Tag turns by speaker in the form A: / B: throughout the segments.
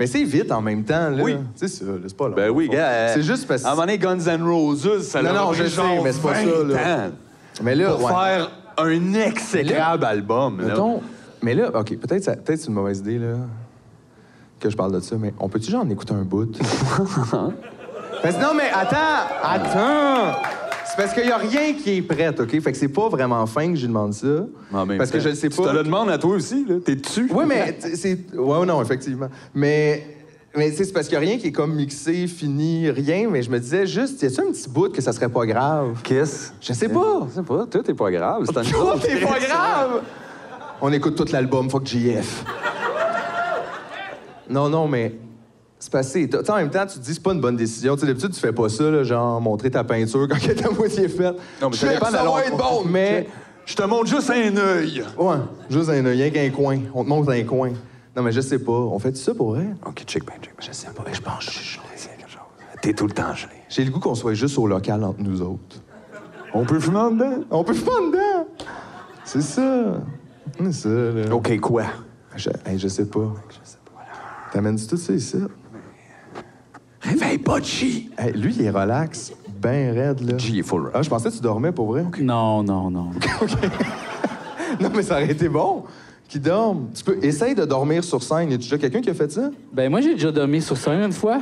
A: Mais c'est vite en même temps, là.
B: Oui.
A: C'est ça, là, c'est pas long.
B: Ben oui, gars.
A: C'est juste parce
B: À un moment donné, Guns N' Roses, ça
A: Non,
B: leur a
A: non,
B: pris
A: je
B: genre
A: sais, mais c'est pas ça,
B: 20
A: là.
B: ans
A: Mais là,
B: Pour
A: ouais.
B: faire un exécrable album, là.
A: Mettons- Mais là, OK, peut-être ça- peut-être c'est une mauvaise idée, là, que je parle de ça, mais on peut-tu genre en écouter un bout? Parce que non, mais attends, attends! C'est parce qu'il n'y a rien qui est prêt, OK? Fait que c'est pas vraiment fin que je lui demande ça.
B: Ah, Mais en même
A: parce que
B: temps,
A: je le sais
B: Tu te
A: pas.
B: le demandes à toi aussi, là. T'es dessus.
A: Oui, mais t- c'est. Ouais, non, effectivement. Mais. Mais tu sais, c'est parce qu'il n'y a rien qui est comme mixé, fini, rien. Mais je me disais juste, y a-tu un petit bout que ça serait pas grave?
B: Kiss.
A: Je sais pas.
B: Je sais pas. Toi, t'es pas grave. C'est un
A: Tout est pas grave! On écoute tout l'album, fuck JF. non, non, mais. C'est passé. T'as- t'sais, En même temps, tu te dis, c'est pas une bonne décision. Tu sais, d'habitude, tu fais pas ça, là, genre montrer ta peinture quand elle est à moitié faite.
B: Non, mais ça
A: Check,
B: dépend de la
A: va
B: longue-
A: être bon, mais.
B: Je te montre juste un œil.
A: Ouais, juste un œil, rien qu'un coin. On te montre un coin. Non, mais je sais pas. On fait ça pour vrai?
B: Ok, check ben, check ben. Je sais pas, mais je pense que je suis gelé, c'est quelque chose. T'es tout le temps gelé.
A: J'ai le goût qu'on soit juste au local entre nous autres.
B: On peut fumer en dedans?
A: On peut fumer dedans! C'est ça. C'est ça, là.
B: Ok, quoi?
A: Je, hey, je sais pas. T'amènes-tu tout ça ici?
B: Réveille pas, G.
A: Hey, lui, il est relax, ben raide, là.
B: G est full hein.
A: Ah,
B: rush.
A: je pensais que tu dormais pour vrai.
C: Non, non, non.
A: non, mais ça aurait été bon qu'il dorme. Tu peux... Essaye de dormir sur scène. Y a déjà quelqu'un qui a fait ça?
C: Ben, moi, j'ai déjà dormi sur scène une fois.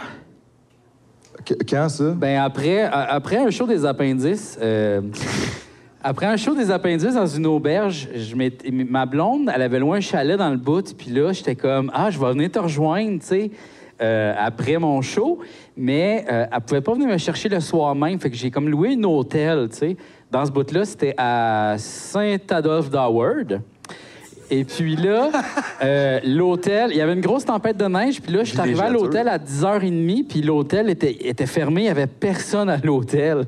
A: Qu- quand, ça?
C: Ben, après, a- après un show des appendices, euh, après un show des appendices dans une auberge, je m'étais- ma blonde, elle avait loin un chalet dans le bout, puis là, j'étais comme, ah, je vais venir te rejoindre, tu sais. euh, après mon show, mais euh, elle pouvait pas venir me chercher le soir même, fait que j'ai comme loué un hôtel, tu sais. Dans ce bout-là, c'était à Saint-Adolphe-d'Howard. Et puis là, euh, l'hôtel, il y avait une grosse tempête de neige. Puis là, je suis arrivé à l'hôtel à 10h30. Puis l'hôtel était, était fermé. Il n'y avait personne à l'hôtel.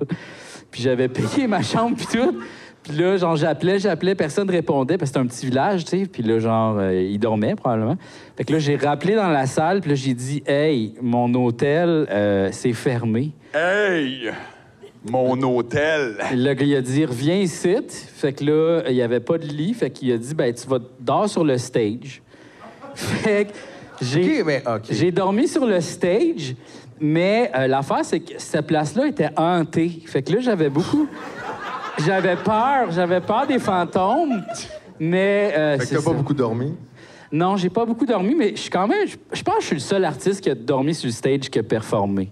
C: Puis j'avais payé ma chambre, puis tout. Puis là, genre, j'appelais, j'appelais, personne ne répondait parce que c'était un petit village, tu sais. Puis là, genre, euh, il dormait probablement. Fait que là, j'ai rappelé dans la salle, puis là, j'ai dit, hey, mon hôtel, euh, c'est fermé.
B: Hey! Mon hôtel!
C: Puis Le gars, il a dit, reviens ici. Fait que là, il n'y avait pas de lit. Fait qu'il a dit, ben, tu vas dors sur le stage. Fait que j'ai
A: OK, mais OK.
C: j'ai dormi sur le stage, mais euh, l'affaire, c'est que cette place-là était hantée. Fait que là, j'avais beaucoup. J'avais peur, j'avais peur des fantômes. Mais. euh,
A: Fait que
C: c'est
A: t'as
C: ça.
A: pas beaucoup dormi.
C: Non, j'ai pas beaucoup dormi, mais je suis quand même. Je, je pense que je suis le seul artiste qui a dormi sur le stage qui a performé.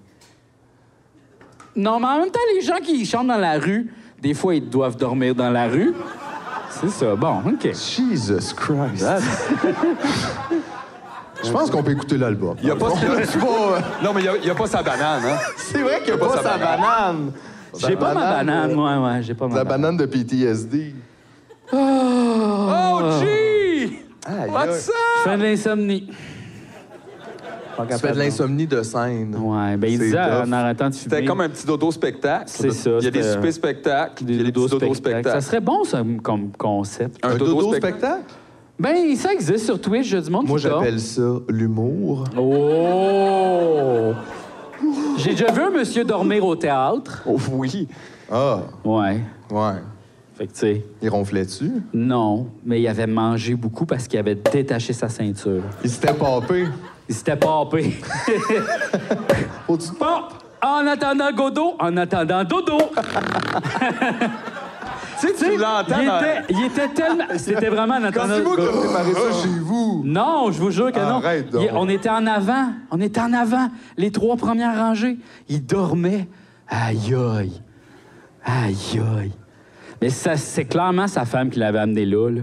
C: Non, mais en même temps, les gens qui chantent dans la rue, des fois, ils doivent dormir dans la rue. C'est ça. Bon, OK.
A: Jesus Christ. Je pense qu'on peut écouter l'album.
B: Y a pas-
A: Je sais pas.
B: Non, mais il n'y a, pas sa banane, hein?
A: C'est vrai qu'il n'y a pas,
B: sa
A: sa banane.
C: J'ai pas ma banane,
A: euh,
C: moi, ouais, j'ai pas ma
A: La
C: banane.
A: banane de PTSD.
B: Oh, G!
A: Ah,
B: Pas de ça!
C: Je fais de l'insomnie.
A: Tu fais de l'insomnie de scène.
C: Ouais, ben il
A: C'est
C: disait
A: tough.
C: en arrêtant de fumer.
B: C'était comme un petit dodo-spectacle.
C: C'est ça,
B: Il y a des
C: c'était-
B: soupers-spectacles, il y a des petits
C: dodo
B: dodo-spectacles.
C: Ça serait bon, ça, comme concept.
B: Un
A: Un
B: dodo
A: dodo
B: spectacle.
A: spectacle?
C: Ben, ça existe sur Twitch, il y a du monde
A: Moi,
C: qui dort.
A: j'appelle ça l'humour.
C: Oh! J'ai déjà vu un monsieur dormir au théâtre.
B: Oh, oui.
A: Ah,
C: Ouais.
A: ouais.
C: Fait que, tu sais,
A: Il ronflait-tu?
C: non, mais il avait mangé beaucoup parce qu'il avait détaché sa ceinture.
A: Il s'était papé.
C: Il s'était papé.
A: Faut-tu-
C: Bon, en attendant Godot, en attendant Dodo.
B: sais, tu l'entends
C: il
B: dans-
C: était, il était tellement. C'était vraiment notre.
A: Quand c'est moi qui ai préparé ça chez vous.
C: Non, je vous jure que non.
A: Arrête donc.
C: Il- on était en avant. On était en avant. Les trois premières rangées. Il dormait. Aïe aïe. Aïe aïe. Mais ça, c'est clairement sa femme qui l'avait amené là. là.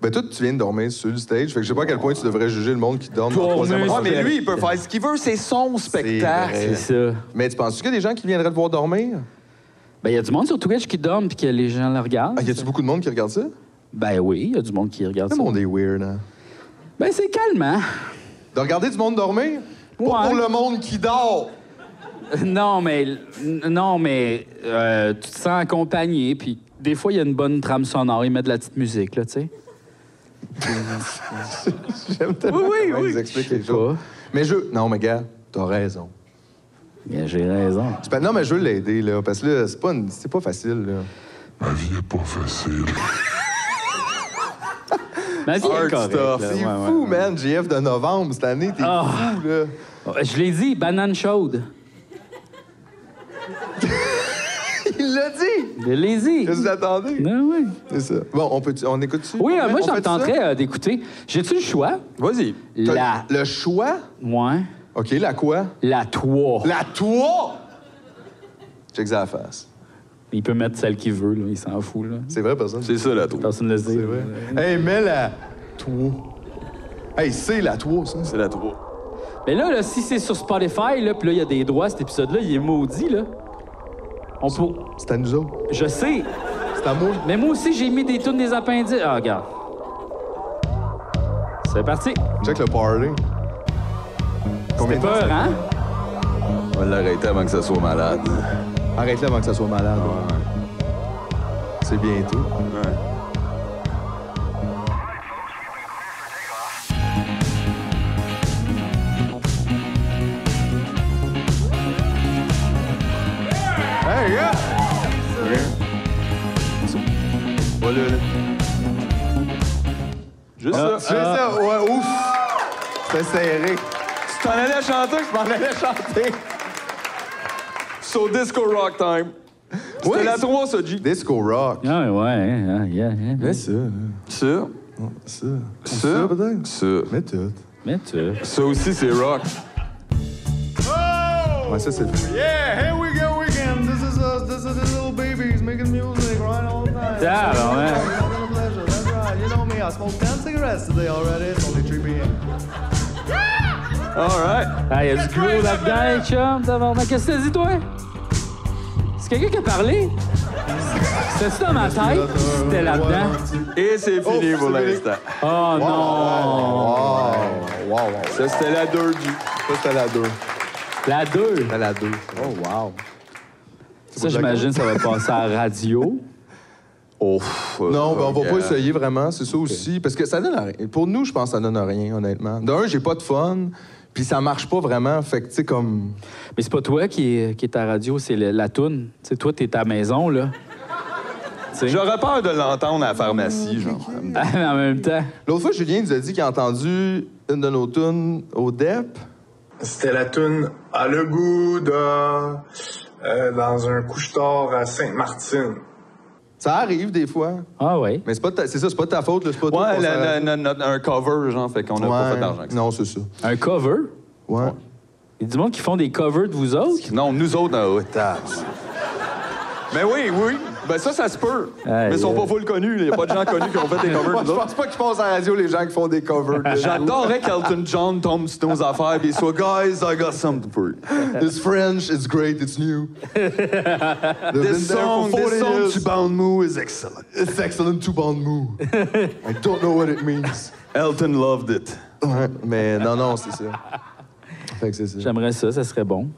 A: Ben toi, tu viens de dormir sur le stage, fait que je sais pas à quel point tu devrais juger le monde qui dort dans le
C: Dormir
A: troisième
C: sur
B: Ouais,
A: rang.
B: mais lui, il peut faire ce qu'il veut, c'est son spectacle.
A: vrai.
C: C'est ça.
A: Mais tu penses-tu qu'il y a des gens qui viendraient te voir dormir?
C: Ben, il y a du monde sur Twitch qui dorment puis que les gens le regardent.
A: Ah, y a-tu beaucoup de monde qui regarde ça?
C: Ben oui, il y a du monde qui regarde
A: Le
C: ça.
A: monde est weird, hein?
C: Ben, c'est calmant.
A: De regarder du monde dormir? Pas
C: Ouais.
A: pour le monde qui dort!
C: Non, mais, non, mais euh, tu te sens accompagné, puis des fois, il y a une bonne trame sonore, ils mettent de la petite musique, là, tu sais.
A: J'aime tellement
C: Oui, oui,
A: comment
C: oui.
A: ils expliquent les
C: Je sais
A: choses.
C: pas.
A: Mais je... Non, mais gars, t'as raison.
C: Bien, j'ai raison.
A: C'est pas- Non, mais je veux l'aider, là, parce que là, c'est pas, une- c'est pas facile, là.
D: Ma vie est pas facile.
C: Ma vie est
B: Hard
C: correcte,
B: stuff.
C: là,
A: Ah, C'est
C: ouais, ouais,
A: fou,
C: ouais.
A: man, GF de novembre, cette année, t'es
C: Ah.
A: fou, là.
C: Je l'ai dit, banane chaude.
A: Il l'a dit!
C: Je l'ai dit.
A: Qu'est-ce que vous attendez?
C: Non, oui,
A: C'est ça. Bon, on, peut, on écoute-tu?
C: oui euh,
A: On
C: moi,
A: fait
C: je
A: ça?
C: tenterais euh, d'écouter. J'ai-tu le choix?
B: Vas-y.
A: T'as
C: La.
A: Le choix?
C: Ouais.
A: OK, la quoi?
C: La 3.
A: La toi! Check ça à la face.
C: Il peut mettre celle qu'il veut, là. Il s'en fout, là.
A: C'est vrai, personne.
B: C'est ça, la tour.
C: Personne ne le sait.
A: C'est vrai. Hey, mets la toi. Hey, c'est la toi, ça.
B: C'est la 3.
C: Mais là, là, si c'est sur Spotify, là, puis là, il y a des droits, cet épisode-là, il est maudit, là. On peut...
A: C'est à nous autres.
C: Je sais,
A: C'est à moi.
C: mais moi aussi, j'ai mis des tunes des appendices. Ah, regarde. C'est parti.
A: Check le party. Combien
C: T'es peur, hein?
B: On va l'arrêter avant que ça soit malade.
A: Arrête-le avant que ça soit malade. C'est bientôt. Hey, gars! Voilà, là.
B: Juste
A: Tu
B: Ah, ça.
A: fais ça, ouais, ouf! C'était serré.
B: Ah. Tu t'en allais chanter, je m'en allais chanter. So disco rock time. C'était
A: Ouais,
B: la
A: c'est-
B: 3, ça, G.
A: Disco rock.
C: Ah, ouais, hein, yeah, yeah.
A: Mets ça, là.
B: Ça.
A: ça.
B: Ça,
A: peut-être?
B: Ça.
A: Mets tout.
C: Mais tu...
B: Ça aussi, c'est rock.
A: Ouais, ça, c'est le
D: Yeah, here we go again. This is us. This is this little babies making music right all the time.
C: Ah, ben ouais.
D: Another pleasure. That's right. You know me. I smoked 10 cigarettes today already. It's only 3 p.m.
B: All right.
C: Ah, il y a du gros là-dedans, les chums, tabarnak. Qu'est-ce que t'as dit, toi? C'est quelqu'un qui a parlé? C'était-tu dans ma tête? C'était là-dedans?
B: Et c'est fini
A: Oh,
B: pour
A: c'est
B: l'instant.
C: Oh, non!
A: Wow! Wow, wow.
B: Ça, c'était la 2, G.
A: Ça, c'était la 2.
C: La 2.
A: C'était la 2. Oh, wow.
C: Ça, j'imagine, ça va passer à la radio.
B: Ouf.
A: Non, ben, on va pas
B: essayer.
A: essayer vraiment, c'est ça aussi. Parce que ça donne à rien. Pour nous, je pense que ça donne à rien, honnêtement. D'un, j'ai pas de fun, puis ça marche pas vraiment. Fait que, tu sais, comme.
C: Mais c'est pas toi qui est, qui est à la radio, c'est le- la toune. C'est toi, t'es à la maison, là.
B: J'aurais peur de l'entendre à la pharmacie, genre.
C: en même temps.
A: L'autre fois, Julien nous a dit qu'il a entendu une de nos tunes au E DEP.
E: C'était la toune à le goût de, euh, dans un couche-tard à Sainte-Martine.
A: Ça arrive des fois.
C: Ah ouais.
A: Mais c'est pas ta- c'est ça, c'est pas ta faute, là, c'est pas toi
B: Ouais,
A: qui
B: la-
A: pense à-
B: la- la- notre- un cover, genre, fait qu'on n'a pas
A: Ouais.
B: fait d'argent. avec ça.
A: Non, c'est ça.
C: Un cover.
A: Ouais.
C: Il y a du monde qui font des covers de vous autres.
B: Non, nous autres, on a Mais oui, oui. Ben ça, ça se peut.
C: Aïe,
B: Mais ils sont
C: aïe.
B: pas full connus. Il n'y a pas de gens connus qui ont fait des covers.
A: Moi,
B: nous
A: je
B: autres.
A: pense pas qu'ils passent à la radio les gens qui font des covers. de-
B: J'adorerais qu'Elton John tombe sur nos affaires et soit « Guys, I got something for you.
A: It's French, it's great, it's new.
B: This song, this song du Bound Moo is excellent.
A: It's excellent to bond mou. I don't know what it means.
B: Elton loved it.
A: Ouais, mais non, non, c'est ça. Fait que c'est ça.
C: J'aimerais ça, ça serait bon.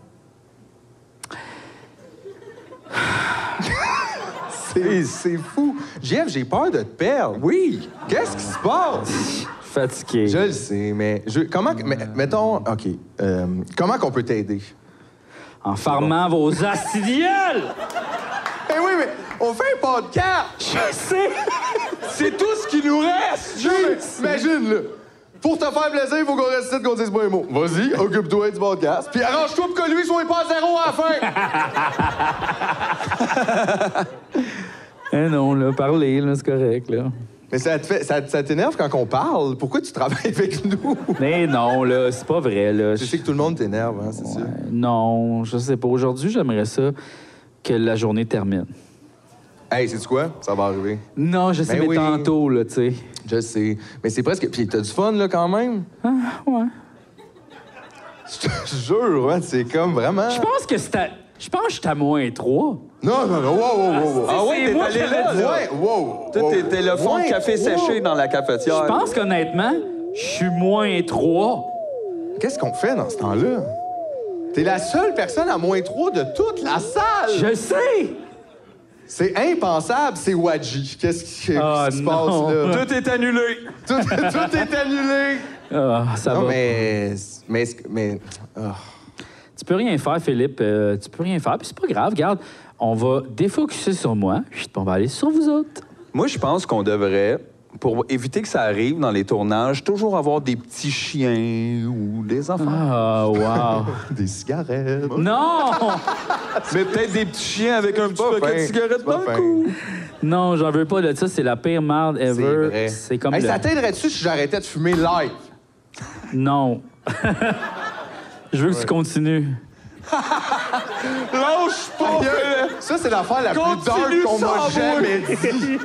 A: C'est, c'est fou. Jeff, j'ai peur de te perdre. Oui. Qu'est-ce qui se passe?
C: Fatigué.
A: Je le sais, mais je- comment... que- mais- mettons, OK, euh, comment qu'on peut t'aider?
C: En farmant vos astidiales!
A: Eh oui, mais on fait un podcast!
C: Je sais!
A: C'est tout ce qui nous reste! imagine, là. Pour te faire plaisir, il faut qu'on reste ici qu'on dise pas un mot. Vas-y, occupe-toi du podcast, puis arrange-toi pour que lui soit pas à zéro à la fin!
C: Eh non, là, parlez, là, c'est correct, là.
A: Mais ça te fait- ça- ça t'énerve quand on parle. Pourquoi tu travailles avec nous?
C: Mais Eh non, là, c'est pas vrai, là.
A: Je sais que tout le monde t'énerve, hein, c'est sûr.
C: Non, je sais pas. Aujourd'hui, j'aimerais ça que la journée termine.
A: Hey, c'est quoi? Ça va arriver.
C: Non, je sais,
A: Ben
C: mais
A: oui.
C: tantôt, là, tu sais.
A: Je sais. Mais c'est presque. Puis t'as du fun, là, quand même?
C: Ah, ouais.
A: Je te jure, hein, c'est comme vraiment.
C: Je pense que c'est à... Je pense que j'étais à moins 3.
A: Non, non, non, wow, wow, wow, wow.
B: Ah
C: C'est
B: oui, t'es
C: moi
B: allé
C: qui
B: là, là.
A: Ouais, wow.
B: Toi,
A: wow.
B: t'es- t'es le fond
A: Ouais,
B: de café
A: wow.
B: séché dans la cafetière.
A: Ah.
C: Je pense qu'honnêtement, je suis moins 3.
A: Qu'est-ce qu'on fait dans ce temps-là? T'es la seule personne à moins 3 de toute la salle!
C: Je sais!
A: C'est impensable, c'est Wadji. Qu'est-ce qui, qu'est-ce
C: Ah,
A: qui se
C: non.
A: passe là?
B: Tout est annulé.
A: Tout, tout est annulé!
C: Ah, ça
A: Non,
C: va.
A: mais. Mais. mais ah.
C: Tu peux rien faire, Philippe. euh, tu peux rien faire. Puis c'est pas grave, regarde. On va défocuser sur moi. Puis on va aller sur vous autres.
B: Moi, je pense qu'on devrait, pour éviter que ça arrive dans les tournages, toujours avoir des petits chiens ou des enfants.
C: Ah, wow.
A: Des cigarettes.
C: non!
B: Mais peut-être des petits chiens avec un petit
A: Pas
B: paquet de
A: fin,
B: cigarettes
A: pas
B: dans le
A: fin.
B: cou.
C: Non, j'en veux pas de ça. C'est la pire merde
A: C'est
C: ever.
A: vrai.
C: C'est comme.
A: Hey,
C: le-
A: ça t'aiderait-tu si j'arrêtais de fumer live?
C: Non. Je veux que tu continues.
B: Lâche pas!
A: Ça, c'est l'affaire la plus
B: Continue
A: dark qu'on m'a
B: sans
A: jamais
B: bruit.
A: dit.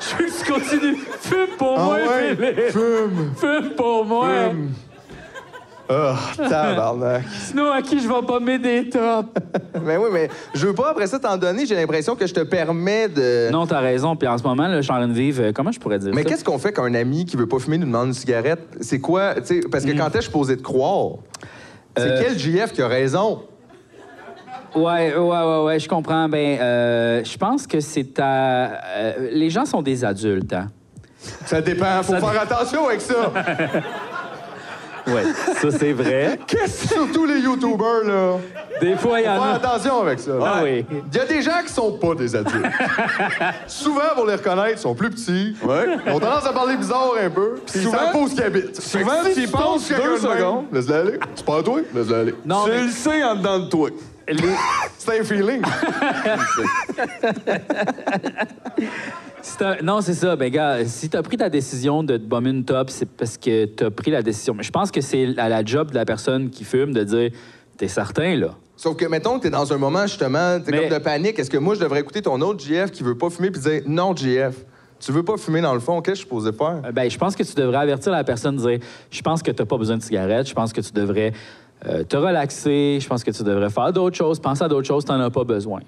C: Je veux que tu continues. Fume pour moi,
A: Ah ouais?
C: Philippe. Fume. pour moi.
A: Ah, tabarnak.
C: Sinon, à qui je vais pas mettre des tops?
A: Mais oui, mais je veux pas après ça t'en donner. J'ai l'impression que je te permets de.
C: Non, t'as raison. Puis en ce moment, là, je suis en train de vivre. euh, Comment je pourrais dire
A: Mais
C: ça?
A: qu'est-ce qu'on fait quand un ami qui veut pas fumer nous demande une cigarette? C'est quoi? tu sais, parce que quand est-ce que je suis posé de croire? C'est
C: Mm. Euh.
A: quel JF qui a raison?
C: Ouais, ouais, ouais, ouais, je comprends. Ben, euh, je pense que c'est à. euh, les gens sont des adultes, hein?
A: Ça dépend. Faut faire attention avec ça.
C: Ouais, ça, c'est vrai.
A: Surtout les YouTubers, là.
C: Des fois, il y
A: Faut
C: en
A: faire
C: a.
A: attention avec ça.
C: Ah oui.
A: Il y a des gens qui sont pas des adultes. souvent, pour les reconnaître, ils sont plus petits.
B: Ouais.
A: Ils ont tendance à parler bizarre un peu. Puis
B: Souvent-
A: souvent, ils savent pas où ils habitent. Fait que
B: souvent,
A: si
B: tu y
A: tu
B: penses
A: penses quelqu'un
B: deux
A: de même,
B: secondes.
A: Laisse-le aller. C'est pas à toi. Laisse-le aller.
C: Non,
B: Tu
C: mais
B: le sais en dedans de toi.
C: les-
A: C'est un feeling.
C: c'est un- non, c'est ça. Ben, gars, si t'as pris ta décision de te bomber une top, c'est parce que t'as pris la décision. Mais je pense que c'est à la job de la personne qui fume de dire T'es certain, là?
A: Sauf que, mettons que t'es dans un moment, justement, t'es
C: Mais-
A: comme de panique. Est-ce que moi, je devrais écouter ton autre JF qui veut pas fumer puis dire non, JF? Tu veux pas fumer dans le fond, qu'est-ce que je posais faire?
C: Euh, Ben, je pense que tu devrais avertir la personne, dire Je pense que tu n'as pas besoin de cigarette, je pense que tu devrais euh, te relaxer, je pense que tu devrais faire d'autres choses, penser à d'autres choses, tu n'en as pas besoin.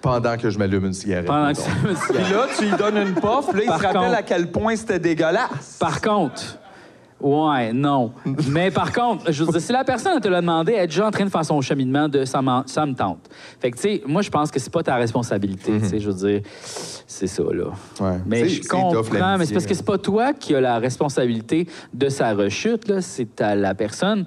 A: Pendant que je m'allume une cigarette.
C: Pendant que
A: mettons.
C: ça me
B: Puis là, tu lui donnes une pof, puis là, il
C: Par
B: se rappelle
C: contre-
B: à quel point c'était dégueulasse.
C: Par contre, ouais, non. Mais par contre, je veux dire, si la personne elle te l'a demandé, elle est déjà en train de faire son cheminement de ça, m'en- ça me tente. Fait que, tu sais, moi, je pense que c'est pas ta responsabilité, tu sais, je veux dire, c'est ça, là.
A: Mhm. Ouais.
C: Mais
A: C'est-
C: je
A: c'est tough,
C: comprends,
A: l'amitié,
C: mais c'est parce que
A: hein.
C: c'est pas toi qui as la responsabilité de sa rechute, là. C'est à la personne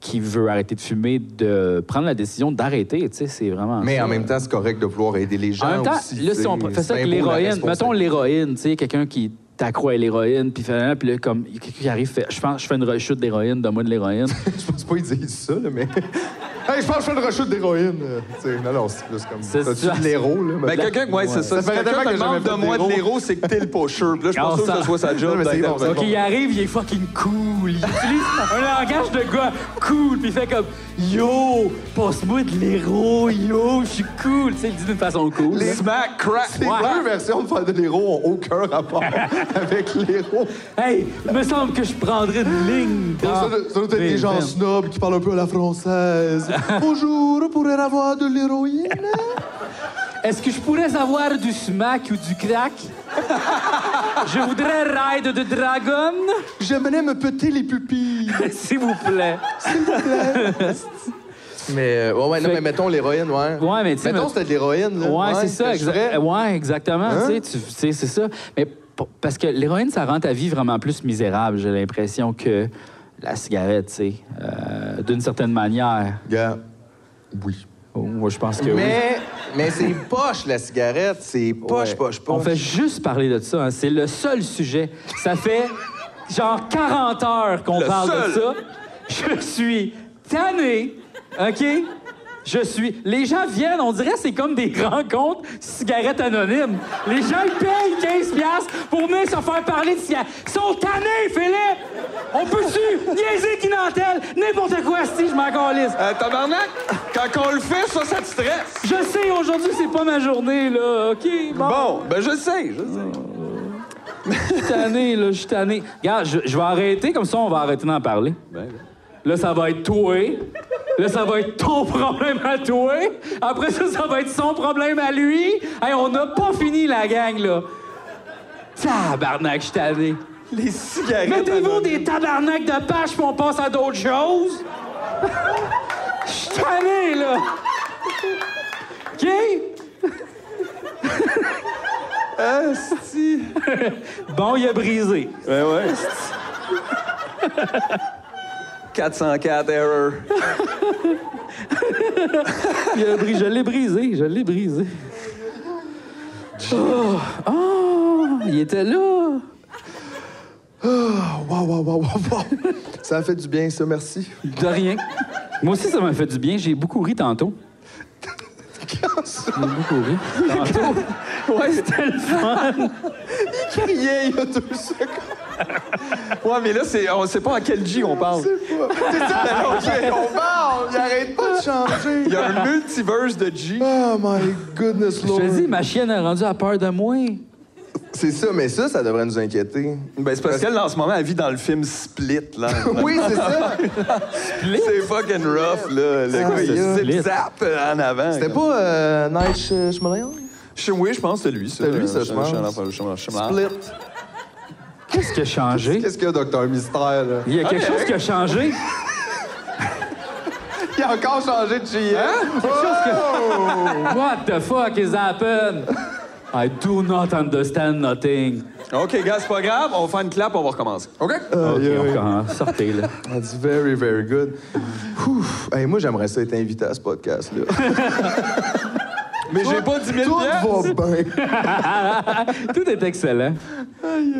C: qui veut arrêter de fumer de prendre la décision d'arrêter, tu sais, c'est vraiment.
A: Mais
C: ça.
A: en même temps, c'est correct de vouloir aider les gens
C: En même temps,
A: aussi,
C: là, si
A: t'sais,
C: on fait
A: c'est
C: ça avec
A: bien beau, la
C: l'héroïne, mettons
A: responsabilité.
C: l'héroïne, tu sais, quelqu'un qui t'accroît à l'héroïne, puis fait, puis là, comme, il y a quelqu'un qui arrive, fait, je pense, je fais une rechute d'héroïne, donne-moi de l'héroïne.
A: Je pense pas qu'ils disent ça, là, mais. hey, je pense que je fais une rechute d'héroïne. euh, t'sais, Non, non, c'est plus comme.
C: C'est
A: T'as-tu
C: ça.
A: de l'héros, là?
B: Ben,
A: maintenant?
B: quelqu'un, ouais, c'est ça.
A: Ça
B: Si
A: paraît tellement
B: quelqu'un te
A: que j'ai
B: demande
A: jamais fait
B: de moi de
A: d'héros.
B: l'héros, c'est que t'es le pocheur. Puis là, je
C: Ah,
B: pense pas
C: ça-
B: que ce soit sa
A: Non,
B: job
A: mais c'est bon,
B: d'intervenir.
A: c'est
C: OK, il arrive, il est fucking cool. Il utilise un langage de gars cool, puis il fait comme Yo, passe-moi de l'héros, yo, je suis cool. Tu sais, il dit d'une façon cool.
B: Les smack, crack,
A: Les
B: whack.
A: deux versions de faire de l'héros ont aucun rapport avec l'héros.
C: Hey, me semble que je prendrais une ligne.
A: Ça,
C: dans
A: doit- ça doit être
C: mes
A: des gens
C: veines.
A: snobs qui parlent un peu à la française. Bonjour, pourrais avoir de l'héroïne?
C: Est-ce que je pourrais avoir du smack ou du crack? je voudrais ride de dragon,
A: J'aimerais me péter les pupilles.
C: s'il vous plaît.
A: Mais, euh, ouais, ouais, non,
C: Fait-
A: mais mettons l'héroïne, ouais.
C: Ouais, mais tu sais,
A: Mettons,
C: mais-
A: c'était de l'héroïne, là.
C: Ouais, c'est ça,
A: que je ferais.
C: exa- ouais, exactement.
A: Hein?
C: tu sais, Tu tu sais, c'est ça. Mais p- parce que l'héroïne, ça rend ta vie vraiment plus misérable, j'ai l'impression, que la cigarette, tu sais, euh, d'une certaine manière.
A: Gars, oui.
C: Oh, Moi, je pense que oui.
A: Mais, mais c'est poche, la cigarette. C'est poche,
B: Ouais.
A: poche,
C: On
A: poche.
C: fait juste parler de ça. hein. C'est le seul sujet. Ça fait genre 40 heures qu'on
B: Le
C: parle de
B: seul.
C: ça. Je suis tanné, OK? Je suis. Les gens viennent, on dirait que c'est comme des rencontres cigarettes anonymes. Les gens ils payent 15 piastres pour venir se faire parler de cigarettes. Ils sont tannés, Philippe! On peut-tu niaiser qui dentelle? N'importe quoi, si je m'en calisse.
B: Euh, tabarnak, quand on le fait, ça, ça te stresse.
C: Je sais, aujourd'hui, c'est pas ma journée, là. OK, bon.
B: Bon, ben je sais, je sais.
C: Je suis tanné, là, je suis tanné. Regarde, je, je vais arrêter, comme ça, on va arrêter d'en parler. Là, ça va être toi. Là, ça va être ton problème à toi. Après ça, ça va être son problème à lui. Hey, on n'a pas fini, la gang, là. Tabarnak, je suis tanné.
B: Les cigarettes.
C: Mettez-vous
B: anonymes.
C: des tabarnak de page puis on passe à d'autres choses. Je suis tanné, là. OK?
B: Asti.
C: Bon, il a brisé.
B: Ben ouais. 404 error.
C: Il a bri- Je l'ai brisé, je l'ai brisé. Oh, oh, il était là.
A: Waouh, waouh, waouh, waouh, waouh. Ça a fait du bien, ça, merci.
C: De rien. Moi aussi, ça m'a fait du bien. J'ai beaucoup ri tantôt. J'ai beaucoup ri. Tantôt. Ouais, c'était le fun.
A: Crier il y a deux secondes.
B: Ouais, mais là, c'est, on sait pas à quel G on parle.
A: C'est ça, on parle, il arrête pas de
B: Il y
A: changer.
B: a un multiverse de G.
A: Oh my goodness
C: Je
A: lord.
C: te dis, ma chienne a rendu à peur de moi.
A: C'est ça, mais ça, ça devrait nous inquiéter.
B: Ben, c'est parce qu'elle, en ce moment, elle vit dans le film Split, là.
A: Oui, c'est ça.
B: c'est fucking rough, là. Le gars,
A: yeah.
B: il
C: Split.
B: zip-zap en avant.
A: C'était pas euh, Night Sh- Shyamalan?
B: Je- Oui, je pense que c'est lui. ça. Euh,
A: C'est lui, ça, je pense.
B: Shyamalan- Shyamalan- Shyamalan.
A: Split.
C: Qu'est-ce qui a changé? Ah,
A: Qu'est-ce qu'il y a, Docteur Mystère, là?
C: Il y a quelque chose qui a changé.
A: Il a encore changé de GM.
B: Hein?
C: What the fuck is happened? I do not understand nothing.
B: OK, gars, c'est pas grave. On va faire une clap, on va recommencer. Euh, OK?
C: Ok, on commence. sortez, là.
A: That's very, very good. Ouf. Hey, moi, j'aimerais ça être invité à ce podcast-là.
B: Mais j'ai pas 10
A: Tout
B: 000 piastres.
A: va bien.
C: Tout est excellent.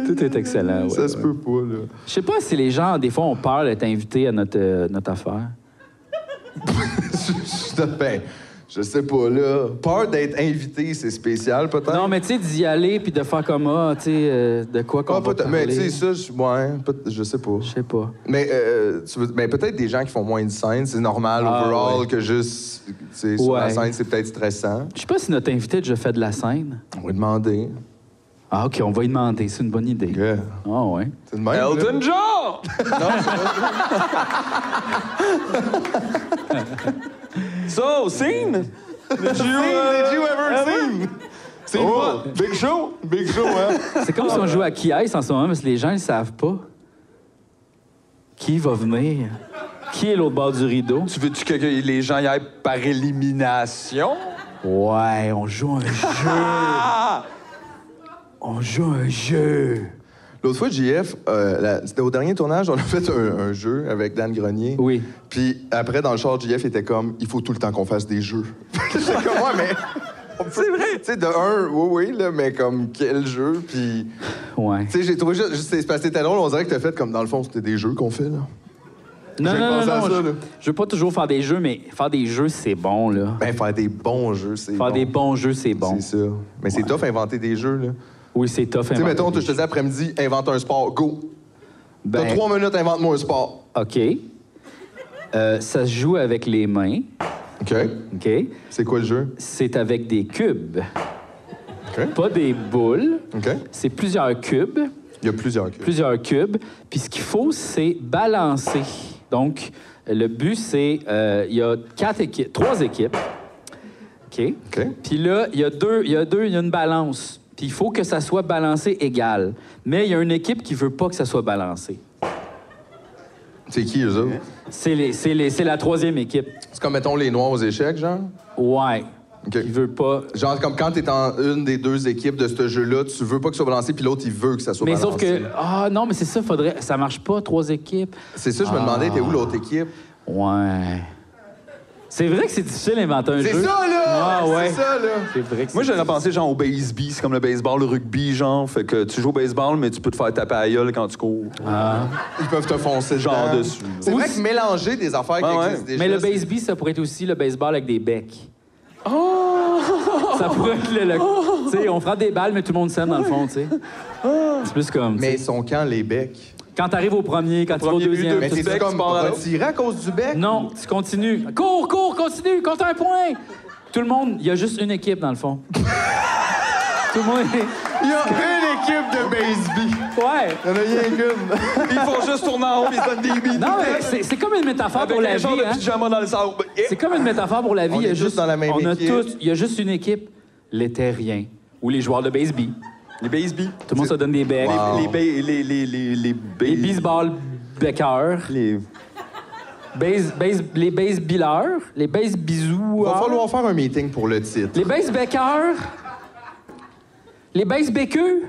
C: Tout est excellent, ouais.
A: Ça se peut pas, là.
C: Je sais pas si les gens, des fois, ont peur d'être invités à notre, euh, notre affaire.
A: Je- ben, je sais pas, là. Peur d'être invité, c'est spécial, peut-être.
C: Non, mais tu sais, d'y aller puis de faire comme ah, tu sais, euh, de quoi qu'on
A: Ah,
C: va
A: peut-être.
C: parler.
A: mais tu sais, ça, je, ouais, peut- je sais pas.
C: Je sais pas.
A: Mais, euh, tu veux- mais peut-être des gens qui font moins de scène, c'est normal
C: Ah,
A: overall
C: ouais.
A: que juste tu sais, sur la
C: Ouais.
A: scène, c'est peut-être stressant.
C: Je sais pas si notre invité a déjà fait de la scène.
A: On va demander.
C: Ah, OK, on va lui demander. C'est une bonne idée.
A: Yeah.
C: Ah, ouais.
A: C'est de même, là.
B: Elton John! So, scene? Did you, Oh, uh,
A: C'est moi. Big Show. Big Show, hein.
C: C'est comme si on jouait à qui est en ce moment, parce que les gens, ils savent pas. Qui va venir? Qui est l'autre bord du rideau?
B: Tu veux-tu que que les gens y aillent par élimination?
C: Ouais, on joue un jeu. on joue un jeu.
A: L'autre fois, JF, euh, la- c'était au dernier tournage, on a fait un, un jeu avec Dan Grenier.
C: Oui.
A: Puis après, dans le char, JF était comme il faut tout le temps qu'on fasse des jeux. J'étais comme ouais, mais. C'est vrai! Tu sais, de un, oui, oui, là, mais comme quel jeu, puis.
C: Ouais.
A: Tu sais, j'ai trouvé juste. juste- C'est parce que c'était drôle, on dirait que t'as fait comme dans le fond, c'était des jeux qu'on fait, là.
C: Non,
A: j'ai
C: non, non,
A: pensé à
C: non,
A: ça,
C: je,
A: là.
C: je veux pas toujours faire des jeux, mais faire des jeux, c'est bon, là.
A: Ben, faire des bons jeux, c'est.
C: faire
A: bon.
C: des bons jeux, c'est bon.
A: C'est ça. Mais c'est tough inventer des jeux, là.
C: Oui, c'est tough. hein,
A: Tu sais,
C: inventer
A: mettons,
C: des
A: je te dis après-midi, invente un sport, go.
C: Ben-
A: T'as trois minutes, invente-moi un sport.
C: OK. Euh, ça se joue avec les mains.
A: OK.
C: OK.
A: C'est quoi le jeu?
C: C'est avec des cubes.
A: OK.
C: Pas des boules.
A: OK.
C: C'est plusieurs cubes.
A: Il y a plusieurs queues.
C: Plusieurs cubes. Puis ce qu'il faut, c'est balancer. Donc, le but, c'est. euh, Il y a quatre équipes, trois équipes. OK.
A: OK.
C: Puis là, il y a deux, il y a deux, il y a une balance. Puis il faut que ça soit balancé égal. Mais il y a une équipe qui veut pas que ça soit balancé.
A: C'est qui, eux autres?
C: C'est les- c'est les- c'est la troisième équipe.
A: C'est comme, mettons, les Noirs aux échecs, genre?
C: Ouais.
A: OK.
C: Il veut pas.
A: Genre, comme quand t'es en une des deux équipes de ce jeu-là, tu veux pas que ça soit balancé, puis l'autre, il veut que ça soit
C: Mais
A: balancé.
C: sauf que. Ah non, mais c'est ça, faudrait. Ça marche pas, trois équipes.
A: Ah. C'est ça, je me demandais, t'es où l'autre équipe?
C: Ouais. C'est vrai que c'est difficile d'inventer un jeu.
A: C'est ça, là!
C: Ah, ouais.
A: C'est ça, là!
C: C'est vrai que
B: Moi,
C: c'est-
B: j'aurais pensé genre au baseball, c'est comme le baseball, le rugby, genre. Fait que tu joues au baseball, mais tu peux te faire taper à la gueule quand tu cours.
A: Ils peuvent te foncer
B: Genre
A: dedans.
B: dessus.
A: C'est vrai que mélanger des affaires
B: Ouais,
A: qui
B: ouais.
A: existent déjà...
C: Mais le
A: c'est-
C: baseball, ça pourrait être aussi le baseball avec des becs. Oh! Ça pourrait être le. le-
A: Oh!
C: tu sais, on frappe des balles, mais tout le monde s'aime dans le fond, tu sais. C'est plus comme. tu sais,
A: Mais ils sont quand, les becs?
C: Quand t'arrives au premier, quand tu vas au
B: Premier but,
C: deuxième.
A: Mais
B: Tu
C: tout
A: c'est
B: bec,
C: ça.
B: tu
A: comme
B: pars à l'autre.
A: retiré à cause du bec?
C: Non, tu continues. Cours, cours, continue, compte un point! Tout le monde, il y a juste une équipe dans le fond. tout le monde est-
A: Il y a une équipe de baseball.
C: Ouais!
A: Il y en a rien qu'une.
B: Ils font juste tourner en haut, ils se donnent des billes.
C: Ah. Non, mais c'est c'est comme une métaphore
B: Avec
C: pour la
B: un
C: vie.
B: genre de
C: hein.
B: pyjama dans le sable.
C: C'est comme une métaphore pour la vie.
A: On
C: il y a
A: est tous
C: juste,
A: dans la même
C: on a
A: équipe.
C: tous- il y a juste une équipe, les terriens ou les joueurs de baseball.
B: Les baseball.
C: Tout le monde se donne des becs.
B: Les ba- les les les les les ba-
C: Les baseball beckers,
B: les-
C: base, base- les baseballeurs, les base bisous.
A: Il va falloir faire un meeting pour le titre.
C: Les base beckers, les base béqueux.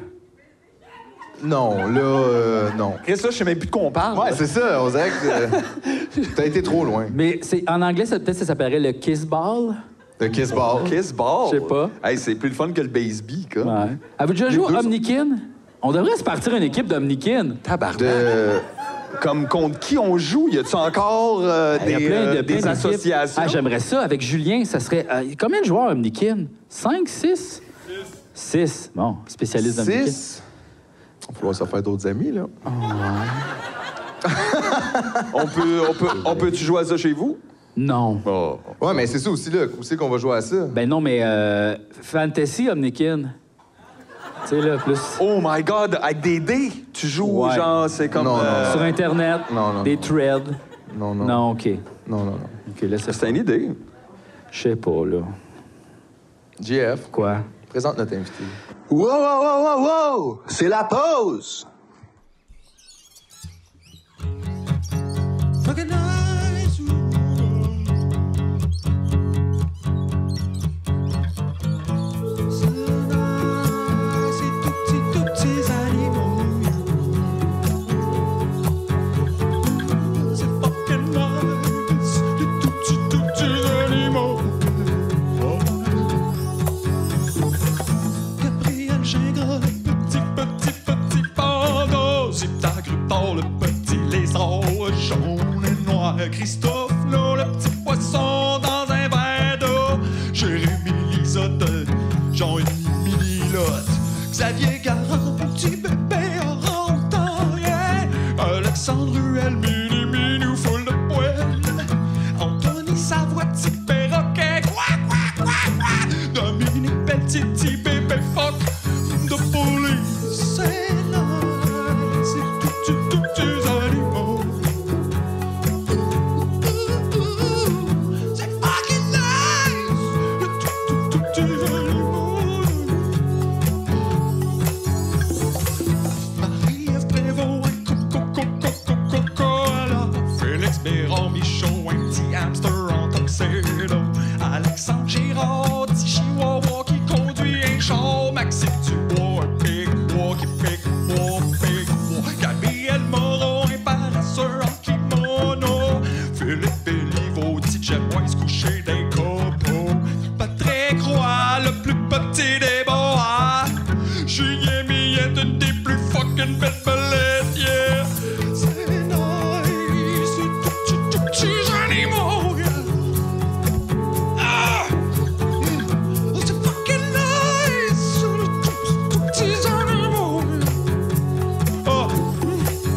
A: Non, là, euh, non.
B: Chris, là, je sais même plus de quoi on parle.
A: Ouais, c'est ça, on dirait que euh, t'as été trop loin.
C: Mais c'est en anglais, ça peut-être ça s'appellerait le kiss ball.
A: Le kiss ball.
B: Kiss ball.
C: Je sais pas.
B: Hey, c'est plus le fun que le baseball, quoi.
C: Ouais. Avez-vous déjà joué
B: deux
C: au Omnikin? On devrait se partir une équipe d'Omnikin.
A: De...
B: Comme contre qui on joue? Y a-tu encore euh,
C: Il y a
B: des,
C: plein de-
B: euh,
C: plein
B: des
C: d'équipes.
B: associations?
C: Ah, j'aimerais ça. Avec Julien, ça serait. euh, combien de joueurs Omnikin? 5, 6? 6. Bon, spécialiste d'Omnikin.
A: Six. On va falloir se faire d'autres amis, là.
B: on peut, on peut, on peut-tu jouer à ça chez vous?
C: Non.
B: Oh.
A: Ouais, mais c'est ça aussi, là. Où c'est qu'on va jouer à ça?
C: Ben non, mais euh, Fantasy Omnikin. Tu sais, là, plus.
B: Oh my God, avec des dés, tu joues,
C: Ouais.
B: genre, c'est comme...
A: Non, non,
B: euh,
C: Sur Internet,
A: Non, non,
C: des
A: non.
C: threads.
A: Non, non.
C: Non, OK.
A: Non, non, non.
C: OK, là, ça.
B: C'est une idée.
C: Je sais pas, là.
A: JF,
C: Quoi?
A: présente notre invité.
F: Wow, wow, wow, wow, wow! C'est la pause!
G: Gabriel Gingras, petit, petit, petit panda, Zipta, Gripton, le petit lézard, jaune et noir, Christophe, l'eau, le petit poisson dans un verre d'eau, Jérémy Lisotte, Jean-Émilie Milotte, Xavier Garand, petit bébé orangutangien, Alexandre Ruel, mini, minou, full de poêle, Anthony Savoie, petit perroquet, quoi, quoi, quoi, quoi, Dominique Petit, petit bébé fuck, de police, c'est nice, c'est tout, tout, tous les animaux. C'est fucking nice, tout, tout, tout, tous les animaux. Marie-Ève Prévost, un coco, coco, coco, koala. Félix Béron, Michaud, un petit hamster en tuxedo. Alexandre Girard, petit chihuahua qui conduit un char. Maxime Dubois, un pic-bois qui pique-bois, pique-bois. Gabriel Moreau, un parasseur en kimono. Philippe Béliveau, petit Jamoise couché d'un copeaux. Patrick Roy, le plus petit des boas. Julien Millette, une des plus fucking belles belettes, yeah. C'est nice, c'est tout petit, tout petit animaux, yeah. Ah! Mm. Oh, c'est fucking nice, c'est tout, tout petits animaux, yeah. Ah!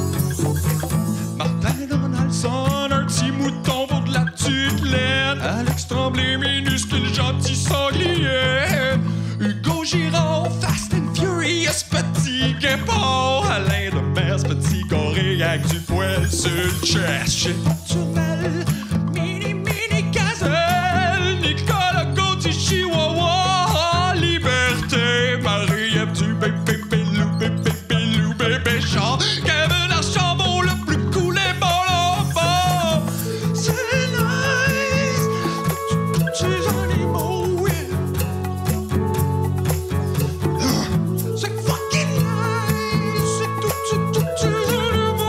G: Mm. Martin Donaldson, un petit mouton pour de la tutelaine. Alex Tremblay, minuscule, gentil sanglier. Hugo Girard, Fast and Furious, petit guépard. Alain de Mers, petit gorille avec du poil sur le chest. Chez Turmel, mini, mini gazelle. Nicolas Gauthier, Chihuahua, liberté. Marie-Ève du bébé, bébé, bébé, bébé, bébé, chat. Kevin Archambault, le plus cool et bon là-bas. C'est nice, tous ces animaux, oui. C'est fucking nice, c'est tout, tout, tout, tout le monde.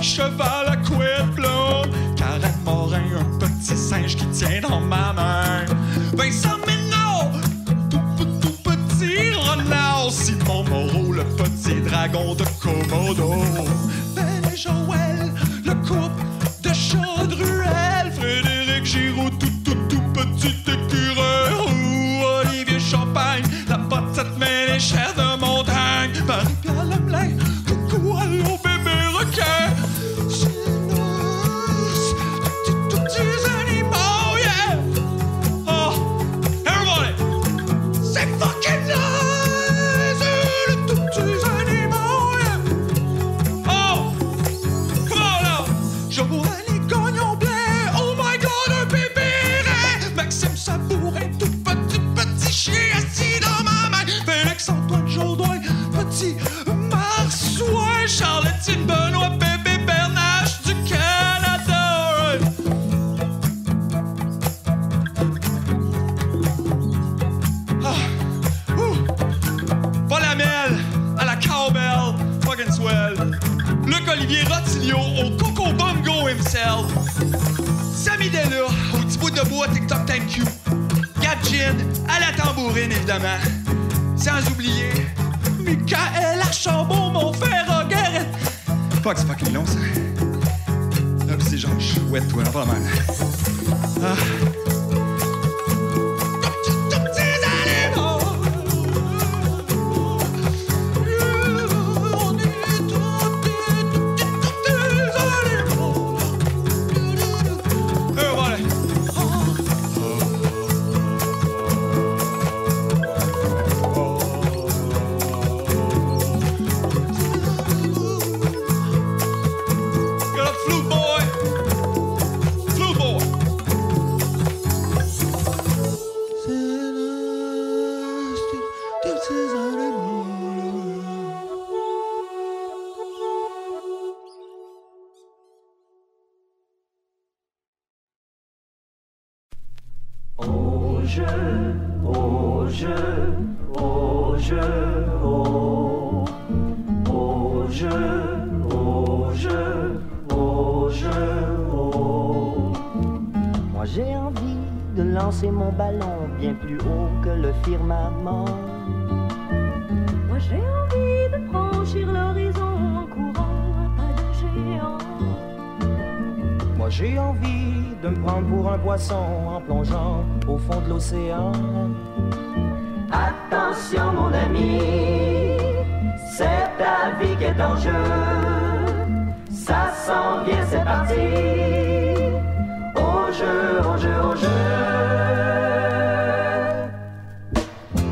G: cheval à couette blonde. Karen Morin, un petit singe qui tient dans ma main. Vincent Ménard, tout, tout, tout petit renard. Simon Moreau, le petit dragon de Komodo. Ben et Joël, le couple de Chaudruel. Frédéric Giroux, tout, tout, tout petit écureuil roux. Olivier Champagne, la pote, ça te met les chairs de montagne. Marie-Pierre Lemelin, coucou, allô, bébé requin. Génose, tous, tous les animaux, yeah! Oh, everybody! C'est fucking nice! Le tout petit animal! Oh! Come on now! Je bourrais les cognons blés! Oh my god, un bébé raide! Maxime Sabourin, tout petit, petit chien assis dans ma main! Félix-Antoine Jaudoin, petit marsouin! Charlottine Benoît, bébé Bernache du Canada! Ah! Ouh! Paul Amel à la cowbell, fucking swell. Luc Olivier Rotilio au Coco Bongo himself. Samy Della au petit bout de bois TikTok Thank You. Gadjin à la tambourine évidemment. Sans oublier Michael Archambault, mon frère Roger. Fuck, c'est fucking long ça. Là, pis c'est genre chouette, ouais, pas mal. Ah. Tous petits animaux. Got a flute boy. Flute boy.
H: Moi j'ai envie de lancer mon ballon bien plus haut que le firmament.
I: Moi j'ai envie de franchir l'horizon en courant à pas de géant.
H: Moi j'ai envie de me prendre pour un poisson en plongeant au fond de l'océan.
J: Attention mon ami, c'est ta vie qui est en jeu. Ça sent bien, c'est parti. Au jeu, au jeu, au jeu.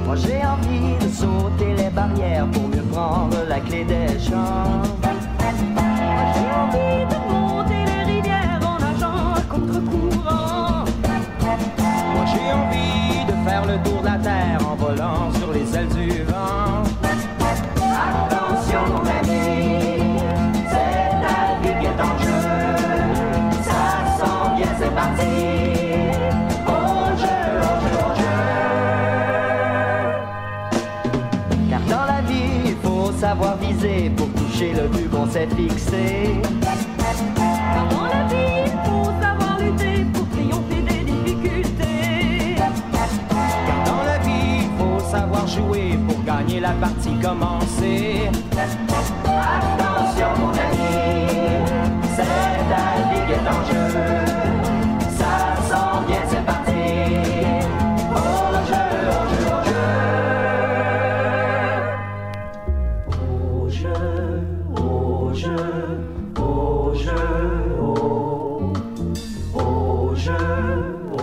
H: Moi j'ai envie de sauter les barrières pour mieux prendre la clé des champs.
I: Moi j'ai envie de monter les rivières en nageant à contre-courant.
H: Moi j'ai envie de faire le tour de la terre en volant sur les ailes du vent.
J: Attention mon ami, c'est ta vie qui est en jeu. Ça sent bien, c'est parti. Au jeu, au jeu, au jeu.
H: Car dans la vie, il faut savoir viser pour toucher le but qu'on s'est fixé.
I: Car dans la vie, il faut savoir lutter pour triompher des difficultés.
H: Car dans la vie, il faut savoir jouer pour gagner la partie commencée.
J: Attention mon ami, c'est ta vie qui est en jeu. Ça sent bien, c'est parti. Au jeu, au jeu, au jeu. Au jeu, au jeu, au jeu, au Au jeu, au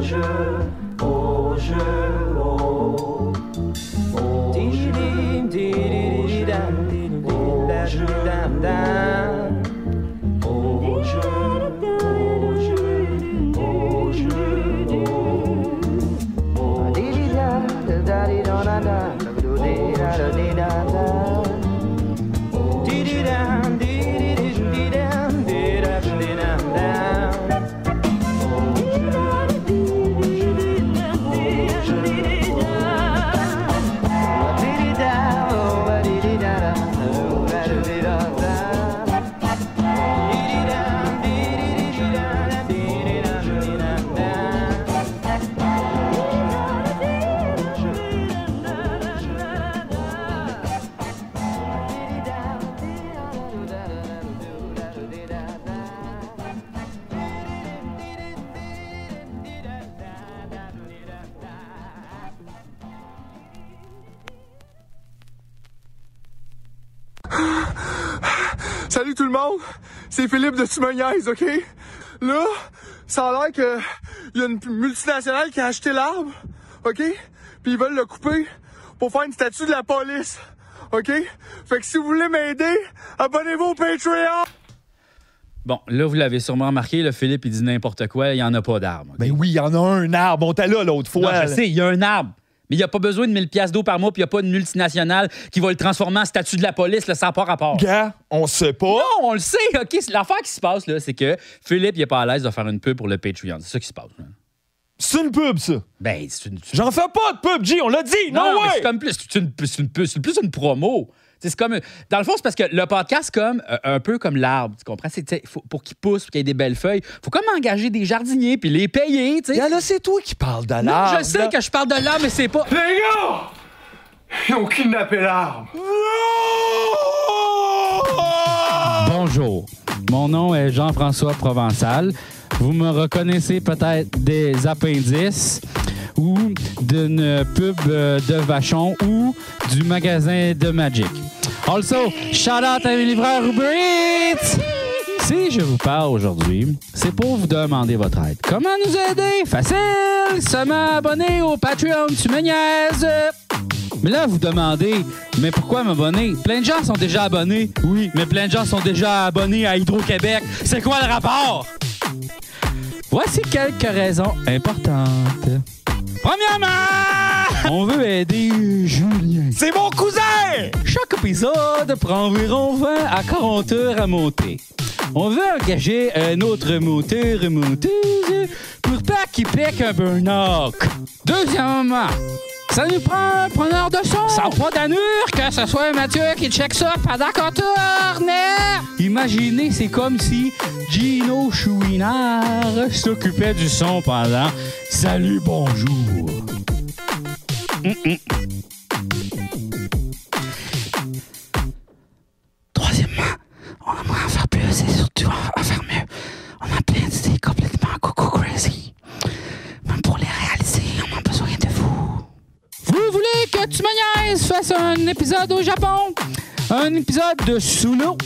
J: jeu, au jeu, au Au
H: Didim, didididam, didididam.
J: au jeu, au jeu, au jeu, au jeu.
H: Dididam, didididam, dididam, didam.
J: Au jeu,
D: Salut tout le monde, c'est Philippe de Tumoniaise, OK? Là, ça a l'air que il y a une multinationale qui a acheté l'arbre, OK? Puis ils veulent le couper pour faire une statue de la police, OK? Fait que si vous voulez m'aider, abonnez-vous au Patreon!
C: Bon, là, vous l'avez sûrement remarqué, le Philippe, il dit n'importe quoi, il n'y en a pas d'arbre.
K: Ben oui, il y en a un arbre. On t'a là l'autre fois.
C: Non,
K: là.
C: je sais, il y a un arbre. Mais il n'y a pas besoin de 1000 pièces d'eau par mois, puis il n'y a pas une multinationale qui va le transformer en statut de la police, là, sans pas rapport.
K: Gars, on sait pas.
C: Non, on le sait, OK? C'est L'affaire qui se passe, là, c'est que Philippe, il n'est pas à l'aise de faire une pub pour le Patreon. C'est ça qui se passe. là.
K: C'est une pub, ça.
C: Ben, c'est une.
K: J'en fais pas de pub, G, on l'a dit. Non,
C: non, mais
K: way.
C: c'est comme plus, c'est une, c'est une- c'est plus une promo. C'est c'est comme, dans le fond, c'est parce que le podcast, c'est comme, euh, un peu comme l'arbre, tu comprends? C'est, tu sais, faut- pour qu'il pousse, pour qu'il y ait des belles feuilles, faut comme engager des jardiniers puis les payer. tu sais.
K: Gars, là, c'est toi qui parles de
C: Non,
K: l'arbre.
C: je sais que je parle de l'arbre, mais c'est pas.
D: Les gars! Ils ont kidnappé l'arbre!
C: Bonjour, mon nom est Jean-François Provençal. Vous me reconnaissez peut-être des appendices ou d'une pub euh, de Vachon ou du magasin de Magic. Also, shout out à mes livreurs Uber Eats! Si je vous parle aujourd'hui, c'est pour vous demander votre aide. Comment nous aider? Facile! Seulement abonner au Patreon, tu me niaises! Mais là, vous demandez, mais pourquoi m'abonner? Plein de gens sont déjà abonnés, oui, mais plein de gens sont déjà abonnés à Hydro-Québec. C'est quoi le rapport? Voici quelques raisons importantes. Premièrement, on veut aider Julien.
K: C'est mon cousin!
C: Chaque épisode prend environ 20 à 40 heures à monter. On veut engager un autre moteur monteuse pour pas qu'il pique un burn-out. Deuxièmement, ça nous prend un preneur de son. Ça n'a pas d'annure que ce soit Mathieu qui check ça pendant qu'on tourne. Imaginez, c'est comme si Gino Chouinard s'occupait du son pendant Salut, bonjour. Mm-mm. Troisièmement, on aimerait en faire plus et surtout en- en faire mieux. On a plein d'idées complètement coco crazy. Même Ben, pour les réaliser, on a besoin de vous. Vous voulez que tu me niaises fasse un épisode au Japon? Un épisode de sous l'eau?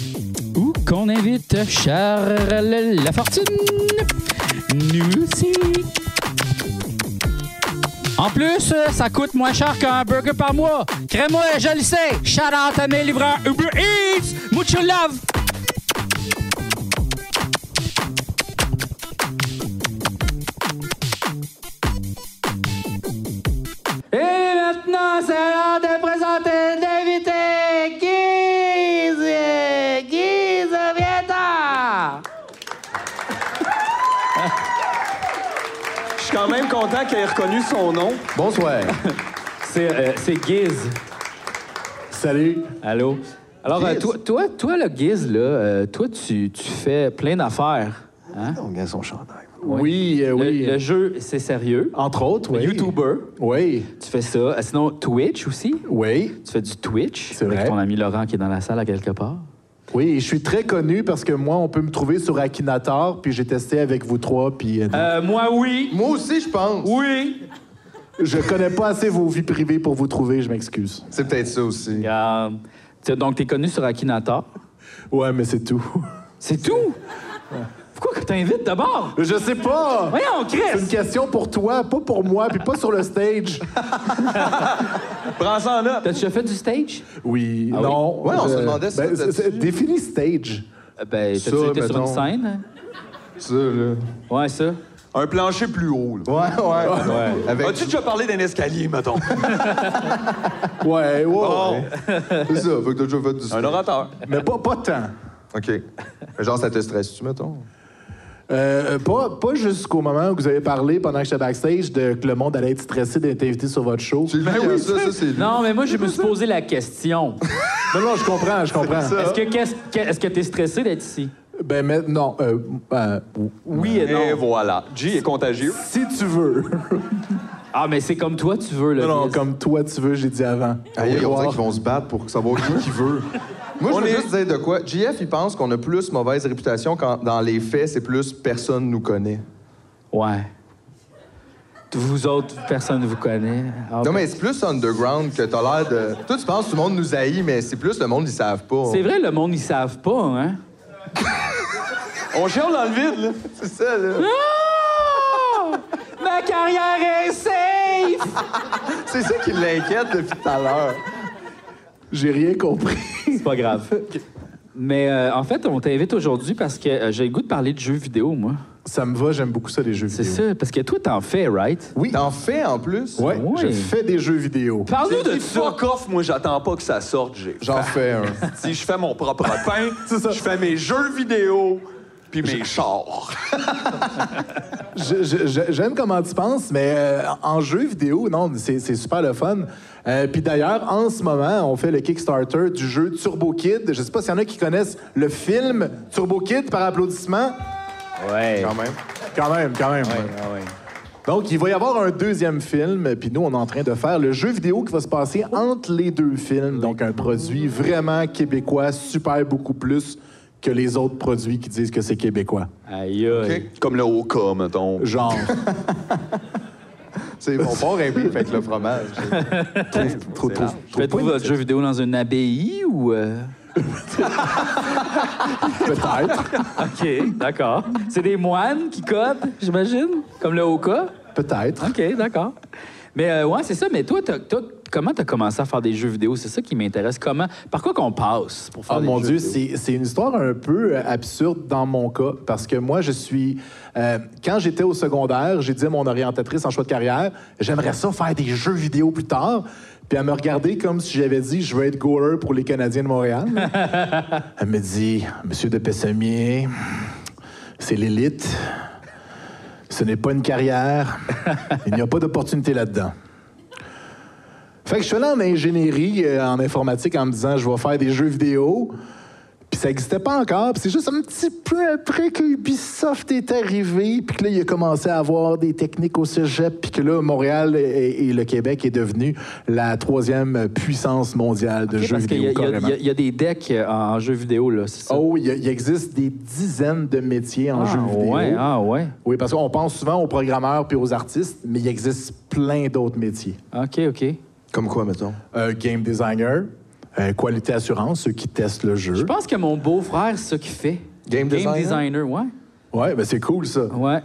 C: Ou qu'on invite Charles Lafortune? Nous aussi. En plus, euh, ça coûte moins cher qu'un burger par mois. Crée-moi, je le sais. Shout out à mes livreurs Uber Eats. Mucho love. Et maintenant, c'est l'heure de présenter l'invité Guise. Guise Vieta.
B: Je suis quand même content qu'il ait reconnu son nom.
L: Bonsoir. c'est euh, c'est Giz. Salut.
C: Allô? Alors, euh, toi, toi, toi, le Guise, là, euh, toi, tu, tu fais plein d'affaires. Hein?
L: On gagne son chandail.
C: Oui,
L: euh, oui.
C: Le, le jeu, c'est sérieux.
L: Entre autres, oui.
C: YouTuber.
L: Oui.
C: Tu fais ça. Euh, Sinon, Twitch aussi.
L: Oui.
C: Tu fais du Twitch. C'est
L: vrai.
C: Avec ton ami Laurent qui est dans la salle à quelque part.
L: Oui, je suis très connu parce que moi, on peut me trouver sur Akinator, puis j'ai testé avec vous trois, puis... euh,
C: moi, oui.
A: Moi aussi, je pense.
C: Oui.
L: Je connais pas assez vos vies privées pour vous trouver, je m'excuse.
A: C'est peut-être ça aussi.
C: Regarde. Tu- Donc, t'es connu sur Akinator.
L: Ouais, mais c'est tout.
C: C'est tout? Pourquoi que t'invites d'abord?
L: Je sais pas!
C: Voyons, Chris!
L: C'est une question pour toi, pas pour moi, puis pas sur le stage.
B: Prends ça en note.
C: T'as déjà fait du stage?
L: Oui,
C: Ah oui?
L: non.
A: Ouais, on se
L: je-
A: demandait ça,
L: ben,
A: t'as-tu-
L: c'est- Définis stage.
C: Euh, Ben, t'as-tu
L: Ça,
C: été sur une
L: mettons.
C: scène?
A: Ça, là.
C: Ouais, ça.
B: Un plancher plus haut. là.
A: Ouais, ouais. Ah, Avec...
B: As-tu déjà parlé d'un escalier, mettons?
L: Ouais, ouais.
B: Bon.
A: C'est ça, faut que t'as déjà fait du
B: Un orateur.
L: Mais pas, pas tant.
A: OK. Genre, ça te stresse-tu, mettons?
L: Euh, pas pas jusqu'au moment où vous avez parlé pendant que j'étais backstage de que le monde allait être stressé d'être invité sur votre show.
A: Tu le dis, hein, ça, ça, c'est lui.
C: Non, mais moi, je me suis posé la question.
L: Non, non, je comprends, je comprends.
C: Est-ce que qu'est-ce que- est-ce que t'es stressé d'être ici?
L: Ben, mais non. euh, euh,
C: Oui et non.
B: Et voilà. G est contagieux.
L: si tu veux.
C: Ah, mais c'est comme toi, tu veux, le
L: Non, non,
C: Guise.
L: comme toi, tu veux, j'ai dit avant.
C: Ah,
A: Aïe,
L: Au
A: aïe, on
L: revoir.
A: dirait qu'ils vont se battre pour savoir qui qui veut. Moi, je
B: On
A: veux
B: est-
A: juste dire de quoi. JF, il pense qu'on a plus mauvaise réputation quand, dans les faits, c'est plus personne nous connaît.
C: Ouais. Vous autres, personne ne vous connaît. Ah,
A: Non,
C: ben-
A: mais c'est plus underground que t'as l'air de. Toi, tu penses que tout le monde nous haït, mais c'est plus le monde, ils savent pas.
C: C'est vrai, le monde, ils savent pas, hein?
B: On chiale dans le vide, là. C'est ça, là.
C: Ah! Ma carrière est safe!
D: C'est ça qui l'inquiète depuis tout à l'heure.
A: J'ai rien compris.
C: C'est pas grave. Mais euh, en fait, on t'invite aujourd'hui parce que euh, j'ai le goût de parler de jeux vidéo, moi.
A: Ça me va, j'aime beaucoup ça, les jeux
C: vidéo. C'est ça, parce que toi, t'en fais, right? Ah
D: Oui. T'en fais en plus?
A: Ouais,
C: Ouais.
A: je fais des jeux vidéo.
C: Parle-nous
B: J'ai
C: de
B: dit
C: ça.
B: fuck off, moi, j'attends pas que ça sorte. j'ai-
A: J'en fais un.
B: Si je fais mon propre pain, je fais mes jeux vidéo, puis mes chars.
A: Je- je- je- J'aime comment tu penses, mais euh, en jeu vidéo, non, c'est c'est super le fun. Euh, Puis d'ailleurs, en ce moment, on fait le Kickstarter du jeu Turbo Kid. Je sais pas s'il y en a qui connaissent le film Turbo Kid par applaudissement.
C: Ouais. Ah
A: Quand même. Quand même, quand même. Donc, il va y avoir un deuxième film, puis nous, on est en train de faire le jeu vidéo qui va se passer entre les deux films. Donc, un produit vraiment québécois, super beaucoup plus que les autres produits qui disent que c'est québécois.
C: Aïe, aïe.
B: Comme le Oka, mettons.
A: Genre.
D: C'est mon bon rempli avec le fromage.
A: Trop, trop, trop
C: Faites-vous
A: pointu.
C: votre jeu vidéo dans une abbaye ou... euh?
A: Peut-être.
C: OK, d'accord. C'est des moines qui codent, j'imagine, comme le Oka?
A: Peut-être.
C: OK, d'accord. Mais euh, ouais, c'est ça. Mais toi, t'as- t'as- comment t'as commencé à faire des jeux vidéo? C'est ça qui m'intéresse. Comment, par quoi qu'on passe pour faire
A: Ah
C: des
A: mon
C: jeux
A: Dieu,
C: vidéo?
A: c'est c'est une histoire un peu euh, absurde dans mon cas, parce que moi, je suis... euh, quand j'étais au secondaire, j'ai dit à mon orientatrice en choix de carrière, j'aimerais ça faire des jeux vidéo plus tard. Puis elle me regardait comme si j'avais dit, je veux être goaler pour les Canadiens de Montréal. elle me dit, Monsieur de Pessemier, c'est l'élite. Ce n'est pas une carrière. Il n'y a pas d'opportunité là-dedans. Fait que je suis allé en ingénierie, euh, en informatique, en me disant, je vais faire des jeux vidéo. Puis ça n'existait pas encore. Puis c'est juste un petit peu après que Ubisoft est arrivé, puis que là, il a commencé à avoir des techniques au cégep, puis que là, Montréal et, et le Québec est devenu la troisième puissance mondiale de
C: OK,
A: jeux
C: parce qu'il y,
A: vidéo,
C: a- il y a-
A: carrément.
C: il y a- il y a des decks euh, en, en jeux vidéo, là, c'est ça?
A: Oh, il y a- il existe des dizaines de métiers en
C: Ah,
A: jeu vidéo.
C: ouais, ah ouais.
A: Oui, parce qu'on pense souvent aux programmeurs puis aux artistes, mais il existe plein d'autres métiers.
C: OK, OK.
D: Comme quoi, mettons?
A: Euh, game designer, euh, qualité assurance, ceux qui testent le jeu.
C: Je pense que mon beau-frère, c'est ça qu'il fait.
D: Game designer?
C: ouais.
A: Ouais, ben c'est cool ça.
C: Ouais.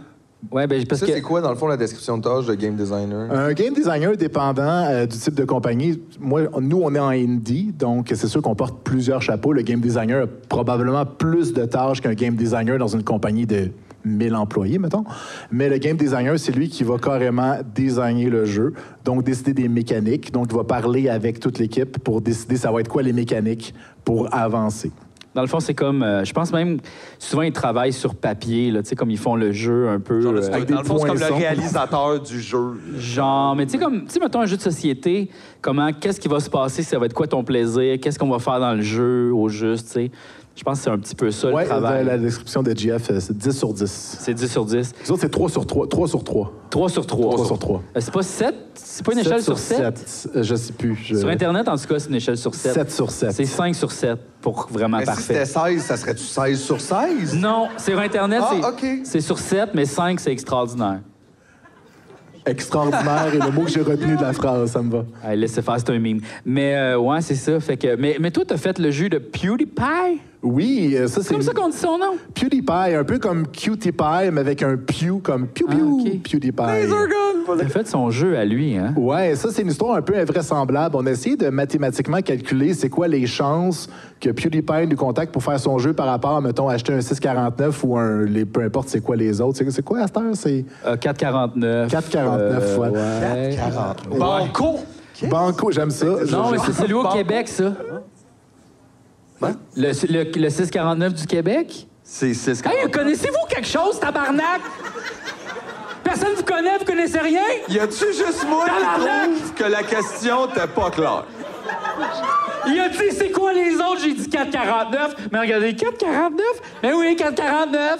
C: Ouais, ben, parce
D: Ça,
C: que.
D: c'est quoi, dans le fond, la description de tâche de game designer?
A: Un game designer dépendant euh, du type de compagnie, moi, nous, on est en indie, donc c'est sûr qu'on porte plusieurs chapeaux. Le game designer a probablement plus de tâches qu'un game designer dans une compagnie de 1000 employés, mettons. Mais le game designer, c'est lui qui va carrément designer le jeu, donc décider des mécaniques. Donc, il va parler avec toute l'équipe pour décider ça va être quoi les mécaniques pour avancer.
C: Dans le fond, c'est comme. euh, je pense même. Souvent, ils travaillent sur papier, là, tu sais, comme ils font le jeu un peu.
B: Genre,
C: euh,
B: c'est-
A: avec
B: dans
A: des
B: le fond, c'est comme le
A: poinçons.
B: réalisateur du jeu.
C: Genre, mais tu sais, comme, tu sais, mettons un jeu de société, comment, qu'est-ce qui va se passer, ça va être quoi ton plaisir, qu'est-ce qu'on va faire dans le jeu, au juste, tu sais. Je pense que c'est un petit peu ça
A: Ouais, euh, ben,
C: le travail.
A: la description de GF, euh, c'est 10 sur 10.
C: C'est 10 sur 10.
A: Les autres, c'est 3 sur 3. 3 sur 3.
C: 3 sur 3.
A: 3 sur 3.
C: C'est pas 7, c'est pas une échelle sur 7.
A: 7. Euh, Je sais plus. je-
C: Sur Internet, en tout cas, c'est une échelle sur 7.
A: 7 sur 7.
C: C'est 5 sur 7 pour vraiment
D: Mais si
C: parfait.
D: c'était 16, ça serait-tu 16 sur 16?
C: non, sur Internet,
D: Ah,
C: c'est
D: ok.
C: c'est sur 7, mais 5, c'est extraordinaire.
A: Extraordinaire est le mot que j'ai retenu de la phrase, ça me va.
C: Hey, laissez faire, c'est un mime. Mais euh, ouais, c'est ça. Fait que, mais, mais toi, t'as fait le jeu de PewDiePie?
A: Oui, euh, ça
C: C'est
A: c'est
C: comme ça qu'on dit son nom?
A: PewDiePie, un peu comme Cutie Pie, mais avec un pew comme pew pew
C: Ah, ok.
A: PewDiePie.
C: T'as fait son jeu à lui, hein?
A: Ouais, ça c'est une histoire un peu invraisemblable. On a essayé de mathématiquement calculer c'est quoi les chances que PewDiePie nous contacte pour faire son jeu par rapport à, mettons, acheter un 649 ou un, les, peu importe c'est quoi les autres. C'est- C'est quoi à cette heure? C'est
C: Euh, 4,49.
D: Euh,
A: 4,49 fois.
C: ouais.
B: Banco!
A: Banco, j'aime ça.
C: Non,
A: Je-
C: mais
A: je-
C: c'est celui au Québec, ça.
A: Hein?
C: Le, le, le 6,49 du Québec?
B: C'est c'est ce que-
C: Hey, connaissez-vous quelque chose, tabarnak? Personne vous connaît, vous connaissez rien?
B: Y a-tu juste moi qui
C: Tabarnak!
B: trouve que la question t'es pas claire?
C: Il a dit, c'est quoi les autres? J'ai dit 4,49. Mais regardez, 4,49? Mais oui, 4,49.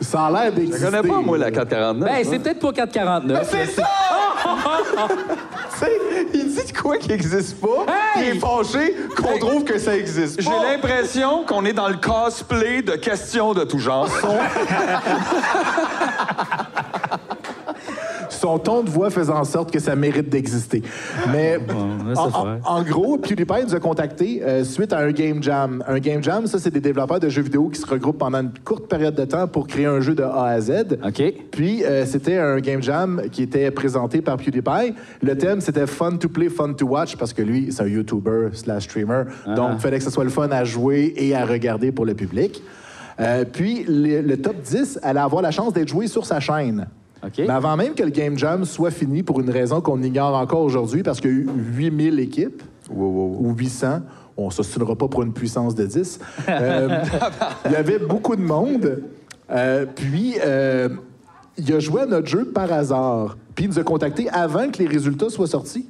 A: Ça a l'air d'exister.
B: Je connais pas, moi, la 449.
C: Ben, c'est peut-être pas 4,49.
D: C'est ça! C'est- il dit de quoi qui existe pas,
C: Hey!
D: il est fâché qu'on trouve que ça existe
B: J'ai
D: pas.
B: l'impression qu'on est dans le cosplay de questions de tout genre.
A: Ils Son ton de voix faisait en sorte que ça mérite d'exister. Mais
C: laisse
A: en,
C: ça faire.
A: en- en gros, PewDiePie nous a contactés euh, suite à un game jam. Un game jam, ça, c'est des développeurs de jeux vidéo qui se regroupent pendant une courte période de temps pour créer un jeu de A à Z. Puis, euh, c'était un game jam qui était présenté par PewDiePie. Le thème, c'était Fun to Play, Fun to Watch, parce que lui, c'est un YouTuber slash streamer. Donc, il fallait que ce soit le fun à jouer et à regarder pour le public. Euh, puis, le, le top 10 allait avoir la chance d'être joué sur sa chaîne. Ben, Mais avant même que le Game Jam soit fini, pour une raison qu'on ignore encore aujourd'hui, parce qu'il y a eu 8000 équipes, ou 800, on ne s'ostinera pas pour une puissance de 10, euh, il y avait beaucoup de monde. Euh, puis, euh, il a joué à notre jeu par hasard. Puis, il nous a contactés avant que les résultats soient sortis.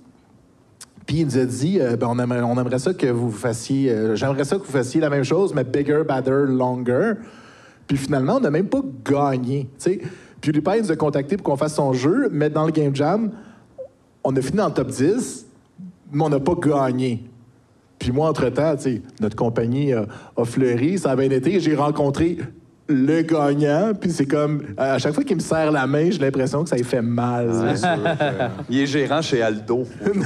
A: Puis il nous a dit, euh, ben, on, aimerait, on aimerait ça que vous fassiez, euh, j'aimerais ça que vous fassiez la même chose, mais bigger, badder, longer. Puis finalement, on n'a même pas gagné. tu sais. PewDiePie nous a contacté pour qu'on fasse son jeu, mais dans le Game Jam, on a fini dans le top 10, mais on n'a pas gagné. Puis moi, entre-temps, tu sais, notre compagnie a, a fleuri, ça a bien été. J'ai rencontré le gagnant, puis c'est comme, à chaque fois qu'il me serre la main, j'ai l'impression que ça lui fait mal. tu sais.
B: Il est gérant chez Aldo.
D: Ben,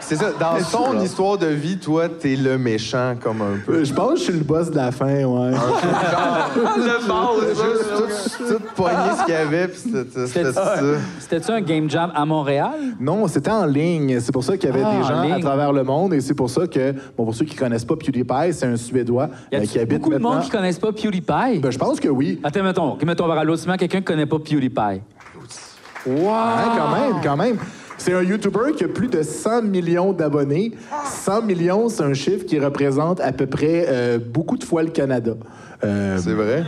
D: C'est ça, dans
A: Mais tu
D: son
A: vois.
D: histoire de vie, toi, t'es le méchant, comme un peu.
A: Euh, Je pense que je suis le boss de la fin, ouais.
D: Ah. le hein. Juste tout, tout pogné ce qu'il y avait, puis c'était c'était ça.
C: C'était-tu un game jam à Montréal?
A: Non, c'était en ligne. C'est pour ça qu'il y avait
C: Ah,
A: des
C: en
A: gens à
C: ligne.
A: travers le monde. Et c'est pour ça que, bon, pour ceux qui connaissent pas PewDiePie, c'est un Suédois
C: Y a
A: euh, qui habite
C: beaucoup de
A: maintenant...
C: monde qui connaissent pas PewDiePie?
A: Ben, je pense que oui.
C: Attends, mettons, ok, mettons, on va à l'autre quelqu'un qui connaît pas PewDiePie.
A: Wow! Hein, quand même, quand même. C'est un YouTuber qui a plus de 100 millions d'abonnés. 100 millions, c'est un chiffre qui représente à peu près euh, beaucoup de fois le Canada. c'est
D: vrai?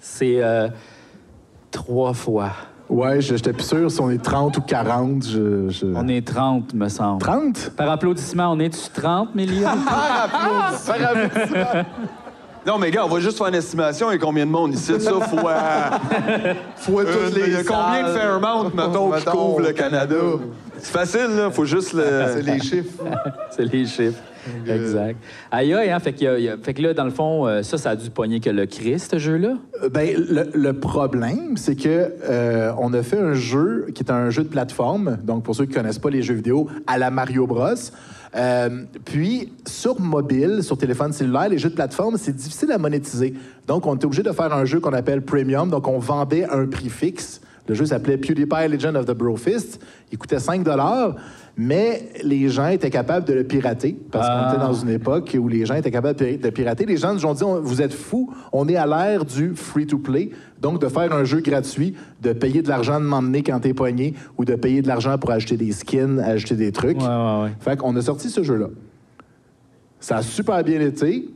C: C'est euh, trois fois.
A: Ouais, je- j'étais plus sûr si on est 30 ou 40. je- je-
C: On est 30, me semble.
A: 30?
C: Par applaudissement, on est sur 30 millions?
B: Non, mais gars, on va juste faire une estimation. Il y a combien de monde ici? Ça, fois...
D: Fois toutes
B: Euh, Il y
D: les
B: a combien de
D: salles.
B: Fairmount, mettons, qui
D: Mettons.
B: couvre le Canada? C'est facile, là. Faut juste le...
D: C'est les chiffres.
C: C'est les chiffres.
A: Euh,
C: Exact. Aïe, aïe, hein? Fait, qu'il y a- il y a- fait que là, dans le fond, euh, ça, ça a dû pogner que le Christ, ce jeu-là.
A: Euh, Ben, le, le problème, c'est que euh, on a fait un jeu qui est un jeu de plateforme, donc pour ceux qui connaissent pas les jeux vidéo, à la Mario Bros. Euh, puis, sur mobile, sur téléphone cellulaire, les jeux de plateforme, c'est difficile à monétiser. Donc, on était obligé de faire un jeu qu'on appelle Premium, donc on vendait un prix fixe. Le jeu s'appelait PewDiePie Legend of the Brofist. Il coûtait 5 mais les gens étaient capables de le pirater parce qu'on était dans une époque où les gens étaient capables de de pirater. Les gens nous ont dit on- Vous êtes fous, on est à l'ère du free-to-play. Donc, de faire un jeu gratuit, de payer de l'argent de m'emmener quand t'es poigné ou de payer de l'argent pour acheter des skins, acheter des trucs. Fait qu'on a sorti ce jeu-là. Ça a super bien été.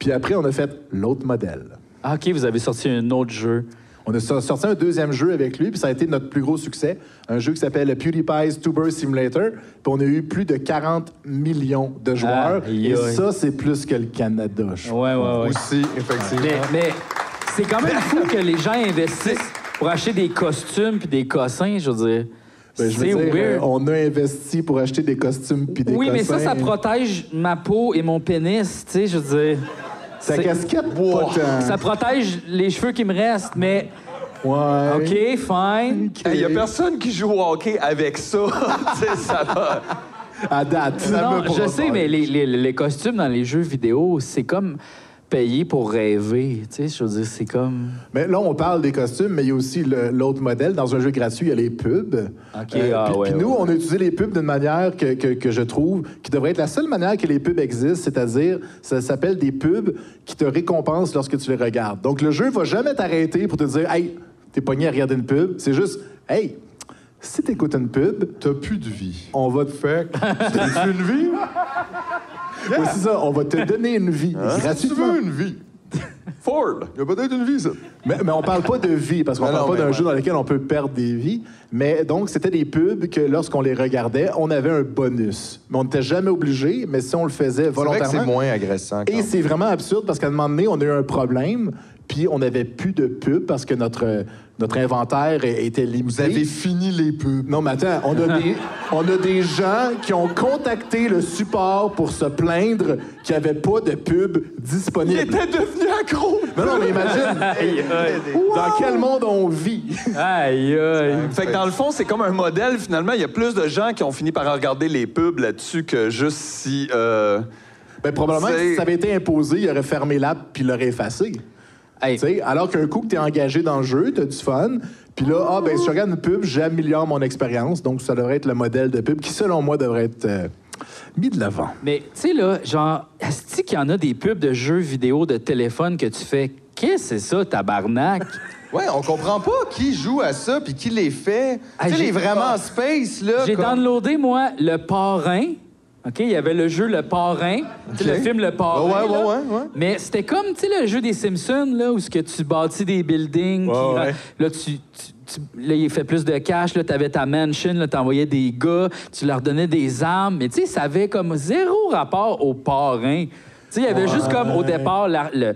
A: Puis après, on a fait l'autre modèle.
C: Ah, OK, vous avez sorti un autre jeu.
A: On a sor- sorti un deuxième jeu avec lui, puis ça a été notre plus gros succès. Un jeu qui s'appelle PewDiePie's Tuber Simulator. Puis on a eu plus de 40 millions de joueurs.
C: Ah,
A: et
C: aïe.
A: ça, c'est plus que le Canada. je
C: Ouais, ouais, ouais.
D: Aussi, effectivement.
C: Mais, mais c'est quand même fou que les gens investissent pour acheter des costumes puis des cossins, je veux dire.
A: Ben, je veux
C: c'est
A: dire, euh,
C: weird.
A: on a investi pour acheter des costumes puis des
C: oui, mais ça,
A: cossins.
C: ça protège ma peau et mon pénis, tu sais, je veux dire.
A: Ta
C: C'est- Oh,
A: casquette, pas tant.
C: Ça protège les cheveux qui me restent, mais
A: Ouais.
C: OK, fine.
B: Il y a personne qui joue au hockey avec ça. Tu sais, ça va.
A: À date. ça
C: Non,
A: me
C: je sais,
A: protège.
C: mais les, les- les costumes dans les jeux vidéo, c'est comme payer pour rêver, tu sais, je veux dire, c'est comme...
A: Mais là, on parle des costumes, mais il y a aussi le- l'autre modèle. Dans un jeu gratuit, il y a les pubs.
C: OK,
A: Euh,
C: ah
A: puis-
C: ouais,
A: puis nous,
C: ouais.
A: on a utilisé les pubs d'une manière que, que- que je trouve qui devrait être la seule manière que les pubs existent, c'est-à-dire, ça s'appelle des pubs qui te récompensent lorsque tu les regardes. Donc, le jeu va jamais t'arrêter pour te dire, hey, t'es pogné à regarder une pub. C'est juste, hey, si t'écoutes une pub,
D: T'as plus de vie.
A: on va te faire.
D: T'as une vie?
A: Ouais, c'est ça, on va te donner une vie
D: Ah. Si tu
A: gratuitement.
D: veux une vie.
B: Ford!
D: Il y a peut-être une vie, ça.
A: Mais, mais on parle pas de vie, parce qu'on
D: Mais
A: parle
D: non,
A: pas
D: mais
A: d'un
D: ouais.
A: jeu dans lequel on peut perdre des vies. Mais donc, c'était des pubs que lorsqu'on les regardait, on avait un bonus. Mais on n'était jamais obligé, mais si on le faisait
D: C'est vrai que
A: volontairement.
D: c'est moins agressant. quand
A: Et
D: même.
A: c'est vraiment absurde parce qu'à un moment donné, on a eu un problème.
L: Puis on n'avait plus de pub parce que notre, notre inventaire é- était limité. Vous avez fini les pubs. Non, mais attends, on a, des, on a des gens qui ont contacté le support pour se plaindre qu'il n'y avait pas de pub disponible. Il était devenu accro. Non, non, mais imagine,
B: Aïe, aïe.
L: dans quel monde on vit?
C: Aïe, aïe.
B: Fait que dans le fond, c'est comme un modèle, finalement. Il y a plus de gens qui ont fini par regarder les pubs là-dessus que juste si. euh,
L: Ben, probablement que
B: C'est-
L: si ça avait été imposé, il aurait fermé l'app puis l'aurait effacé. Tu sais, Alors qu'un coup que tu es engagé dans le jeu, tu as du fun, puis là, ah, ben, si je regarde une pub, j'améliore mon expérience. Donc, ça devrait être le modèle de pub qui, selon moi, devrait être euh, mis de l'avant.
C: Mais tu sais, là, genre, est-ce qu'il y en a des pubs de jeux vidéo de téléphone que tu fais? Qu'est-ce que c'est ça, tabarnak?
A: Ouais, on comprend pas qui joue à ça puis qui les fait.
C: Hey,
A: tu sais,
C: j'ai-
A: les vraiment space, là.
C: J'ai
A: comme-
C: downloadé, moi, Le Parrain. OK, il y avait le jeu Le Parrain, tu sais,
A: OK.
C: le film Le Parrain.
A: Ouais, ouais,
C: là.
A: ouais, ouais.
C: Mais c'était comme, tu sais, le jeu des Simpsons, là, où ce que tu bâtis des buildings, puis,
A: ouais.
C: là, tu, tu- tu- là, il fait plus de cash, là, t'avais ta mansion, là, t'envoyais des gars, tu leur donnais des armes, mais tu sais, ça avait comme zéro rapport au Parrain. Tu sais, il y avait juste comme, au départ, la- le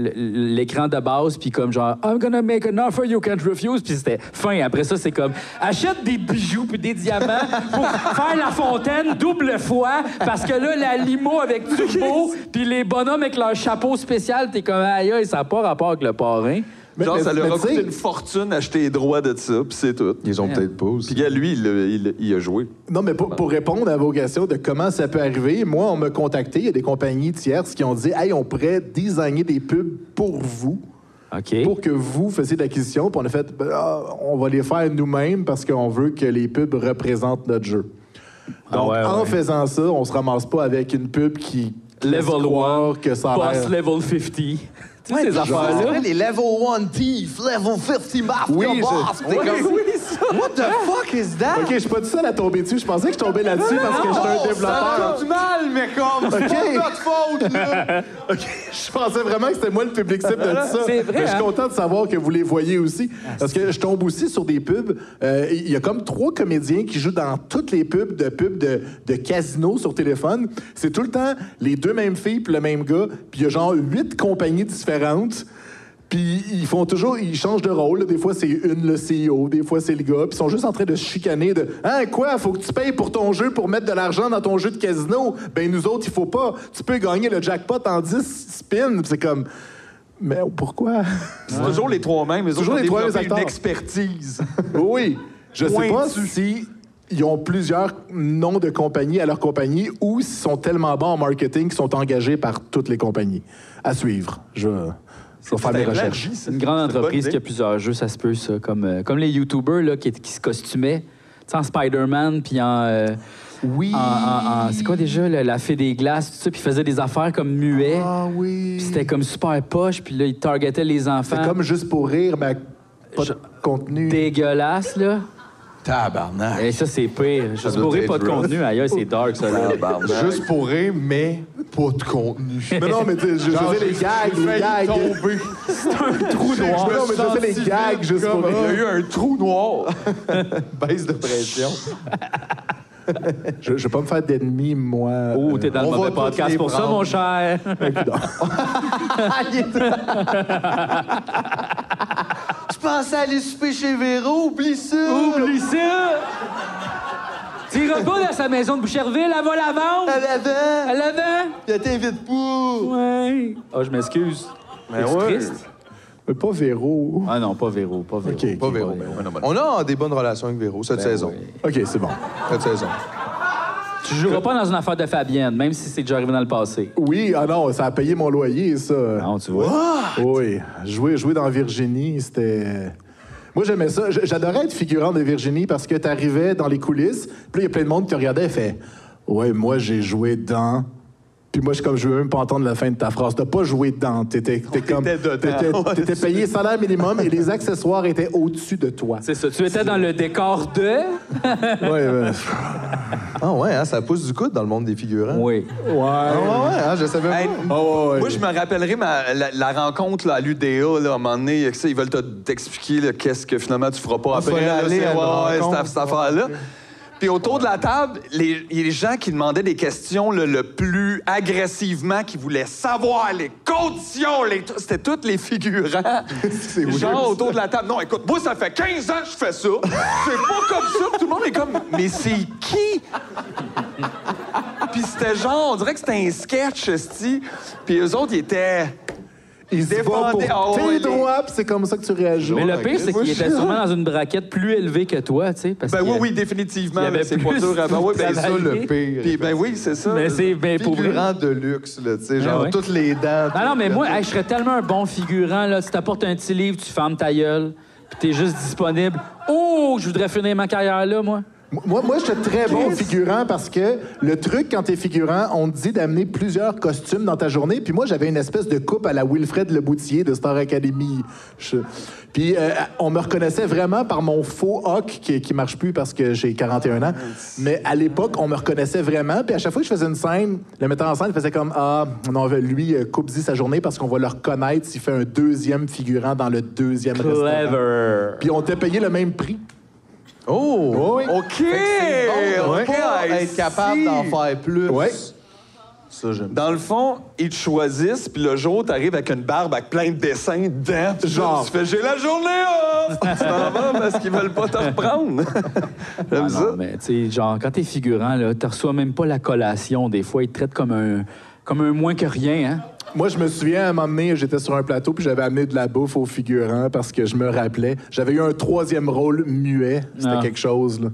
C: le- l'écran de base, puis comme genre « I'm gonna make an offer you can't refuse », puis c'était fin. Après ça, c'est comme « Achète des bijoux puis des diamants pour faire la fontaine double fois, parce que là, la limo avec turbo, puis les bonhommes avec leur chapeau spécial, t'es comme « Aïe, aïe, ça n'a pas rapport avec le parrain. »
B: Genre, ça
C: le
B: leur a coûté une fortune acheter les droits de ça, puis c'est tout. Ils ont peut-être pas aussi. Puis, gars, lui, il, l'a- il l'a- il a joué.
L: Non, mais pour, pour répondre à vos questions de comment ça peut arriver, moi, on m'a contacté. Il y a des compagnies tierces qui ont dit Hey, on pourrait designer des pubs pour vous. Pour que vous fassiez de l'acquisition. Puis on a fait Ben, ah, On va les faire nous-mêmes parce qu'on veut que les pubs représentent notre jeu.
C: Ah
L: Donc, en faisant ça, on se ramasse pas avec une pub qui. qui laisse
C: Level
L: croire que ça a
C: Boss
L: l'air-
C: level 50. Tu sais,
L: Ouais,
C: ces
L: genre,
C: affaires-là.
A: Les level 1 thief, level 50 mafia
L: Oui, je-
A: boss. T'es
L: oui,
A: comme-
L: oui,
A: What the fuck is that?
L: Ok, je suis pas tout seul à tomber dessus. Je pensais que je tombais là-dessus parce que
A: Non,
L: j'étais un
A: Ça
L: développeur.
C: Ah,
A: fait du mal, mais comme, c'est pas
L: Ok.
A: de notre faute, là.
L: OK, je pensais vraiment que c'était moi le public cible de tout ça.
C: C'est vrai,
L: Mais je suis
C: hein?
L: content de savoir que vous les voyez aussi. Parce que je tombe aussi sur des pubs. Euh, Il y a comme trois comédiens qui jouent dans toutes les pubs de pubs de, de casino sur téléphone. C'est tout le temps les deux mêmes filles puis le même gars. Puis il y a genre huit compagnies différentes. Puis ils font toujours, ils changent de rôle. là. Des fois, c'est une le CEO, des fois, c'est le gars. Puis ils sont juste en train de se chicaner de Hein, quoi, faut que tu payes pour ton jeu pour mettre de l'argent dans ton jeu de casino. Ben, nous autres, il faut pas. Tu peux gagner le jackpot en 10 spins. Puis c'est comme. Mais pourquoi?
B: C'est toujours les trois mêmes. Ils
L: Toujours
B: ont
L: les trois mêmes
B: développé
L: acteurs.
B: une expertise.
L: oui. Je sais pas
B: Pointu.
L: si ils ont plusieurs noms de compagnies à leur compagnie ou s'ils sont tellement bons en marketing qu'ils sont engagés par toutes les compagnies. À suivre. Je, je vais faire mes
C: C'est
L: recherches.
C: Une grande
B: bonne
C: entreprise
B: idée.
C: qui a plusieurs jeux, ça se peut, ça. Comme, euh, comme les YouTubers là, qui, qui se costumaient. Tu sais, en Spider-Man, puis en. euh, oui.
L: Ah,
C: c'est quoi déjà, le- la fée des glaces, tout ça, puis ils faisaient des affaires comme muets.
L: Ah oui.
C: Puis c'était comme super poche, puis là, ils targetaient les enfants.
L: C'est comme juste pour rire, mais pas de contenu.
C: Dégueulasse, là.
B: Tabarnak.
C: Et ça, c'est pire.
B: Ça
C: Juste
B: doit
C: pour rire,
B: être
C: pas de
B: rough. Ah, ben,
C: contenu. Ailleurs, c'est dark, ça. là.
A: Juste pour rire, mais pas de contenu.
L: Ben Mais non, mais tu sais, je- je
A: Genre,
L: faisais les
A: j'ai-
L: gags,
A: j'ai
L: les
A: failli
L: gags.
A: tomber.
C: C'est un trou
A: Je me
C: noir.
L: Non, mais je faisais les
A: sentis
L: gags
A: vide
L: juste pour
A: comme-
L: rire.
A: Il y a eu un trou noir.
B: Baisse de pression.
L: Je, je vais pas me faire d'ennemis, moi.
C: Oh,
L: euh,
C: t'es dans le
A: on va
C: mauvais
A: tous
C: podcast
A: les
C: pour ça,
A: prendre.
C: mon cher.
A: Je pensais aller souper chez Véro, oublie ça.
C: Oublie ça! T'iras pas dans sa maison de Boucherville, elle va la vendre!
A: À l'avant.
C: Elle la vend!
A: Je t'invite pour.
C: Ouais! Ah, je m'excuse.
B: Mais
C: Es-tu
B: Ben ouais.
C: triste?
L: mais pas Véro.
C: Ah non, pas Véro, pas Véro.
L: OK.
A: Pas Véro. On a des bonnes relations avec Véro
C: Ben
A: cette saison.
L: OK, c'est bon.
A: Cette saison.
C: Tu joueras pas dans une affaire de Fabienne, même si c'est déjà arrivé dans le passé.
L: Oui, ah non, ça a payé mon loyer, ça.
C: Non, tu vois.
B: Ah,
L: Oui, jouer, jouer dans Virginie, c'était... Moi, j'aimais ça. J- J'adorais être figurant de Virginie parce que t'arrivais dans les coulisses, puis là, il y a plein de monde qui te regardait et fait « Ouais, moi, j'ai joué dans... » Puis moi, je suis comme, je veux même pas entendre la fin de ta phrase. T'as pas joué dedans. T'étais t'es comme...
B: dedans.
L: T'étais
B: Ouais,
L: t'étais
B: tu-
L: payé salaire minimum et les accessoires étaient au-dessus de toi.
C: C'est ça. Tu étais dans le décor de.
L: Ouais, ouais.
A: Ah ouais, hein, ça pousse du coude dans le monde des figurants.
C: Oui.
A: Ah ouais,
L: Ouais.
A: ouais, hein, je savais
B: Hey,
A: pas.
L: Ah ouais,
B: Moi,
L: ouais.
B: je me rappellerai ma- la, la rencontre là, à l'UDA, là, à un moment donné, que ça, ils veulent te- t'expliquer là, qu'est-ce que finalement tu feras pas
L: Ah,
A: faudrait
B: après. là,
A: aller
B: c'est-
A: à une
B: ouais, ouais,
A: rencontre.
B: cette, cette affaire-là. Puis autour de la table, les, les gens qui demandaient des questions là, le plus agressivement, qui voulaient savoir les conditions, les tru- c'était tous les figurants.
L: weird,
B: Genre
L: ça.
B: autour de la table. Non, écoute, moi, ça fait 15 ans que je fais ça. C'est pas comme ça. Puis Tout le monde est comme, mais c'est qui? Puis c'était genre, on dirait que c'était un sketch, esti. Puis eux autres, ils étaient. Ils se
L: Pas pour
B: défendaient. Ah ouais,
L: tes
B: les-
L: droits, puis c'est comme ça que tu réagis.
C: Mais le pire, c'est
B: Moi,
C: qu'il
B: je-
C: était sûrement dans une braquette plus élevée que toi, tu sais. parce
B: Ben
C: qu'il
B: oui,
C: y a-
B: oui, définitivement.
C: il y avait
B: mais c'est pas
C: plus
B: dur. Ah Ben oui, ben
C: travaillé.
B: ça, le
A: pire.
B: Puis ben oui, c'est ça.
C: Mais c'est- ben, pour vrai.
A: Figurant de luxe, là, tu sais, genre
C: Ah ouais.
A: toutes les dents.
C: Ah non, mais
A: tout-
C: moi, hey, je serais tellement un bon figurant. Là. Tu t'apportes un petit livre, tu fermes ta gueule, puis t'es juste disponible. Oh, je voudrais finir ma carrière là, moi.
L: Moi, moi j'étais très bon figurant parce que le truc, quand t'es figurant, on te dit d'amener plusieurs costumes dans ta journée. Puis moi, j'avais une espèce de coupe à la Wilfred Leboutier de Star Academy. Je- Puis euh, on me reconnaissait vraiment par mon faux hoc qui, qui marche plus parce que j'ai 41 ans. Mais à l'époque, on me reconnaissait vraiment. Puis à chaque fois que je faisais une scène, le metteur en scène faisait comme Ah, non, lui, euh, coupe-y sa journée parce qu'on va le reconnaître s'il fait un deuxième figurant dans le deuxième restaurant.
C: Clever.
L: Puis on t'a payé le même prix.
A: Oh!
L: Oui.
B: OK!
A: Ouais.
B: OK,
A: Pas
B: I
A: être capable d'en
B: see.
A: faire plus.
L: Ouais.
A: Ça, j'aime.
B: Dans le fond, ils te choisissent, puis le jour, t'arrives avec une barbe avec plein de dessins dedans. puis
L: Genre.
B: Tu fais, j'ai la journée off! tu t'en vas parce qu'ils veulent pas te reprendre. J'aime
C: Ah
B: ça.
C: non, mais tu sais, genre, quand t'es figurant, là, t'as reçois même pas la collation. Des fois, ils te traitent comme un, comme un moins que rien, hein.
L: Moi, je me souviens, à un moment donné, j'étais sur un plateau puis j'avais amené de la bouffe aux figurants parce que je me rappelais. J'avais eu un troisième rôle muet. C'était
C: Ah.
L: quelque chose, là.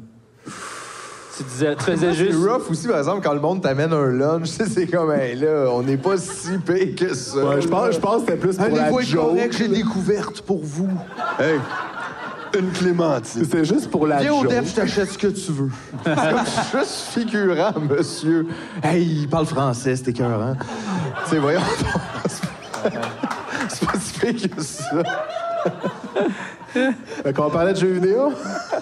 C: Tu disais, tu faisais
A: C'est
C: juste.
A: rough aussi, par exemple, quand le monde t'amène un lunch, tu sais, c'est comme, hey, là, on n'est pas si pire que ça.
L: Ouais, je pense, je pense que c'était plus pour la joke.
A: j'ai découverte pour vous.
B: Hey, une clémentine.
L: C'était juste pour la
A: Viens au
L: joke.
A: DEF, je t'achète ce que tu veux. C'est comme juste figurant, monsieur. Hey, il parle français, c'est écœurant. tu sais, voyons. c'est pas si pire que ça.
L: Fait qu'on parlait de jeux vidéo?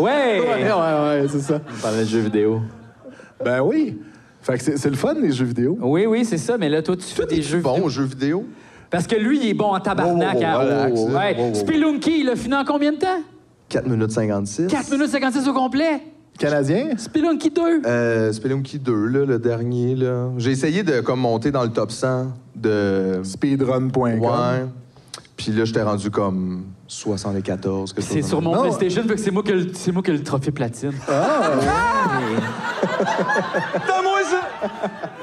L: ouais,
C: Ouais!
L: ouais, ouais, c'est ça.
C: On parlait de jeux vidéo.
L: Ben oui. Fait que c'est c'est le fun, les jeux vidéo.
C: Oui, oui, c'est ça, mais là, toi, tu fais des jeux.
A: Bon, aux jeux vidéo.
C: Parce que lui, il est bon en tabarnak,
A: Wow, wow, wow,
C: hein.
A: relax, là.
C: ouais.
A: Wow, wow, wow.
C: Spelunky, il a fini en combien de temps?
A: 4 minutes 56.
C: 4 minutes 56 au complet.
L: Canadien?
C: Spelunky 2.
A: Euh, Spelunky 2, là, le dernier. là. J'ai essayé de comme, monter dans le top 100 de.
L: Speedrun.com.
A: Ouais. Puis là, j'étais rendu comme 74. quelque
C: C'est
A: chose
C: sur
A: comme
C: mon
A: ça.
C: PlayStation, fait que c'est moi que le- c'est moi qui ai le trophée platine.
B: Donne-moi ça!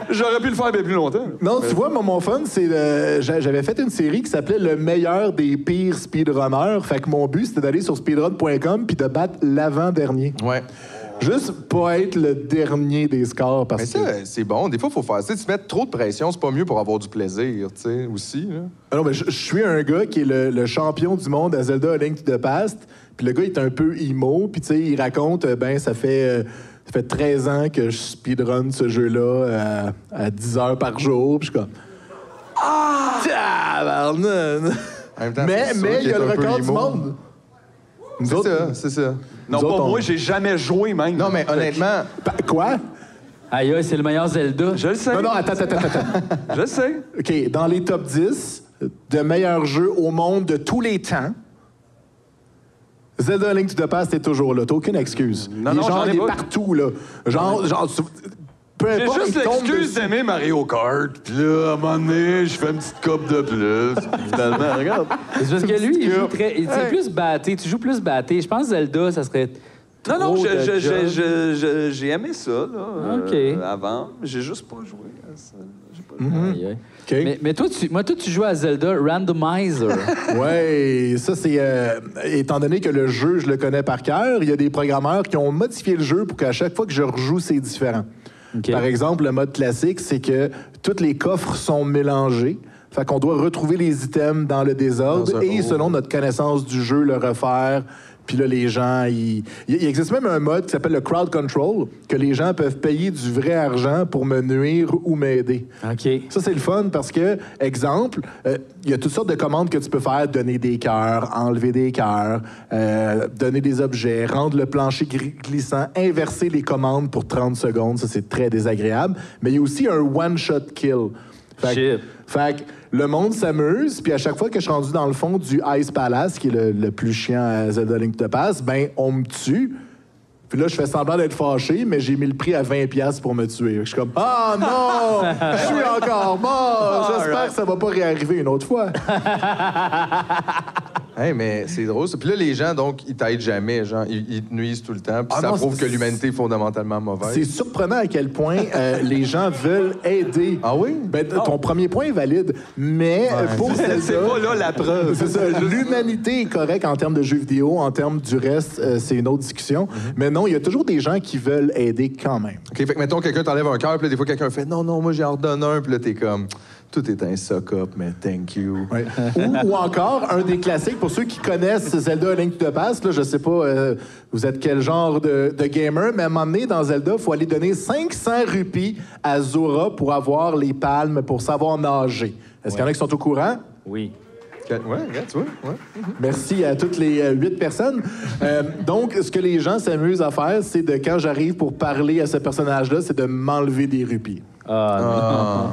B: J'aurais pu le faire bien plus longtemps.
L: Non, tu vois, moi, mon fun, c'est. euh, j'a- J'avais fait une série qui s'appelait Le meilleur des pires speedrunners. Fait que mon but, c'était d'aller sur speedrun.com puis de battre l'avant-dernier.
A: Ouais.
L: Juste pas être le dernier des scores parce
A: Mais
L: que.
A: ça, c'est bon. Des fois, il faut faire ça. Tu mets trop de pression, c'est pas mieux pour avoir du plaisir, tu sais, aussi. là.
L: Ah Non, mais je, je suis un gars qui est le, le champion du monde à Zelda A Link to the Past. Puis le gars, il est un peu emo. Puis tu sais, il raconte, euh, ben, ça fait, euh, ça fait 13 ans que je speedrun ce jeu-là euh, à 10 heures par jour. Puis je suis comme. Ah! Tabarnane!
A: En même temps,
L: Mais
A: c'est sûr
L: mais il
A: qu'il
L: y a
A: est
L: le
A: un peu
L: record du
A: emo.
L: monde. Nous
A: C'est
L: autres-
A: ça, c'est ça.
B: Non,
L: Nous
B: pas
L: autres, on-
B: moi, j'ai jamais joué, même.
A: Non, mais honnêtement,
L: Pa- Quoi?
C: Aïe, aïe, c'est le meilleur Zelda.
B: Je le sais.
L: Non, non, attends, attends, attends, attends.
B: Je le sais.
L: OK, dans les top 10 de meilleurs jeux au monde de tous les temps, Zelda A Link to the Past est toujours là. T'as aucune excuse.
B: Non,
L: il est
B: non, j'en
L: genre,
B: ai
L: il est
B: pas.
L: partout, là. Genre, genre... tu- Peu
B: J'ai
L: importe,
B: juste
L: il tombe
B: l'excuse
L: dessus.
B: d'aimer Mario Kart. Puis là, à un moment donné, je fais une petite coupe de plus. Finalement, regarde.
C: C'est parce que lui, il joue
B: Scoop.
C: très. il- C'est
B: Hey.
C: plus batté. Tu joues plus batté. Je pense que Zelda, ça serait.
B: Non, non,
C: trop
B: je-
C: de
B: je- je-
C: job.
B: je- je- j'ai aimé ça, là, euh,
C: Ok.
B: avant. J'ai juste pas joué à ça. J'ai pas-
C: Aïe, aïe.
L: OK.
C: Mais, mais toi, tu, moi, toi, tu joues à Zelda Randomizer.
L: Ouais, ça c'est euh, étant donné que le jeu, je le connais par cœur, il y a des programmeurs qui ont modifié le jeu pour qu'à chaque fois que je rejoue, c'est différent.
C: OK.
L: Par exemple, le mode classique, c'est que tous les coffres sont mélangés. Fait qu'on doit retrouver les items dans le désordre
A: Dans un
L: et
A: ordre.
L: selon notre connaissance du jeu, le refaire. Puis là, les gens, ils- il, il existe même un mode qui s'appelle le crowd control, que les gens peuvent payer du vrai argent pour me nuire ou m'aider.
C: OK.
L: Ça, c'est le fun parce que, exemple, euh, il y a toutes sortes de commandes que tu peux faire donner des cœurs, enlever des cœurs, euh, donner des objets, rendre le plancher gri- glissant, inverser les commandes pour 30 secondes. Ça, c'est très désagréable. Mais il y a aussi un one-shot kill. Fait que-
C: Shit.
L: fait que le monde s'amuse, puis à chaque fois que je suis rendu dans le euh, fond du Ice Palace, qui est le, le plus chiant à Zelda Link to the Past, ben, on me tue. Puis là, je fais semblant d'être fâché, mais j'ai mis le prix à 20$ pour me tuer. Je suis comme, ah non, je suis encore mort. J'espère que ça va pas réarriver une autre fois.
A: Hey, mais c'est drôle. ça. Puis là, les gens, donc, ils t'aident jamais. Genre, ils, ils te nuisent tout le temps. Puis
L: Ah
A: ça
L: non,
A: prouve
L: c'est-
A: que l'humanité est fondamentalement mauvaise.
L: C'est surprenant à quel point euh, les gens veulent aider. Ah oui? Ben, t- ton premier point est valide, mais euh, pour Zelda...
B: C'est pas là la preuve.
L: Euh, C'est ça. L'humanité est correcte en termes de jeux vidéo, en termes du reste, euh, c'est une autre discussion. Mais non, il y a toujours des gens qui veulent aider quand même.
A: OK, fait que mettons, quelqu'un t'enlève un cœur, puis là, des fois, quelqu'un fait Non, non, moi, j'ai ordonné un, puis là, t'es comme Tout est un sock-up, mais thank you.
L: ou, ou encore, un des classiques, pour ceux qui connaissent Zelda A Link to the Past, là, je sais pas, euh, vous êtes quel genre de, de gamer, mais à un moment donné, dans Zelda, il faut aller donner 500 rupies à Zora pour avoir les palmes, pour savoir nager. Est-ce qu'il y en a qui sont au courant?
C: Oui.
A: Ouais, regarde, tu vois. Ouais.
L: Merci à toutes les euh, huit personnes. Euh, donc, ce que les gens s'amusent à faire, c'est de, quand j'arrive pour parler à ce personnage-là, c'est de m'enlever des rupies.
A: Ah.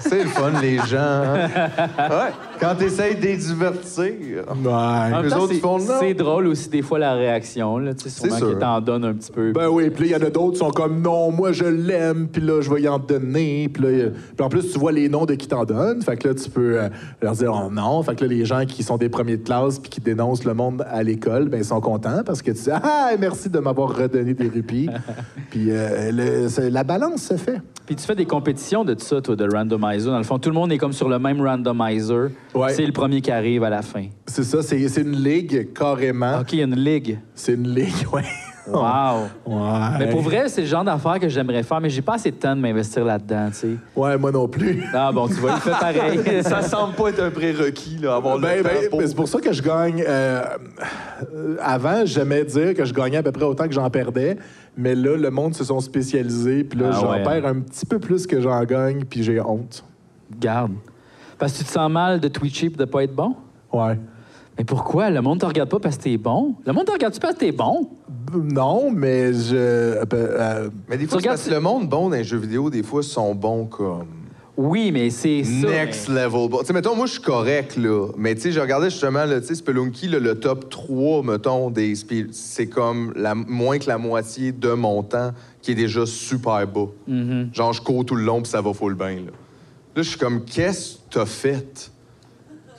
A: C'est le fun, les gens. hein? Ouais. Quand t'essayes de les divertir.
C: En même
A: Les
C: temps,
A: autres,
C: c'est-
A: ils font non.
C: C'est drôle aussi, des fois, la réaction. Là, tu sais, sûrement
L: sûr.
C: qu'ils t'en donnent un petit peu.
L: Ben oui, puis là, il y en a d'autres qui sont comme non, moi je l'aime, puis là, je vais y en donner. Puis là, euh, puis en plus, tu vois les noms de qui t'en donne. Fait que là, tu peux euh, leur dire oh, non. Fait que là, les gens qui sont des premiers de classe puis qui dénoncent le monde à l'école, ben ils sont contents parce que tu dis ah, merci de m'avoir redonné des rupies. puis euh, le- c'est- la balance se fait.
C: Puis tu fais des compétitions de tout ça, toi, de randomizer. Dans le fond, tout le monde est comme sur le même randomizer.
L: Ouais.
C: C'est le premier qui arrive à la fin.
L: C'est ça, c'est c'est une ligue carrément.
C: OK, il y a une ligue.
L: C'est une ligue, ouais.
C: Wow.
L: Ouais.
C: Mais pour vrai, c'est le genre d'affaires que j'aimerais faire, mais j'ai pas assez de temps de m'investir là-dedans, tu sais.
L: Ouais, moi non plus.
C: Ah bon, tu vois, il fait pareil.
B: ça semble pas être un prérequis, là, avoir
L: Ben,
B: le
L: ben,
B: temps pour-
L: ben, c'est pour ça que je gagne. euh, euh, avant, j'aimais dire que je gagnais à peu près autant que j'en perdais, mais là, le monde se sont spécialisés, puis là,
C: Ah
L: j'en
C: ouais.
L: perds un petit peu plus que j'en gagne, puis j'ai honte.
C: Garde. Parce que tu te sens mal de twitcher et de pas être bon?
L: Ouais.
C: Mais pourquoi? Le monde te regarde pas parce que t'es bon? Le monde te regarde-tu parce que t'es bon?
L: B- Non, mais je. euh, ben, euh,
A: Mais des
C: Tu
A: fois, c'est
C: regardes-
A: parce que le monde bon dans les jeux vidéo, des fois, sont bons comme.
C: Oui, mais c'est ça.
A: Next level. bon. Tu sais, mettons, moi, je suis correct, là. Mais tu sais, je regardais justement, là, tu sais, Spelunky, là, le top 3, mettons, des speed- c'est comme la, moins que la moitié de mon temps qui est déjà super bas.
C: Mhm.
A: Genre, je cours tout le long, puis ça va full bain, là. Là, je suis comme, qu'est-ce que t'as fait?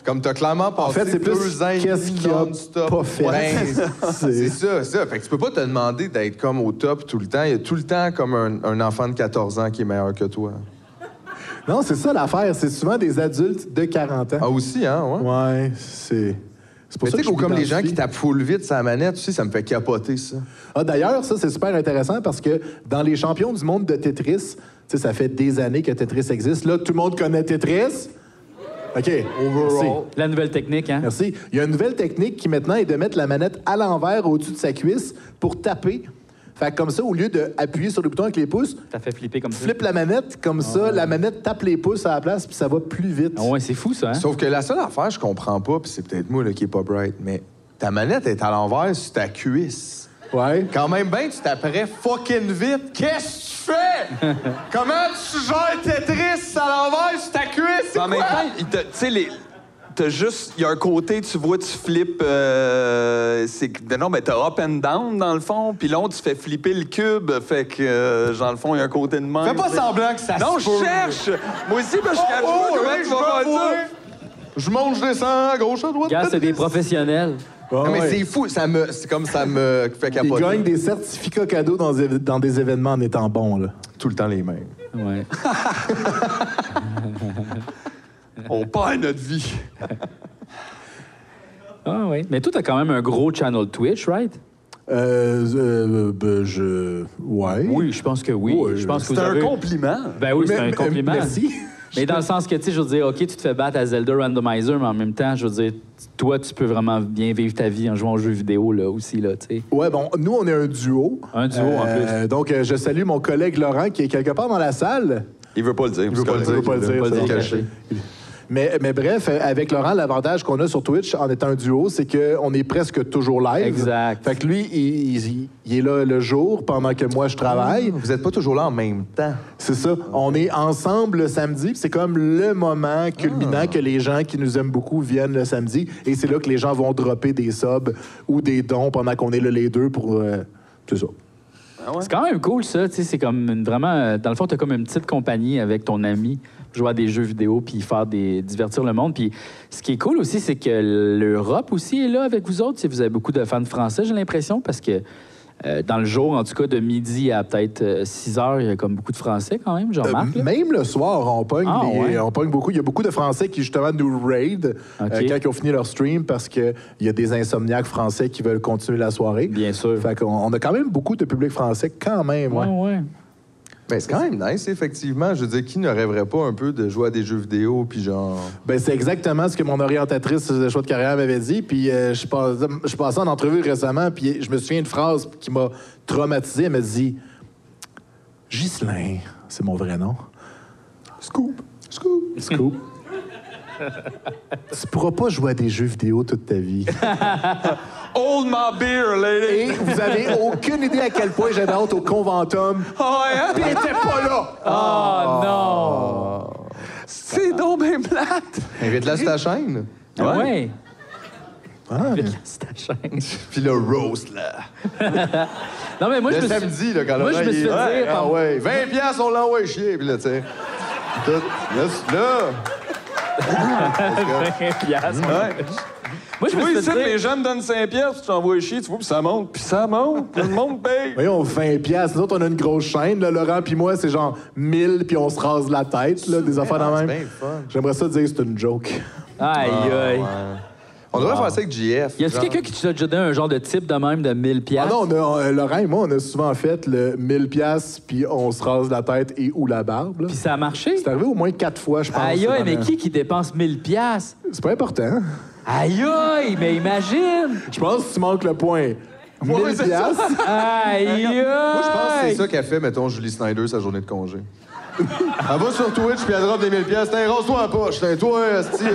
A: Comme t'as clairement passé
L: fait, c'est plus
A: deux ans et
L: qu'est-ce
A: demi
L: qu'il a
A: non-stop.
L: pas fait.
A: Ben, c'est ça, c'est ça. Fait que tu peux pas te demander d'être comme au top tout le temps. Il y a tout le temps comme un, un enfant de 14 ans qui est meilleur que toi.
L: Non, c'est ça l'affaire. C'est souvent des adultes de 40 ans.
A: Ah, aussi, hein, ouais?
L: Ouais, c'est. C'est pour
A: Mais
L: ça
A: tu
L: que
A: sais,
L: je
A: comme les gens
L: m'identifie.
A: qui tapent full vite sa manette, tu sais, ça me fait capoter, ça.
L: Ah, D'ailleurs, ça, c'est super intéressant parce que dans les champions du monde de Tetris, tu sais, ça fait des années que Tetris existe. Là, tout le monde connaît Tetris. OK. Merci.
C: La nouvelle technique, hein?
L: Merci. Il y a une nouvelle technique qui maintenant est de mettre la manette à l'envers au-dessus de sa cuisse pour taper. Fait que comme ça, au lieu d'appuyer sur le bouton avec les pouces,
C: Ça fait flipper comme
L: tu
C: ça.
L: flippes la manette, comme ça, la manette tape les pouces à la place, puis ça va plus vite.
C: Ah ouais, c'est fou, ça, hein?
A: Sauf que la seule affaire, je comprends pas, puis c'est peut-être moi là, qui est pas bright, mais ta manette est à l'envers sur ta cuisse.
L: Ouais.
A: Quand même bien, tu taperais fucking vite. Qu'est-ce que tu fais? Comment tu gères Tetris à l'envers sur ta cuisse? C'est
B: En même
A: quoi?
B: temps, il te- tu sais, les- T'as juste, il y a un côté, tu vois, tu flippes, euh, c'est que- non, mais t'as up and down dans le fond, puis l'autre, tu fais flipper le cube, fait que, euh, dans le fond, il y a un côté de même.
A: Fais pas semblant que ça
B: Non,
A: se
B: je
A: peut.
B: cherche! Moi aussi, ben, je cache
A: Oh,
B: pas
A: oh,
B: comment
A: hey, je
B: tu vas
A: vais
B: faire ça.
A: fourrer. Je monte, je descends, à gauche, à droite.
C: Gars, c'est des professionnels.
L: Ah
A: Non, mais
L: ouais.
A: c'est fou, ça me, c'est comme ça me fait
L: Ils
A: capoter.
L: gagnent des certificats cadeaux dans, des- dans des événements en étant bons, là.
A: tout le temps les mêmes.
C: Ouais.
B: On perd notre vie.
C: Ah oui. Mais toi, t'as quand même un gros channel Twitch, right?
L: Euh, euh, ben, je... Ouais.
C: Oui, je pense que oui.
L: Ouais.
C: Je pense que
B: C'est
C: vous
B: un
C: avez-
B: compliment.
C: Ben oui, c'est
L: Mais-
C: un
L: mais-
C: compliment.
L: Merci.
C: Mais dans le sens que, tu sais, je veux dire, OK, tu te fais battre à Zelda Randomizer, mais en même temps, je veux dire, toi, tu peux vraiment bien vivre ta vie en jouant aux jeux vidéo, là, aussi, là, tu sais.
L: Ouais, bon, nous, on est un duo.
C: Un duo, en plus.
L: Donc, euh, je salue mon collègue Laurent qui est quelque part dans la salle.
B: Il veut pas le dire.
L: Il veut pas le dire.
A: il veut pas le
L: c'est
C: dire,
L: correct.
C: caché.
L: Mais, mais bref, euh, avec Laurent, l'avantage qu'on a sur Twitch en étant un duo, c'est qu'on est presque toujours live.
C: Exact.
L: Fait que lui, il, il- il est là le jour pendant que moi, je travaille.
A: Vous n'êtes pas toujours là en même temps.
L: C'est ça. On est ensemble le samedi. puis C'est comme le moment culminant que les gens qui nous aiment beaucoup viennent le samedi. Et c'est là que les gens vont dropper des subs ou des dons pendant qu'on est là les deux pour... euh, tout ça.
C: C'est quand même cool, ça. tu sais, C'est comme une- vraiment. euh, Dans le fond, t'as comme une petite compagnie avec ton ami, jouer à des jeux vidéo, puis faire des. divertir le monde. Puis ce qui est cool aussi, c'est que l'Europe aussi est là avec vous autres. Si vous avez beaucoup de fans français, j'ai l'impression, parce que. euh, dans le jour, en tout cas, de midi à peut-être euh, 6 heures, il y a comme beaucoup de Français quand même, je
L: Euh,
C: remarque. Ah, là.
L: Même le soir, on pogne,
C: Ah,
L: des-
C: ouais.
L: on pogne beaucoup. Il y a beaucoup de Français qui, justement, nous raid
C: Ok.
L: euh, quand ils ont fini leur stream parce qu'il y a des insomniaques français qui veulent continuer la soirée.
C: Bien sûr. Ah
L: Fait qu'on on a quand même beaucoup de public français, quand même. ouais.
C: ouais.
A: Ben, c'est quand même nice, effectivement. Je veux dire, qui ne rêverait pas un peu de jouer à des jeux vidéo, puis genre...
L: Ben, c'est exactement ce que mon orientatrice de choix de carrière m'avait dit. Puis euh, je, pas- je passais en entrevue récemment, puis je me souviens d'une phrase qui m'a traumatisé. Elle m'a dit Ghislain, c'est mon vrai nom. Scoop, scoop, scoop. tu pourras pas jouer à des jeux vidéo toute ta vie.
B: Hold my beer, lady.
L: Et vous avez aucune idée à quel point j'avais hâte au conventum.
B: Ah ouais, hein?
L: Puis il était pas là.
C: Ah
A: Oh.
C: non!
B: C'est donc bien plate.
A: Invite-la sur ta chaîne.
C: Ah ouais.
A: Ah,
L: Invite-la
C: sur ta chaîne.
A: Puis le roast, là.
C: Non, mais moi,
A: le
C: je me suis-
A: samedi, là, quand
C: Moi,
A: Laurent,
C: je me
A: il
C: suis
A: est-
C: fait dire
A: Ouais,
C: par-
A: ah ouais, 20 piastres, on l'envoie chier, puis là, tu sais... Tout- Là, c'est- là...
B: Ouais.
C: Moi,
B: Tu
C: je me
B: vois,
C: suis
B: ici,
C: fait
B: les
C: dire...
B: gens me donnent 5 piastres, tu t'envoies chier, tu vois, puis ça monte, puis ça monte, tout le monde paye.
L: Voyons, 20 piastres. Nous autres, on a une grosse chaîne. là. Laurent puis moi, c'est genre 1000, puis on se rase la tête, là, des affaires
A: Ah,
L: dans
A: c'est
L: même.
A: bien fun.
L: J'aimerais ça dire que c'est une joke.
C: Aïe,
A: Ah,
C: aïe.
A: On devrait faire ça avec JF.
C: Y a-tu quelqu'un qui t'a déjà donné un genre de type de même de 1000
L: Ah
C: piastres?
L: non, on a- euh, Laurent et moi, on a souvent fait le 1000 piastres, puis on se rase la tête et ou la barbe. là.
C: Puis ça a marché?
L: C'est arrivé au moins quatre fois, je pense.
C: Aïe, aïe,
L: dans
C: mais
L: le-
C: qui qui dépense 1000 piastres?
L: C'est pas important.
C: Aïe, aïe, mais imagine!
L: Je pense que tu manques le point. 1000 piastres.
C: Aïe, aïe!
A: Moi, je pense que c'est ça qu'a fait, mettons, Julie Snyder sa journée de congé. elle va sur Twitch puis elle drop des 1000 pièces. T'es rase-toi en poche. T'es, toi, esti,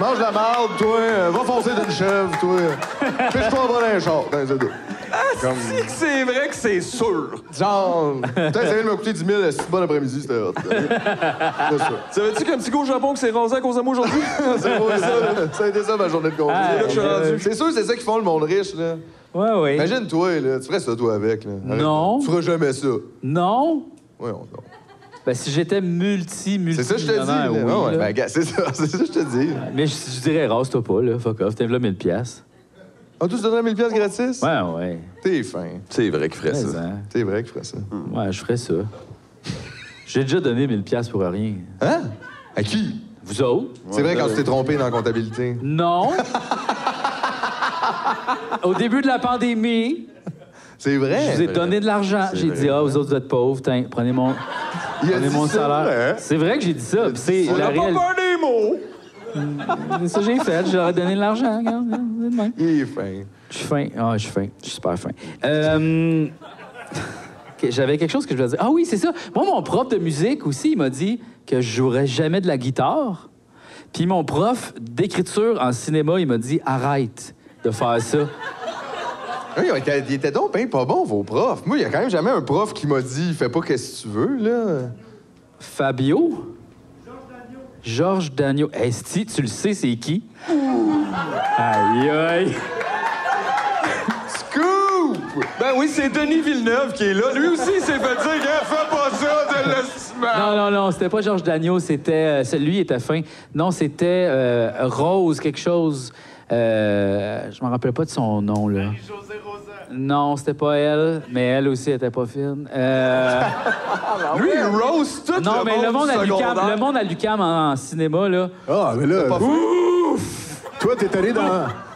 A: mange de la marde, toi. euh, Va foncer d'une chèvre, toi. Fiche-toi en bas d'un char. T'es, c'est tout. Comme,
B: Si que c'est vrai que c'est sûr.
A: genre, putain, ça vient de me coûter 10 000, c'est bon après-midi, c'était hot. C'est ça.
B: Savais-tu qu'un petit gars au Japon qui s'est rasé à cause de moi aujourd'hui?
A: C'est vrai, ça, ça a été ça ma journée de congé.
B: C'est là que je suis rendu.
A: C'est sûr, c'est ça qui font le monde riche, là.
C: Ouais, ouais.
A: Imagine-toi, là. Tu ferais ça, toi, avec, là. Arrête.
C: Non.
A: Tu feras jamais ça.
C: Non?
A: Ouais, on
C: Ben, si j'étais multi, multi.
A: C'est ça que je te dis. là. Ouais, ben- ouais, ben, gars, c'est ça, c'est ça que je te dis.
C: Mais je, je dirais, rase-toi pas, là. Fuck off. T'es là 1000 piastres.
A: Ah, tout se donnerait 1000 piastres gratis?
C: Ouais, ouais.
A: T'es fin.
B: C'est vrai qu'il ferait
C: Mais, hein,
A: C'est vrai que je ferais ça.
C: Ouais, je ferais ça. J'ai déjà donné 1000 piastres pour rien.
A: Hein? À qui?
C: Vous autres?
A: C'est vrai
B: euh,
A: quand tu t'es trompé dans la comptabilité.
C: Non. Au début de la pandémie,
A: C'est vrai.
C: je vous ai donné de l'argent. J'ai
A: vrai,
C: dit, ah, vous autres, vous êtes pauvres, tiens, prenez mon,
A: Il a
C: prenez
A: dit
C: mon
A: ça,
C: salaire.
A: hein?
C: C'est vrai que j'ai dit ça. puis C'est
B: On
C: la
B: n'a pas
C: réelle.
B: peur des mots.
C: C'est ça que j'ai fait. J'aurais donné de l'argent. Regarde, regarde, c'est de même.
A: Il est fin.
C: Je suis fin. Ah, je suis fin. Je suis super fin. Euh, ok, J'avais quelque chose que je voulais dire. Ah oui, c'est ça. Moi, mon prof de musique aussi, il m'a dit que je jouerais jamais de la guitare. Puis mon prof d'écriture en cinéma, il m'a dit arrête de faire ça.
A: Oui, il était- il était donc ben pas bon, vos profs. Moi, il y a quand même jamais un prof qui m'a dit fais pas qu'est-ce que tu veux, là.
C: Fabio? Georges Dagneau. Esti, tu le sais, c'est qui? Aïe, aïe.
A: Scoop!
B: Ben oui, c'est Denis Villeneuve qui est là. Lui aussi, il s'est fait dire Hey, fais pas ça de l'estimant.
C: Non, non, non, c'était pas Georges Dagneau, c'était. euh, celui lui, il était fin. Non, c'était euh, Rose, quelque chose. Euh, je me rappelle pas de son nom, là. Non, c'était pas elle, mais elle aussi était pas fine. Euh,
B: Lui, il rose tout
C: non,
B: le
C: mais le monde,
B: du
C: à l'UQAM,
B: secondaire.
C: le monde à l'UQAM en, en cinéma, là.
L: Ah, mais là,
C: Ouf!
L: toi, t'es allé dans.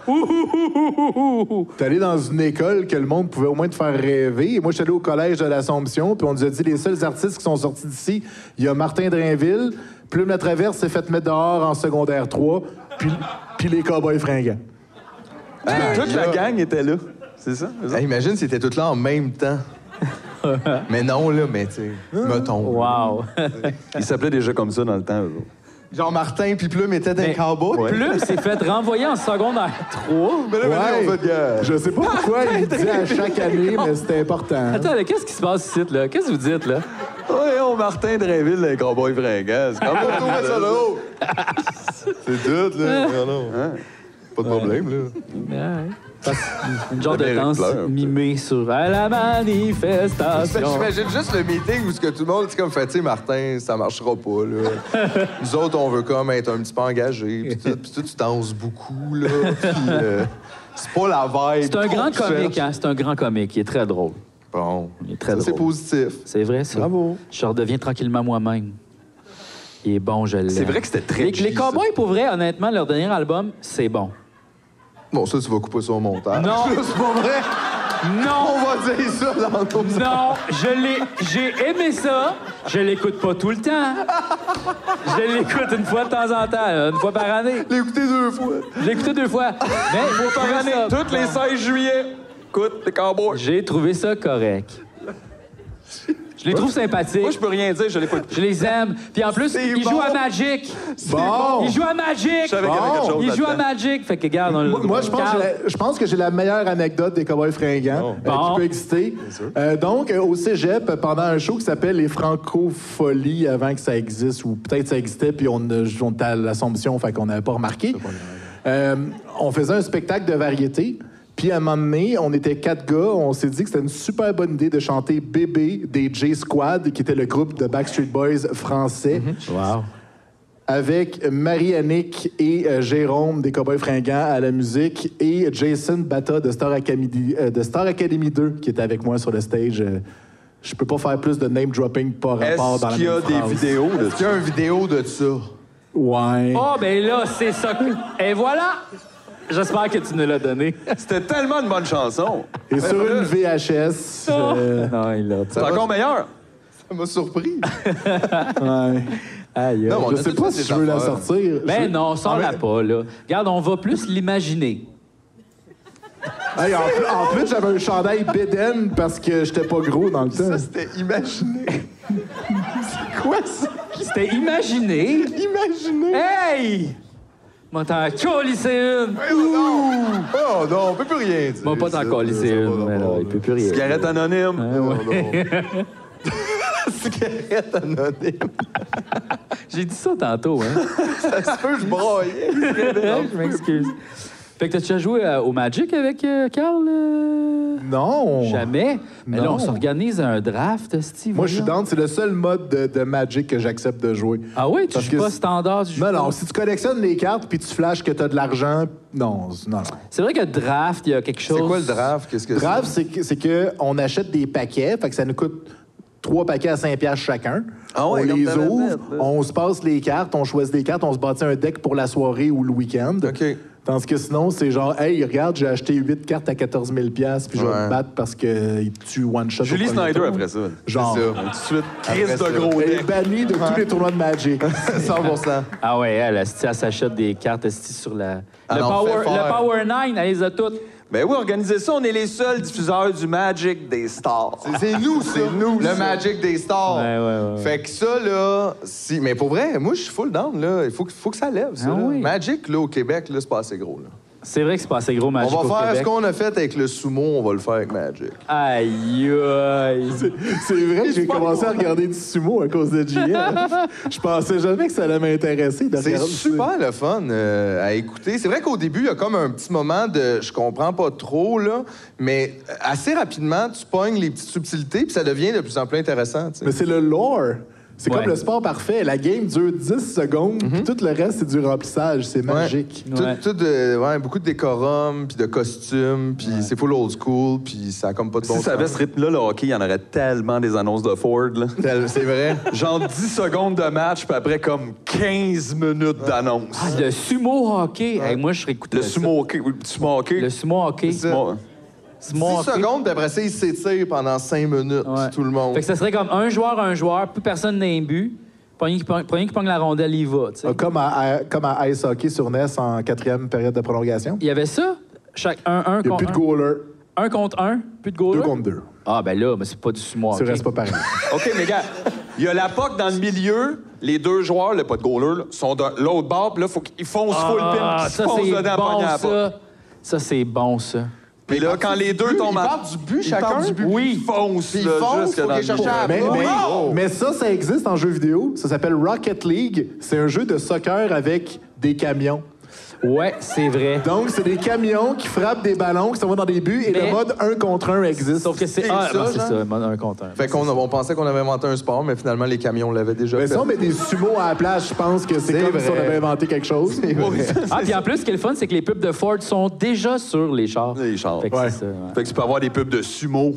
C: Ouh!
L: T'es allé dans une école que le monde pouvait au moins te faire rêver. Et moi, j'étais allé au collège de l'Assomption, puis on nous a dit les seuls artistes qui sont sortis d'ici, il y a Martin Drainville, Plume la Traverse s'est fait mettre dehors en secondaire 3, puis, puis les Cowboys fringants.
B: Toute la gang était Ah, là. C'est ça? eux autres?
A: Hey, imagine si t'étais toutes là en même temps. mais non, là, mais tu sais, mettons.
C: Wow!
B: Ils s'appelaient déjà comme ça dans le temps, eux autres.
A: Genre Martin puis Plume étaient des cowboys.
C: Plume s'est fait renvoyer en secondaire 3.
B: Oh,
A: Mais là, maintenant, on va de guerre.
L: Je sais pas pourquoi il le dit à chaque année, mais c'était important.
C: Attends, là, qu'est-ce qui se passe ici, là? Qu'est-ce que vous dites, là?
B: Ouais, oh, Martin Drainville, les cowboys fringants. C'est quand même
A: Retourne mettre ça là-haut.
B: C'est tout, là. Hein? Non, non. Pas de problème, là.
C: Ouais. Parce- Une genre de
B: L'Amérique
C: danse
B: pleure.
C: mimée sur à la
B: Ben,
C: manifestation.
A: J'imagine juste le meeting où ce que tout le monde dit comme fait, tu sais, Martin, ça marchera pas, là. Nous autres, on veut comme être un petit peu engagés, puis tout, puis toi, tu danses beaucoup, là, puis euh, c'est pas la vibe.
C: C'est un
A: qu'on
C: grand
A: cherche.
C: comique, hein? C'est un grand comique. Il est très drôle.
A: Bon.
C: Il est très
A: Ça,
C: drôle.
A: c'est positif.
C: C'est vrai, ça.
A: Bravo.
C: Je redeviens tranquillement moi-même. Il est bon, je l'aime.
B: C'est vrai que c'était très
C: Les,
B: G,
C: les
B: ça.
C: Cowboys, pour vrai, honnêtement, leur dernier album, c'est bon.
A: Bon, ça, tu vas couper ça au montage.
C: Non.
A: c'est pas vrai.
C: Non!
A: On va dire ça dans nos...
C: Non, je l'ai, j'ai aimé ça. Je l'écoute pas tout le temps. Je l'écoute une fois de temps en temps, là, une fois par année.
A: L'écouter deux fois.
C: J'ai écouté deux fois. Mais j'ai trouvé ça-
B: Toutes les 16 juillet, écoute, les cowboys.
C: J'ai trouvé ça correct. Je les trouve sympathiques.
B: Moi, je peux rien dire, je l'ai pas écouté.
C: Je les aime. Puis en plus, ils
A: bon.
C: jouent à Magic.
L: Bon.
C: Ils jouent à Magic.
B: Je savais qu'il y avait quelque chose
C: Ils jouent à
B: là-dedans.
C: Magic. Fait que, regarde, on
L: Moi, moi, je pense, que
C: Carl,
L: j'ai- je pense que j'ai la meilleure anecdote des cowboys fringants euh,
C: Bon.
L: qui peut exister. Euh, donc, euh, au cégep, euh, pendant un show qui s'appelle Les Francofolies, avant que ça existe, ou peut-être ça existait, puis on, euh, on était à l'Assomption, fait qu'on n'avait pas remarqué. Euh, on faisait un spectacle de variété. Puis à un moment donné, on était quatre gars, on s'est dit que c'était une super bonne idée de chanter Bébé des J-Squad, qui était le groupe de Backstreet Boys français
C: Wow.
L: avec Marie-Annick et euh, Jérôme des Cowboys Fringants à la musique et Jason Bata de Star Academy, euh, de Star Academy 2 qui était avec moi sur le stage. Euh, je peux pas faire plus de name dropping par rapport
B: Est-ce
L: dans la
B: qu'il y a
L: même
B: des
L: phrase.
B: vidéos de
A: Est-ce qu'il y a une vidéo de ça?
L: Ouais.
C: Oh, ben là, c'est ça. que- Et voilà. J'espère que tu nous l'as donné.
B: C'était tellement une bonne chanson.
L: et sur une VHS. euh,
C: Non, il l'a.
B: Ben, C'est encore meilleur.
A: Ça m'a surpris.
L: ouais.
C: Aïe, aïe.
A: Non, mais on
L: Je
A: a
L: sais
A: tout fait
L: pas si
A: des
L: je veux la
A: affaires.
L: sortir.
C: Ben
L: Je-
C: non,
A: Ah
C: sors-la pas, là. Regarde, on va plus l'imaginer.
L: Hey, en, pl- en plus, j'avais un chandail Beden parce que j'étais pas gros dans le temps.
A: Ça, c'était imaginé. c'est quoi ça?
C: C'était imaginer.
A: Imaginé?
C: Hey! M'en t'en colissé une.
A: Oh non, on peut plus rien dire.
C: M'en pas t'en
A: Ça,
C: colissé
A: ça va
C: une.
A: pas
C: mais non,
A: rapport,
C: il
A: là.
C: peut plus rien.
B: Cigarette anonyme.
A: Non, non. Cigarette anonyme.
C: J'ai dit ça tantôt, hein.
A: Ça se peut, je broyais.
C: je m'excuse. Fait que t'as déjà joué euh, au Magic avec euh, Carl? euh?
L: Non.
C: Jamais. Mais là,
L: Non.
C: on s'organise un draft, Steve.
L: Moi, je suis
C: voyons.
L: down. C'est le seul mode de, de Magic que j'accepte de jouer.
C: Ah oui, tu
L: Parce
C: joues
L: que
C: pas
L: c'est-
C: standard, tu joues
L: Non,
C: pas-
L: non, si tu collectionnes les cartes puis tu flashes que tu as de l'argent, non, c'est- non. non.
C: C'est vrai que draft, il y a quelque chose.
A: C'est quoi le draft? Qu'est-ce que c'est?
L: Grave, c'est que- c'est que on achète des paquets, fait que ça nous coûte trois paquets à 5 piastres chacun.
B: Ah ouais,
L: on
B: comme
L: les
B: t'avais
L: ouvre,
B: fait, là.
L: on se passe les cartes, on choisit des cartes, on se bâtit un deck pour la soirée ou le week-end.
A: OK.
L: Tandis que sinon, c'est genre, hey, regarde, j'ai acheté 8 cartes à 14 000 piastres, puis je vais
A: Ouais.
L: me battre parce qu'il tue one shot. au
B: Julie
L: premier
B: Snyder
L: tour.
B: après ça.
L: Genre,
A: C'est ça.
B: Tout de suite,
A: Après
B: crise
A: ça.
B: de gros
L: elle est
B: deck.
L: bannie de tous les tournois de Magic.
A: 100
C: Ah ouais, elle, esti, elle s'achète des cartes esti, sur la.
A: Ah
C: le,
A: non,
C: power,
A: fais fort.
C: le Power 9, elle les a toutes.
B: Ben oui, organisez ça, on est les seuls diffuseurs du Magic des stars.
A: C'est nous, c'est nous. Le
B: ça.
A: Magic des stars.
C: Ouais, Ben ouais, ouais, ouais.
A: Fait que ça, là, si. Mais pour vrai, moi, je suis full down, là. Il faut, que- faut que ça lève, ça.
C: Ah
A: là.
C: oui.
A: Magic, là, au Québec, là, c'est pas assez gros, là.
C: C'est vrai que c'est pas assez gros Magic.
A: on
C: au
A: va faire
C: Québec.
A: ce qu'on a fait avec le sumo, on va le faire avec Magic.
C: Aïe, aïe.
L: C'est vrai que j'ai commencé à regarder du sumo à cause de JF. Je pensais jamais que ça allait m'intéresser de
A: C'est
L: regarder ça.
A: super le fun euh, à écouter. C'est vrai qu'au début, il y a comme un petit moment de je comprends pas trop, là, mais euh, assez rapidement, tu pognes les petites subtilités, puis ça devient de plus en plus intéressant. tu sais.
L: Mais c'est le lore. C'est
C: Ouais.
L: comme le sport parfait. La game dure 10 secondes, puis tout le reste, c'est du remplissage. C'est
A: Ouais.
L: magique.
A: Tout-
C: Ouais.
A: tout de- ouais, beaucoup de décorums, puis de costumes, puis c'est full old school, puis ça a comme pas de bon
B: Si ça avait
A: sens.
B: ce rythme-là, le hockey, il y en aurait tellement des annonces de Ford. Là.
A: Tel- C'est vrai.
B: Genre 10 secondes de match, puis après comme 15 minutes d'annonce.
C: Ah, le sumo hockey. Hey, moi, je serais écouté
B: Le
C: ça.
B: sumo hockey. oui, Sumo hockey.
C: Le sumo hockey.
A: C'est ça.
B: Bon,
C: Sumo
A: 10
C: hockey.
A: secondes, puis après ça, il s'étire pendant 5 minutes,
C: Ouais.
A: tout le monde.
C: Fait que ça serait comme un joueur, un joueur, plus personne n'a un but. Premier qui pogne premier qui pogne la rondelle, il va. tu sais.
L: Ah, Comme à, à- comme à Ice Hockey sur NES en quatrième période de prolongation.
C: Il y avait ça? Chaque un, un
L: Il n'y
C: contre
L: a plus
C: un.
L: de goaler.
C: Un contre un, plus de goal.
L: Deux contre deux.
C: Ah, ben là, mais c'est pas du sumo
L: Ça
C: hockey.
L: reste pas pareil.
B: OK, mais gars, Il y a la POC dans le milieu. Les deux joueurs, le pas de goaler, là, sont de l'autre bord. Puis là, faut qu'ils foncent full pin.
C: Ah,
B: Ils se
C: ça,
B: foncent
C: c'est
B: dedans,
C: bon,
B: pogner la POC.
C: ça. Ça, c'est bon, ça.
B: Puis là, quand les deux tombent à...
A: partent du but,
B: Ils
A: chacun?
B: partent du but, puis
A: Oui.
B: Ils foncent,
A: Puis ils
B: là,
A: foncent,
B: jusque
A: faut
B: dans le
A: qu'ils
B: but.
A: cherchent à
L: Mais, mais-
A: Oh!
L: mais ça, ça existe en jeu vidéo. Ça s'appelle Rocket League. C'est un jeu de soccer avec des camions.
C: Ouais, c'est vrai.
L: Donc, c'est des camions qui frappent des ballons, qui s'en vont dans des buts, et
C: Mais-
L: le mode un contre un existe.
C: Sauf que c'est.
L: C'est
C: Ah,
L: ça,
C: ben, c'est
L: genre?
C: ça, un compte un.
A: Fait qu'on on pensait qu'on avait inventé un sport, mais finalement, les camions l'avaient déjà
L: Mais
A: fait.
L: ça, on met des sumos à la place, je pense que c'est
A: C'est
L: comme si on
A: vrai.
L: avait inventé quelque chose.
C: Ah, puis en plus, ce qui est le fun, c'est que les pubs de Ford sont déjà sur les chars.
B: Les chars.
C: Fait que
B: Ouais.
C: c'est ça, ouais.
B: Fait que tu peux avoir des pubs de sumo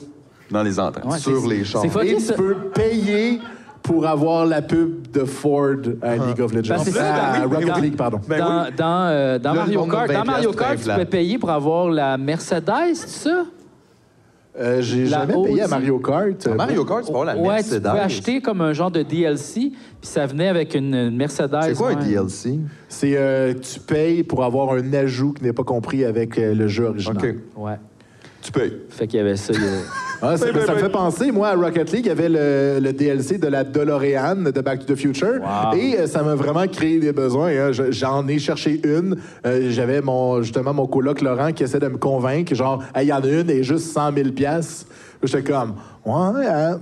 B: dans les entrées.
C: Ouais,
B: sur
C: c'est-
B: les chars.
C: c'est fucké,
L: Et tu
C: ça.
L: peux payer pour avoir la pub de Ford
A: Ah.
L: à League of Legends.
C: Parce que
L: À
C: Ben, ça-
L: Rocket
C: dans-
L: League, pardon.
A: Ben,
C: dans, dans, euh, dans
A: Là, le
C: Mario
A: monde a
C: Kart,
A: 20
C: dans Mario
A: piastres,
C: Kart,
A: c'est
C: tu peux
A: inflable.
C: payer pour avoir la Mercedes, c'est ça?
L: Euh, J'ai
C: La
L: jamais payé à
C: Audi.
L: Mario Kart.
A: À Mario Kart, tu peux avoir la
C: ouais, tu
A: Mercedes.
C: peux acheter comme un genre de DLC, puis ça venait avec une une Mercedes.
A: C'est quoi un
C: ouais.
A: DLC?
L: C'est euh, tu payes pour avoir un ajout qui n'est pas compris avec euh, le jeu original.
C: Ouais.
B: Tu payes.
C: Fait qu'il y avait ça. il y avait-
L: Ah, c'est-
B: Ben, ben,
L: ça me
B: ben.
L: fait penser, moi, à Rocket League, il y avait le, le DLC de la DeLorean de Back to the Future.
C: Wow.
L: Et euh, ça m'a vraiment créé des besoins. et, euh, je- J'en ai cherché une. Euh, J'avais mon, justement mon coloc Laurent qui essaie de me convaincre, genre, Hey, il y en a une et juste 100 000 piastres. J'étais comme, ouais, euh,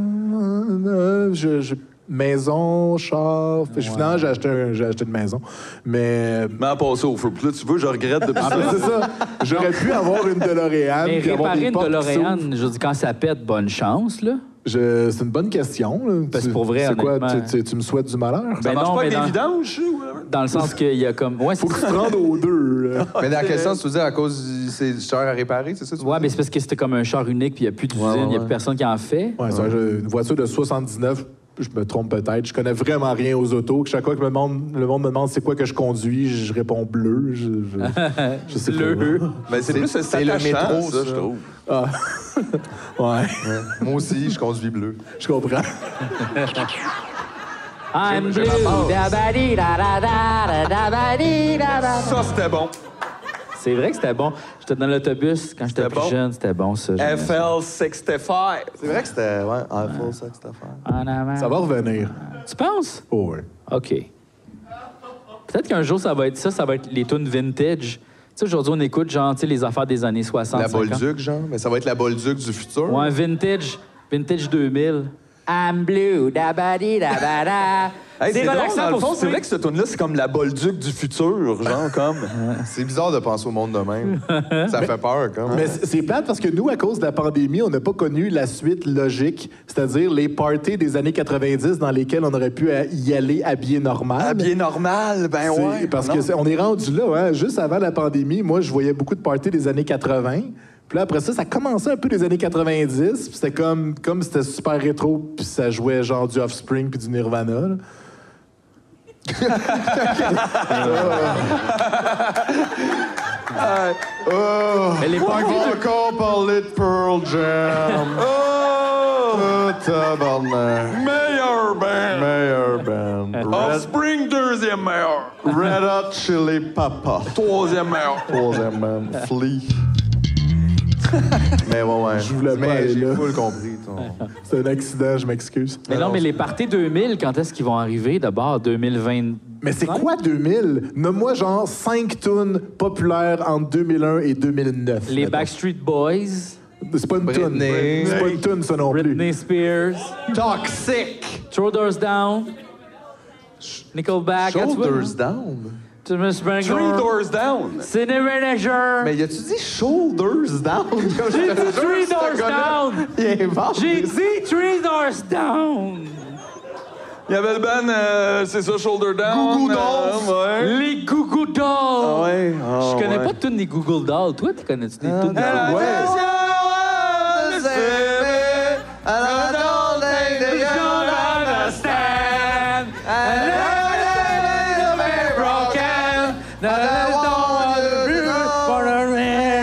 L: mm, euh, je- je- maison, char. Puis Finalement, j'ai acheté, un- j'ai acheté une maison. Mais euh,
B: Mais à passer au feu. Puis là, tu veux, je regrette
C: Ah,
B: depuis
L: en
B: ça.
C: ben
L: plus, c'est ça. J'aurais pu avoir une DeLorean.
C: Mais
L: puis avoir
C: réparer
L: des
C: une
L: portes qui
C: DeLorean,
L: s'ouvrent.
C: je dis quand ça pète, bonne chance, là.
L: Je- C'est une bonne question. là.
C: Parce que
L: Tu-
C: pour vrai,
L: C'est quoi,
C: honnêtement-
L: tu, tu- tu me souhaites du malheur?
B: Ça
C: Ben
B: marche
C: non,
B: pas
C: mais
B: avec
C: dans-
B: des vidanges, ou whatever?
C: Dans le sens qu'il y a comme. Ouais, c'est
L: Faut que tu te rendes aux deux. là.
A: Mais dans quel
B: Euh,
A: sens tu veux dire à cause du- c'est cher à réparer, c'est ça? tu veux
C: Ouais,
A: dire?
C: mais c'est parce que c'était comme un char unique, puis il n'y a plus d'usine, il n'y
A: ouais,
C: a
A: ouais.
C: plus personne qui en fait.
L: Ouais, c'est un jeu- une voiture de 79, je me trompe peut-être. Je connais vraiment rien aux autos. Chaque fois que me demande- le monde me demande c'est quoi que je conduis, je réponds bleu. Je, je- je sais
C: Bleu.
B: Ben, c'est
A: C'est-
B: plus
A: c'est le
B: le métro,
A: métro,
B: ça,
A: ça.
B: je trouve.
L: pas. Ouais,
A: Moi aussi, je conduis bleu.
L: je comprends.
C: I'm blue. da-ba-di, da-da-da, da-da-ba-di, da-da.
B: Ça, c'était bon.
C: C'est vrai que c'était bon. J'étais dans l'autobus quand j'étais
B: C'était
C: plus
B: bon?
C: jeune, c'était bon ça. j'aimais ça.
B: FL 65.
A: C'est vrai que c'était. Ouais, en full ça, cette affaire.
C: En avant.
L: Ça va revenir.
C: Ah, Tu penses?
L: Oh, ouais.
C: OK. Peut-être qu'un jour, ça va être ça, ça va être les tunes vintage. Tu sais, aujourd'hui, on écoute, genre, tu sais, les affaires des années 60.
A: La
C: 50.
A: Bolduc, genre. Mais ça va être la Bolduc du futur.
C: Ouais, vintage. Vintage 2000. I'm blue, da-ba-di, da-ba-da.
B: Hey, c'est drôle,
C: relaxant
B: dans le
C: pour
B: fond, c'est
C: souper.
B: vrai que ce tune-là, c'est comme la Bolduc du futur, genre, comme.
A: C'est bizarre de penser au monde de même. ça fait peur, comme.
L: Mais c'est c'est plate parce que nous, à cause de la pandémie, on n'a pas connu la suite logique, c'est-à-dire les parties des années 90 dans lesquelles on aurait pu euh, y aller habillé normal.
B: Habillé normal, ben
L: C'est-
B: ouais.
L: parce
B: non?
L: que c'est- on est rendu là, hein. juste avant la pandémie, moi je voyais beaucoup de parties des années 80. Puis là, après ça, ça commençait un peu des années 90. Puis c'était comme, comme c'était super rétro, puis ça jouait genre du Offspring puis du Nirvana. là.
C: Mais les
A: On
C: parties
A: va encore parler de Pearl Jam. oh! Tabarnak.
B: Meilleur band.
A: Meilleur band. Red,
B: Offspring, deuxième meilleur.
A: Red Hot Chili Papa.
B: Troisième meilleur.
A: Troisième band. Flea. mais ouais, ouais. Je
L: voulais pas
A: Mais
L: aller là.
A: j'ai full compris, ton...
L: C'était un accident, je m'excuse.
C: Mais non, mais les parties 2000, quand est-ce qu'ils vont arriver? D'abord, 2020.
L: Mais c'est quoi 2000? Nomme-moi genre 5 tunes populaires entre 2001 et 2009.
C: Les
L: mettons.
C: Backstreet Boys,
L: C'est pas une toune.
A: Britney.
L: C'est pas une toune, ça non plus.
C: Britney Spears,
A: Toxic!
C: Throw Doors Down, Nickelback,
A: Shoulders down?
C: Thomas
B: Three
C: Bangalore,
B: doors down.
C: Ciné Manager.
A: Mais y'a-tu dit shoulders down?
C: J'ai dit Three Doors Down.
A: Il invente
C: J'ai
A: des-
C: dit Three Doors Down.
B: Il y avait le band, euh, c'est ça, Shoulder Down.
A: Goo Goo
B: euh, ouais.
C: Les Google Dolls.
B: ouais, ah
C: Je connais
B: ouais. Ah
C: pas toutes les Google Dolls. Toi, tu connais-tu des toutes des-
B: Ouais.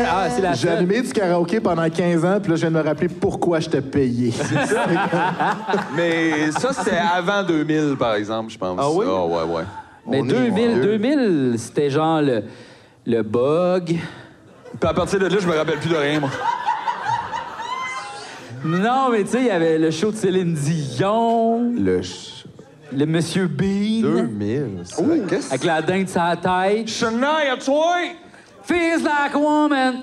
C: Ah, c'est la
L: J'ai
C: seule.
L: animé du karaoké pendant 15 ans, puis là, je viens de me rappeler pourquoi j'étais payé.
B: Mais ça, c'est avant 2000, par exemple, je pense.
A: Ah oui?
B: Ah ouais, ouais.
C: Mais
A: On est
C: 2000,
A: vieux.
C: 2000 c'était genre le, le bug.
B: Puis à partir de là, je me rappelle plus de rien, moi.
C: Non, mais tu sais, il y avait le show de Céline Dion.
A: Le,
C: le Monsieur Bean.
A: 2000. ça, qu'est-ce
C: Avec la dinde sur la tête.
B: Shania Twain.
C: Feels like a woman.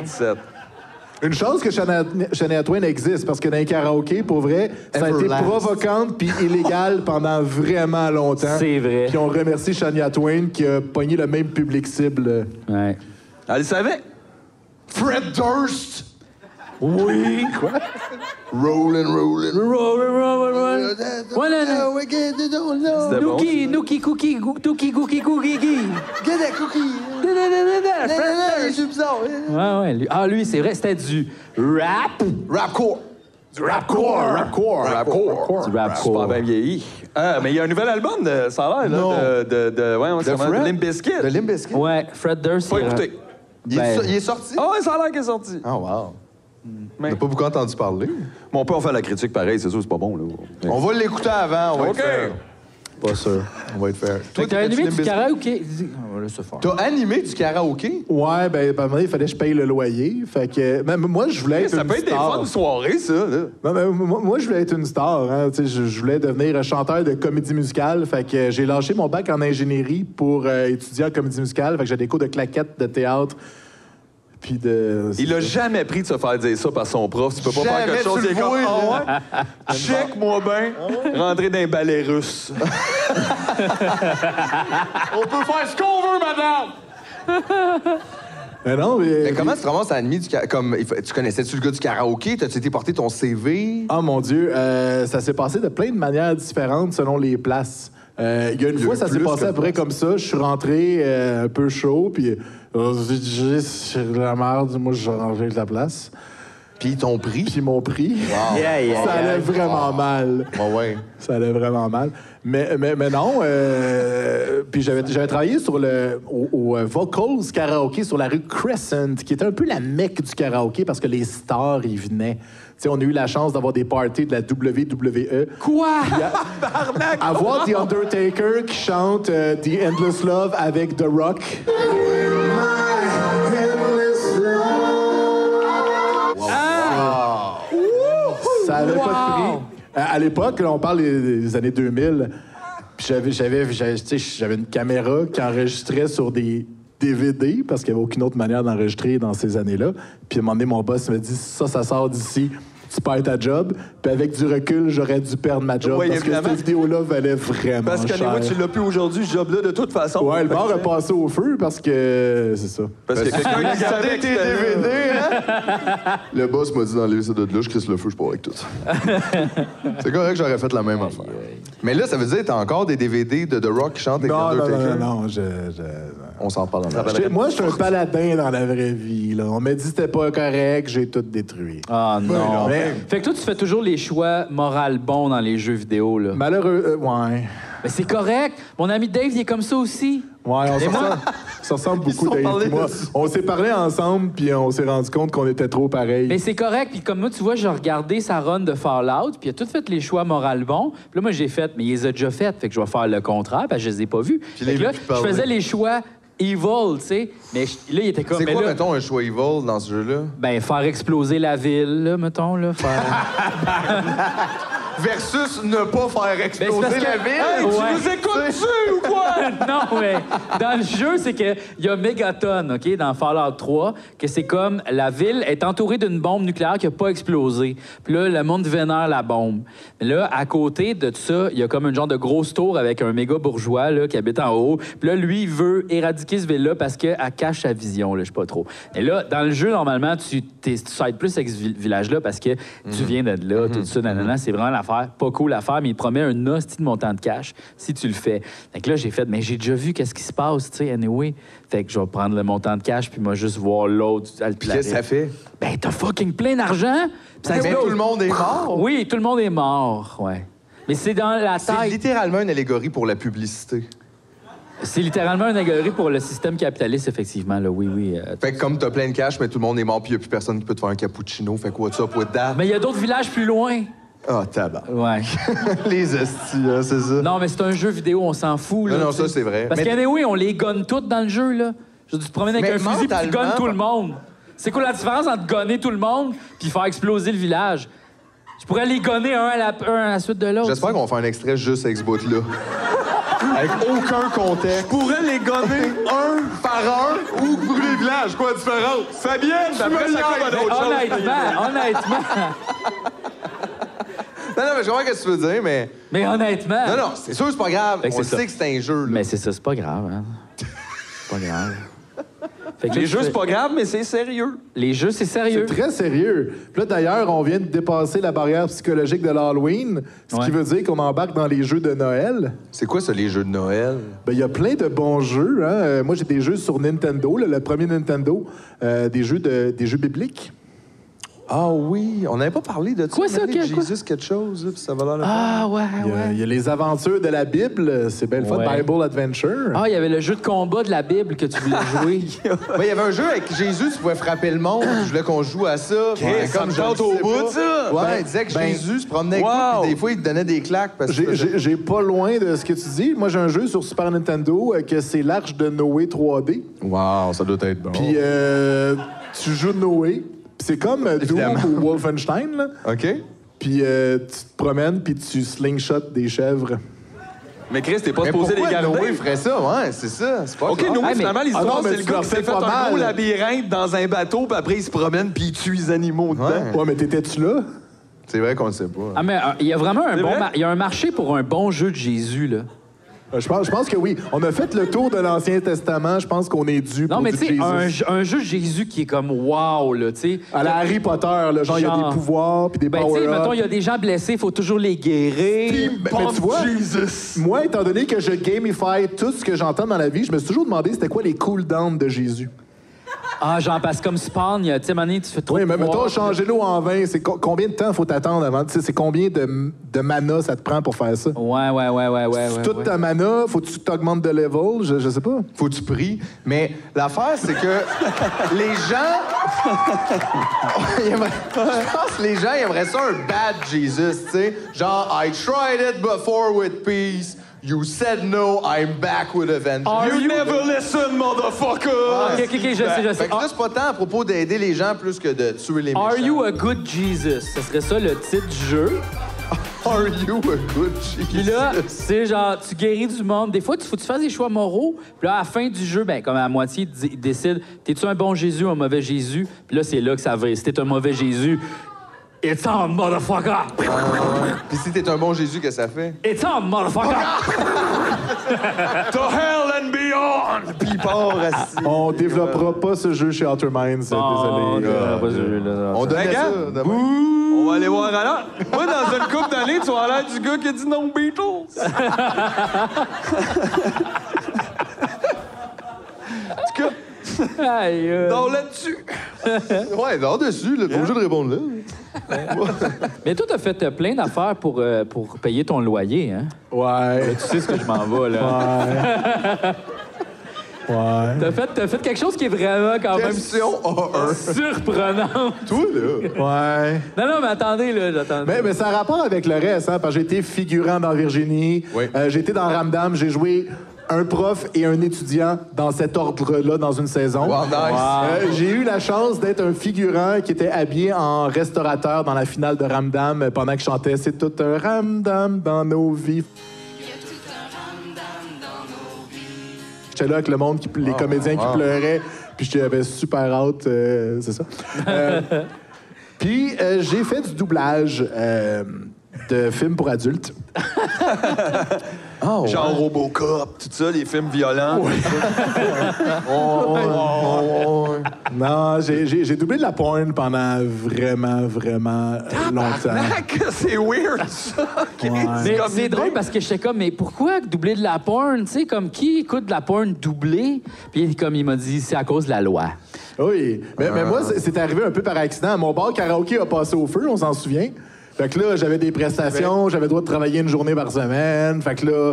B: 27.
L: Une chose que Shania Shania Twain existe, parce que dans les karaokés, pour vrai, ça a été
A: Everlast.
L: provocante puis illégale pendant vraiment longtemps.
C: C'est vrai.
L: Puis on remercie Shania Twain qui a pogné le même public cible.
C: Ouais.
B: Elle le Ah, savait.
F: Fred Durst.
C: Oui.
L: Quoi?
F: Rollin', rollin'.
C: Roll, roll, roll. Ouais, là, là.
A: Oh,
B: C'était bon,
C: Nookie, Nookie, Cookie, goo- Tookie, Cookie, Cookie, Gee.
F: Get that cookie.
C: Da, da, da, da, da.
F: C'est bizarre.
C: Ouais, ouais. lui- Ah, lui, c'est vrai, c'était du rap.
F: Rapcore.
B: Du rapcore.
L: Rapcore.
B: Rapcore.
C: Du rap
B: Super bien vieilli. Ah, mais il y a un nouvel album, de, ça a l'air,
A: Non.
B: là, de, de, de, ouais, on
A: De
B: s'est vraiment-
A: Fred?
B: Limp Bizkit.
A: De Limp Bizkit?
C: Ouais, Fred Durst.
B: Pas
C: il-
B: écouté.
A: Il, est,
C: Ben-
A: so- il est sorti?
B: Ah ouais, ça a l'air qu'il est sorti.
A: Ah, wow. On
B: Mais-
A: n'a pas beaucoup entendu parler.
B: Bon, on peut en faire la critique pareil, c'est sûr, c'est pas bon, là.
A: On va l'écouter avant, on va
B: OK.
A: être fair. Pas sûr. On va être fair.
C: Fait que t'as animé
A: t'as-tu
C: du
A: Limp Bizkit?
C: karaoké. On va laisser faire.
A: T'as animé du karaoké?
L: Ouais, ben, ben, à un moment donné, il fallait que je paye le loyer. Fait que, même moi, je voulais être
B: Ça
L: une
B: peut être des
L: star.
B: bonnes soirées, ça, là.
L: Non, mais moi, moi, je voulais être une star. hein. Tu sais, Je, je voulais devenir euh, chanteur de comédie musicale. Fait que euh, j'ai lâché mon bac en ingénierie pour euh, étudier en comédie musicale. Fait que j'ai des cours de claquettes, de théâtre, puis de...
B: Il a jamais pris de se faire dire ça par son prof. Tu peux pas faire
A: Jamais
B: quelque chose.
A: tu
B: Il est
A: le
B: comme,
A: vois,
B: ah ouais? Check-moi bien.
A: Ah
B: Rentrer dans un ballet russe. On peut faire ce qu'on veut, madame.
L: Mais non, mais...
A: Mais Ben, comment tu te ramasses à animer du karaoké? Comme, il fa- tu connaissais-tu le gars du karaoké? T'as-tu été porter ton CV?
L: Ah mon Dieu, euh, ça s'est passé de plein de manières différentes selon les places. Euh, Il y a une
A: y a
L: fois,
A: eu
L: ça s'est
A: plus
L: passé
A: que
L: à peu près
A: de places.
L: comme ça. Je suis rentré euh, un peu chaud, puis euh, j'ai dit, J'ai- c'est de la merde, moi, j'ai rangé de la place.
A: Puis ton prix?
L: Puis mon prix.
C: Yeah, yeah,
L: ça allait
C: yeah.
L: vraiment mal.
A: Ouais, ouais.
L: Ça allait vraiment mal. Mais, mais, mais non, euh, puis j'avais, j'avais travaillé sur le, au, au, euh, Vocals Karaoke sur la rue Crescent, qui était un peu la mecque du karaoké parce que les stars y venaient. Tu sais, on a eu la chance d'avoir des parties de la E. WWE.
C: Quoi?
L: Avoir The Undertaker qui chante euh, The Endless Love avec The Rock. Ça avait pas de prix. À, à l'époque, là, on parle des, des années 2000. puis J'avais, j'avais, j'avais, tu sais, j'avais une caméra qui enregistrait sur des DVD parce qu'il n'y avait aucune autre manière d'enregistrer dans ces années-là. Puis à un moment donné, mon boss me dit ça, ça sort d'ici. Tu perds ta job. Puis avec du recul, j'aurais dû perdre ma job
B: Ouais,
L: parce
B: évidemment.
L: que cette vidéo-là valait vraiment
B: Parce que
L: cher.
B: anyway, tu l'as plus aujourd'hui, ce job-là, de toute façon.
L: Ouais, le bar a passé au feu parce que c'est ça.
B: Parce que quelqu'un qui savait tes DVD.
A: Le boss m'a dit d'enlever ça de là, je crisse le feu, je pars avec tout ça. c'est correct, j'aurais fait la même affaire. Mais là, ça veut dire que t'as encore des DVD de The Rock qui chantent avec
L: Non, non,
A: Undertaker?
L: non, non, non, je, je-
A: On s'en parle en arrière.
L: J'étais- Moi, je suis un paladin dans la vraie vie. Là. On m'a dit que c'était pas correct, j'ai tout détruit.
C: Ah non.
L: Mais-
C: Fait que toi, tu fais toujours les choix moral bons dans les jeux vidéo, là.
L: Malheureux, euh, ouais.
C: Mais c'est correct. Mon ami Dave, il est comme ça aussi.
L: Ouais, on
C: Et
L: se
C: moi-
L: ressemble, on se ressemble
B: sont
L: beaucoup, Dave
B: parlés
L: et moi.
B: de-
L: On s'est parlé ensemble, puis on s'est rendu compte qu'on était trop pareils.
C: Mais c'est correct. Puis comme moi, tu vois, j'ai regardé sa run de Fallout, puis il a tout fait les choix moral bons. Puis là, moi, j'ai fait, mais il les a déjà fait. Fait que je vais faire le contraire, parce que je les ai pas vus. Fait
A: les
C: que là,
A: vu plus
C: je
A: parler.
C: faisais les choix evil, tu sais. Mais je- là, il était comme...
A: C'est
C: mais
A: quoi,
C: là,
A: mettons, un choix evil dans ce jeu-là?
C: Ben, faire exploser la ville, là, mettons, là. Faire...
A: Versus ne pas faire exploser
C: Ben, c'est parce
A: la
C: que-
A: ville?
C: Hey, tu Ouais.
B: Nous écoutes-tu ou quoi?
C: non, mais dans le jeu, c'est qu'il y a Megaton, OK, dans Fallout 3, que c'est comme la ville est entourée d'une bombe nucléaire qui n'a pas explosé. Puis là, le monde vénère la bombe. Mais là, à côté de ça, il y a comme une genre de grosse tour avec un méga bourgeois là, qui habite en haut. Puis là, lui, il veut éradiquer ce ville-là parce qu'elle cache sa vision, là, je sais pas trop. Et là, dans le jeu, normalement, tu t'es- tu saides plus avec ce vi- village-là parce que
A: Mhm.
C: tu viens d'être là, tout ça, nanana. C'est vraiment l'affaire, pas cool l'affaire, mais il promet un hostie de montant de cash si tu le fais. Fait que là, j'ai fait, mais j'ai déjà vu qu'est-ce qui se passe, tu sais, anyway. Fait que je vais prendre le montant de cash puis moi juste voir l'autre.
A: Puis qu'est-ce que ça fait?
C: Ben, t'as fucking plein d'argent. puis ça
A: Mais
C: explose.
A: tout le monde est mort.
C: Oui, tout le monde est mort, ouais. Mais c'est dans la
A: C'est
C: taille.
A: littéralement une allégorie pour la publicité.
C: C'est littéralement une allégorie pour le système capitaliste, effectivement. Là. Oui, oui. euh,
A: Fait que comme t'as plein de cash, mais tout le monde est mort, puis y a plus personne qui peut te faire un cappuccino. Fait que what's up with that?
C: Mais il y a d'autres villages plus loin.
A: Ah, tabac.
C: Ouais.
A: Les estis, hein, c'est ça.
C: non, mais c'est un jeu vidéo, on s'en fout. Là,
A: Non, non,
C: tu sais.
A: ça, c'est vrai.
C: Parce
A: Mais-
C: qu'anyway, on les gonne toutes dans le jeu, là. Je veux dire, tu te promènes avec
A: Mais
C: un fusil puis tu
A: mentalement,
C: gonnes tout
A: par-
C: le monde. C'est quoi la différence entre gonner tout le monde puis faire exploser le village? Je pourrais les gonner un à la, un à la suite de l'autre.
A: J'espère qu'on va faire un extrait juste avec ce bout-là. avec aucun contexte. Je pourrais les gonner un par un ou brûler village. Quoi de différent? Fabienne,
B: après, ça
A: liais.
B: colle à d'autres choses.
C: Honnêtement, honnêtement.
A: Non, non, mais je comprends ce que tu veux dire, mais.
C: Mais honnêtement.
A: Non, non, c'est sûr, Ah. Ben, c'est pas grave.
C: Fait que
A: On
C: c'est ça.
A: sait que c'est un jeu.
C: Mais c'est ça, c'est pas grave. Hein? C'est pas grave. Fait que là,
B: Les
C: tu
B: jeux,
C: fais-
B: c'est pas grave, mais c'est sérieux.
C: Les jeux, c'est sérieux.
L: C'est très sérieux. Puis là, d'ailleurs, on vient de dépasser la barrière psychologique de l'Halloween, ce qui veut dire qu'on embarque dans les jeux de Noël.
A: C'est quoi ça, les jeux de Noël?
L: Ben, il y a plein de bons jeux. hein. Euh, Moi, j'ai des jeux sur Nintendo, là, le premier Nintendo, euh, des, jeux de, des jeux bibliques.
A: Ah oui, on n'avait pas parlé de
L: Quoi, ça,
A: On avait
L: que-
A: dit
L: quoi?
A: Jésus, quelque chose, là, puis ça va l'air.
C: Ah, ouais,
L: Il y, a, il y a les aventures de la Bible, c'est belle fois,
C: Ouais.
L: Bible Adventure.
C: Ah, il y avait le jeu de combat de la Bible que tu voulais jouer.
A: Ben, Il y avait un jeu avec Jésus, tu pouvais frapper le monde. Je voulais qu'on joue à ça.
B: Qu'est-ce
A: Ouais,
B: que ça me
A: je le
B: tente au
A: sais
B: bout,
A: pas.
B: ça?
A: Ouais,
L: Ben,
A: il disait que
L: ben,
A: Jésus se promenait avec
L: wow.
A: nous, puis des fois, il te donnait des claques parce que.
L: J'ai- J'ai j'ai pas loin de ce que tu dis. Moi, j'ai un jeu sur Super Nintendo euh, que c'est l'Arche de Noé 3D.
A: Wow, ça doit être bon.
L: Puis euh, tu joues Noé. Puis C'est comme euh, Doom
A: Évidemment.
L: ou Wolfenstein. là.
A: OK?
L: Puis euh, tu te promènes, puis tu slingshots des chèvres.
B: Mais Chris, t'es pas
A: Mais
B: supposé les
A: pourquoi
B: garder.
A: Noé ferait ça, ouais, c'est ça. C'est pas
B: OK,
A: grave.
B: Noé,
A: Ah, mais-
B: finalement,
A: Ah non,
B: l'histoire,
A: mais
B: c'est le
A: tu
B: gars
A: leur
B: qui s'est
A: fais
B: fait
A: pas
B: un gros
A: mal.
B: labyrinthe dans un bateau, puis après, il se promène, puis il tue les animaux dedans.
L: Ouais, mais t'étais-tu là?
A: C'est vrai qu'on le sait pas.
C: Ah, mais euh, il y a vraiment un
B: C'est
C: bon
B: vrai?
C: mar- il y a un marché pour un bon jeu de Jésus, là.
L: Euh, Je pense, je pense que oui. On a fait le tour de l'Ancien Testament. Je pense qu'on est dû
C: Non,
L: pour
C: mais
L: du
C: tu sais,
L: Jesus.
C: un, jeu- un jeu de Jésus qui est comme wow, là, tu sais.
L: À la Harry Potter, là, genre, il y a
C: Genre.
L: des pouvoirs, puis des
C: Ben, tu sais,
L: power-ups.
C: mettons, il y a des gens blessés, il faut toujours les guérir.
L: Ben, mais tu vois, moi, étant donné que je gamify tout ce que j'entends dans la vie, je me suis toujours demandé c'était quoi les cooldowns de Jésus.
C: Ah, genre, parce que comme Spawn, il y a- tu sais, Mané, tu fais trop
L: Oui,
C: de
L: mais mettons,
C: pouvoir,
L: changer l'eau en vin, c'est co- combien de temps faut t'attendre avant? Tu sais, c'est combien de, de mana ça te prend pour faire ça?
C: Ouais, ouais, ouais, ouais, ouais.
L: Si
C: ouais,
L: toute
C: ouais.
L: ta mana, faut que tu t'augmentes de level, je, je sais pas.
A: Faut que tu pries. Mais l'affaire, c'est que les gens. Ils aimeraient- Je pense que les gens ils aimeraient ça un bad Jesus, tu sais. Genre, I tried it before with peace. You said no, I'm back with a vengeance.
B: You, never listen, motherfucker!
C: Ok, ok, ok, je sais, je
A: Fait
C: sais.
A: que là, c'est pas tant à propos d'aider les gens plus que de tuer les
C: Ah,
A: méchants.
C: Are you a good Jesus? Ce serait ça le titre du jeu.
A: Are you a good
C: Puis là,
A: Jesus?
C: c'est genre, tu guéris du monde. Des fois, il faut que tu fasses des choix moraux. Puis là, à la fin du jeu, ben, comme à la moitié, ils di- ils décident t'es-tu un bon Jésus ou un mauvais Jésus? Puis là, c'est là que ça va. Si t'es un mauvais Jésus, it's on, motherfucker!
A: Puis si t'es un bon Jésus, qu'est-ce que ça fait?
C: It's on, motherfucker!
B: To hell and beyond!
A: Puis il part assis.
L: On développera pas ce jeu chez Outer Minds,
C: Oh,
L: désolé.
C: non, pas ce jeu-là.
A: On donnait ça.
B: Regarde.
A: demain.
B: On va aller voir alors. Moi, dans une coupe d'années, tu vas l'air du gars qui a dit non aux Beatles. en tout cas,
C: Aïe, euh.
B: donc là-dessus.
A: Ouais, ben, dehors dessus, là. Faut juste répondre là.
C: Mais toi, t'as fait euh, plein d'affaires pour, euh, pour payer ton loyer, hein?
L: Ouais.
C: Tu sais ce que je m'en vais, là.
L: Ouais.
C: T'as fait, t'as fait quelque chose qui est vraiment quand même
A: Question A1.
C: surprenant.
A: Toi, là.
L: Ouais.
C: Non, non, mais attendez, là, j'attends.
L: Ben, Mais, mais ça a rapport avec le reste, hein, parce que j'ai été figurant dans Virginie,
A: Oui.
L: euh, j'ai été dans Ramdam, j'ai joué un prof et un étudiant dans cet ordre-là dans une saison.
A: Wow, nice.
L: Euh, j'ai eu la chance d'être un figurant qui était habillé en restaurateur dans la finale de Ramdam euh, pendant que je chantais C'est tout un Ramdam dans nos vies. J'étais là avec le monde, qui, ple- les comédiens
A: wow.
L: qui pleuraient, puis j'avais super hâte, euh, c'est ça. Euh, puis euh, j'ai fait du doublage euh, de films pour adultes.
B: Genre Robocop, tout ça, les films violents.
A: Ah, oh,
L: Non, j'ai- j'ai j'ai doublé de la porn pendant vraiment, vraiment euh, longtemps.
B: Tabarnak, c'est weird, ça. OK,
C: Mais
B: comme
C: c'est
B: idée.
C: drôle parce que j'étais comme, mais pourquoi doubler de la porn? Tu sais, comme qui écoute de la porn doublée? Puis comme il m'a dit, c'est à cause de la loi.
L: Oui. Mais, mais moi,
A: Ah.
L: c'est- c'est arrivé un peu par accident. Mon bar karaoké a passé au feu, on s'en souvient. Fait que là, j'avais des prestations, j'avais le droit de travailler une journée par semaine. Fait que là,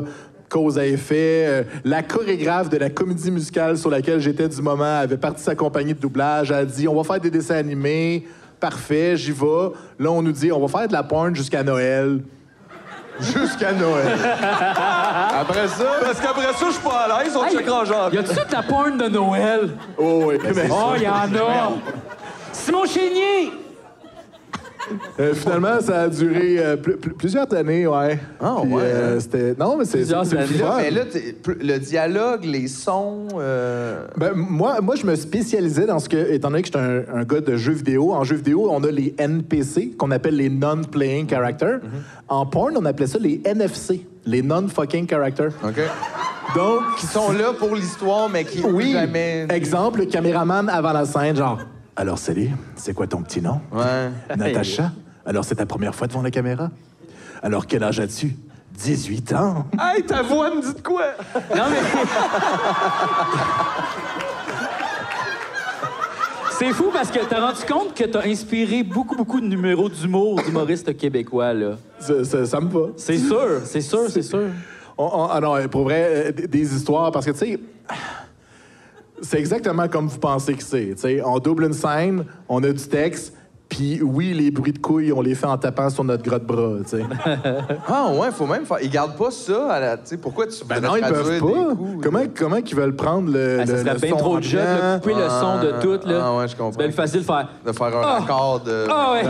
L: cause à effet, euh, la chorégraphe de la comédie musicale sur laquelle j'étais du moment avait parti sa compagnie de doublage. Elle a dit, on va faire des dessins animés. Parfait, j'y vais. Là, on nous dit, on va faire de la porn jusqu'à Noël.
A: Jusqu'à Noël. Après ça,
B: Parce qu'après ça, je suis pas à l'aise, on
C: Hey,
B: checkera genre.
C: Y a-tu de la porn de Noël?
L: Oh, oui. Mais-
C: Oh, y en a! Simon Chénier!
L: Euh, finalement, ça a duré euh, pl- pl- plusieurs années, ouais. Ah,
A: ouais, hein?
L: c'était... Non, mais c'est.
A: Plusieurs
L: c'est le
A: années.
L: fun.
A: Mais là, t'es- pl- le dialogue, les sons. euh,
L: Ben, moi, moi, je me spécialisais dans ce que, étant donné que j'étais un, un gars de jeux vidéo, en jeux vidéo, on a les NPC, qu'on appelle les Non-Playing Characters. En porn, on appelait ça les NFC, les Non-Fucking Characters.
A: OK.
L: Donc.
A: Qui sont là pour l'histoire, mais qui
L: Oui.
A: jamais.
L: Exemple, le caméraman avant la scène, genre. Alors, salut, c'est quoi ton petit nom?
A: Ouais.
L: Natacha. Alors, c'est ta première fois devant la caméra? Alors, quel âge as-tu? 18 ans.
B: Hey, ta voix me dit de quoi?
C: Non, mais. C'est fou parce que t'as rendu compte que t'as inspiré beaucoup, beaucoup de numéros d'humour d'humoristes québécois, là.
L: Ça, ça- ça me va.
C: C'est sûr, c'est sûr, c'est sûr.
L: On- on- ah non, pour vrai, euh, des- des histoires, parce que, tu sais, c'est exactement comme vous pensez que c'est. tu sais. On double une scène, on a du texte, puis oui, les bruits de couilles, on les fait en tapant sur notre grotte bras, tu sais.
A: Ah, ouais, faut même faire. Ils gardent pas ça à la. Tu sais, pourquoi tu
L: Ben
A: voudrais
L: non, ils peuvent
A: traduire
L: pas.
A: des coups?
L: comment comment qu'ils veulent prendre le.
A: Ah, ça
L: le-
A: serait
L: le
A: bien
L: son
A: trop de
L: ambiant?
C: J'ai de couper le son de tout, là.
A: Ah, ouais, je comprends.
C: C'est bien facile de faire.
A: De faire un
C: Ah!
A: accord de.
C: Ah ouais!
L: Ouais.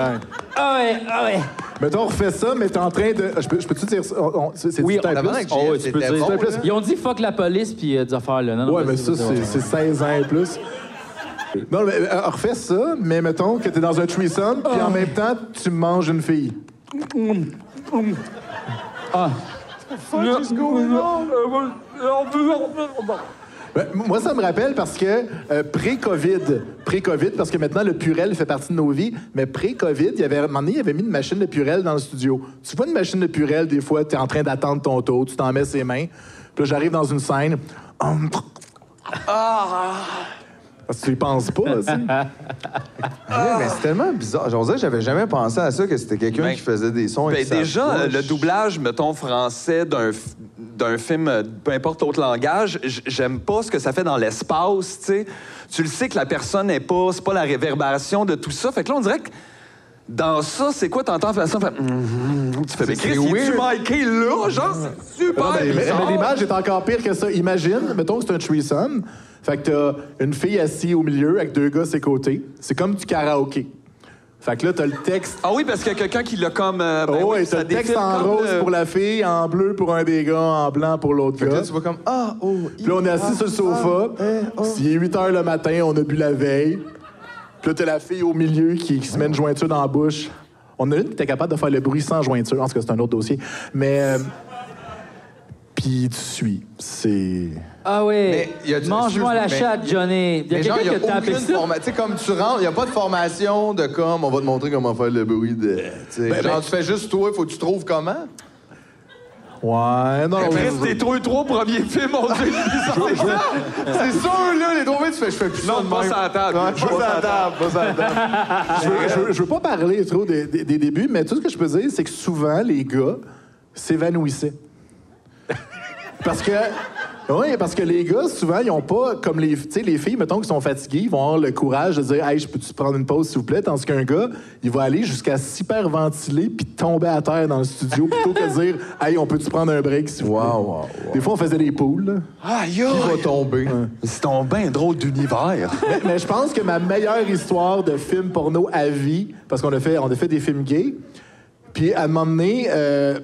C: Ah ouais, ah ouais!
L: Mettons, on refait ça, mais t'es en train de. Je peux- je peux-tu dire ça? On- on- c'est- c'est
C: Oui,
L: du temps
C: on-
L: et plus?
C: Ah ouais, tu peux dire.
L: Du temps et plus.
C: Ils ont dit fuck la police puis euh, des affaires, là. Non, non,
L: ouais,
C: vas-y,
L: mais ça,
C: vas-y,
L: c'est
C: vas-y.
L: c'est 16 ans et plus. Non, mais euh, refais ça, mais mettons que t'es dans un threesome, puis
A: Ah.
L: en même temps, tu manges une fille.
C: Ah.
L: Ben, m- moi, ça me rappelle parce que euh, pré-COVID, pré-COVID, parce que maintenant, le Purel fait partie de nos vies, mais pré-COVID, il y avait, à un moment donné, il avait mis une machine de Purel dans le studio. Tu vois une machine de Purel, des fois, t'es en train d'attendre ton tour, tu t'en mets ses mains, puis là, j'arrive dans une scène... hum, Parce que tu y penses pas, tu sais. Ben,
A: Ouais, mais c'est tellement bizarre. J'en dirais que j'avais jamais pensé à ça, que c'était quelqu'un
B: Ben,
A: qui faisait des sons
B: Ben,
A: avec sa
B: déjà,
A: voix.
B: euh, le doublage, mettons, français d'un f- d'un film, euh, peu importe l'autre langage, j- j'aime pas ce que ça fait dans l'espace, tu sais. Tu le sais que la personne n'est pas, c'est pas la réverbération de tout ça. Fait que là, on dirait que dans ça, c'est quoi, t'entends faire ça, fait, hum, hum, tu fais, mais
L: C'est-
B: Chris,
L: c'est
B: tu
L: weird.
B: Mikey là, genre, c'est
L: Non,
B: super
L: mais, mais-
B: bizarre.
L: mais l'image est encore pire que ça. Imagine, mettons que c'est un threesome. Fait que t'as une fille assise au milieu avec deux gars à ses côtés. C'est comme du karaoké. Fait que là, t'as le texte.
B: Ah oui, parce qu'il y a quelqu'un qui l'a comme. euh, ben
L: oh,
B: oui,
L: ouais,
B: ça
L: t'as le texte
B: défile
L: en
B: comme
L: rose
B: le-
L: pour la fille, en bleu pour un des gars, en blanc pour l'autre
A: Fait que
L: gars.
A: là, tu vois comme. Ah, oh,
L: Puis là, on est assis sur le
B: Ah,
L: sofa. S'il est 8 h le matin, on a bu la veille. Puis là, t'as la fille au milieu qui, qui se met une jointure dans la bouche. On a une qui était capable de faire le bruit sans jointure. En tout cas, c'est un autre dossier. Mais. euh, Puis tu suis. C'est.
C: Ah ouais!
A: Mais y a-
C: Mange-moi la
A: excuse, mais-
C: chatte, Johnny! Il y a
A: Mais genre, y
C: quelqu'un
A: a
C: qui a tapé
A: aucune
C: ça.
A: forma- Tu sais, comme tu rentres, il n'y a pas de formation de comme on va te montrer comment faire le bruit de. tu sais,
L: Ben,
A: genre,
L: ben-
A: tu fais juste toi, faut que tu trouves comment.
L: Ouais, non.
B: Chris, tes trois, trois premiers films, on dirait que c'est bizarre.
A: C'est sûr, là, les droits, tu fais, je fais plus ça.
B: Non,
A: de
B: pas
A: même.
B: sur la table.
A: Ouais,
B: Pas sur
A: Pas
B: la
A: à table, pas sur la table.
L: je, veux, je veux- je veux pas parler trop des, des- des débuts, mais tout ce que je peux dire, c'est que souvent, les gars s'évanouissaient. Parce que. Oui, parce que les gars, souvent, ils ont pas, comme les, tu sais, les filles, mettons, qui sont fatiguées, ils vont avoir le courage de dire Hey, je peux-tu prendre une pause, s'il vous plaît? Tandis qu'un gars, il va aller jusqu'à s'hyperventiler puis tomber à terre dans le studio plutôt que de dire Hey, on peut-tu prendre un break, s'il vous plaît?
A: Wow, wow, wow.
L: Des fois, on faisait des poules. là.
B: Ah, yo!
A: Qui va tomber?
B: C'est ton bain drôle d'univers.
L: Mais, mais je pense que ma meilleure histoire de film porno à vie, parce qu'on a fait, on a fait des films gays, puis à un moment donné, euh,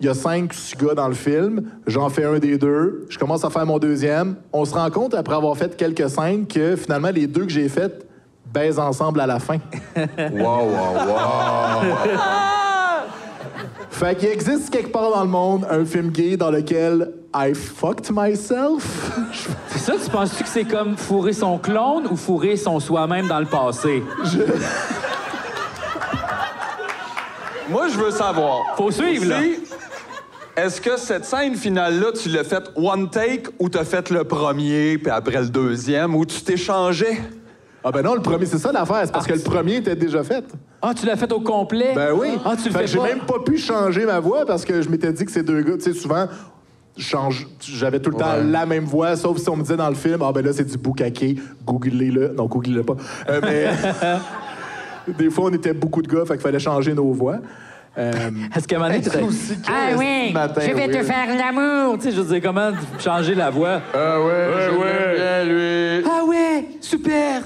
L: il y a cinq six gars dans le film, j'en fais un des deux, je commence à faire mon deuxième. On se rend compte, après avoir fait quelques scènes, que finalement, les deux que j'ai faites baisent ensemble à la fin.
A: Wow, wow, wow.
L: Fait qu'il existe quelque part dans le monde un film gay dans lequel I fucked myself.
C: Puis ça, tu penses-tu que c'est comme fourrer son clone ou fourrer son soi-même dans le passé?
B: Moi, je veux savoir.
C: Faut suivre, là.
B: Si- Est-ce que cette scène finale-là, tu l'as faite one take ou t'as fait le premier, puis après le deuxième, ou tu t'es changé?
L: Ah ben non, le premier, c'est ça l'affaire, c'est parce que le premier était déjà fait.
C: Ah, tu l'as fait au complet?
L: Ben oui.
C: Ah, tu le
L: Fait
C: fais
L: que j'ai
C: pas?
L: même pas pu changer ma voix parce que je m'étais dit que ces deux gars, tu sais, souvent, je change- j'avais tout le temps
A: Ouais.
L: la même voix, sauf si on me disait dans le film, ah ben là, c'est du boucaqué, googlez-le. Non, googlez-le pas. Euh, mais des fois, on était beaucoup de gars, fait qu'il fallait changer nos voix. Euh,
C: Est-ce qu'à un moment donné, tu
A: C'est
C: dis,
A: aussi que
C: Ah
A: ce
C: oui,
A: matin,
C: je vais te
A: oui.
C: faire l'amour! Tu sais, je veux dire, comment changer la voix?
A: Ah ouais, ouais, ouais.
C: Ah ouais, super!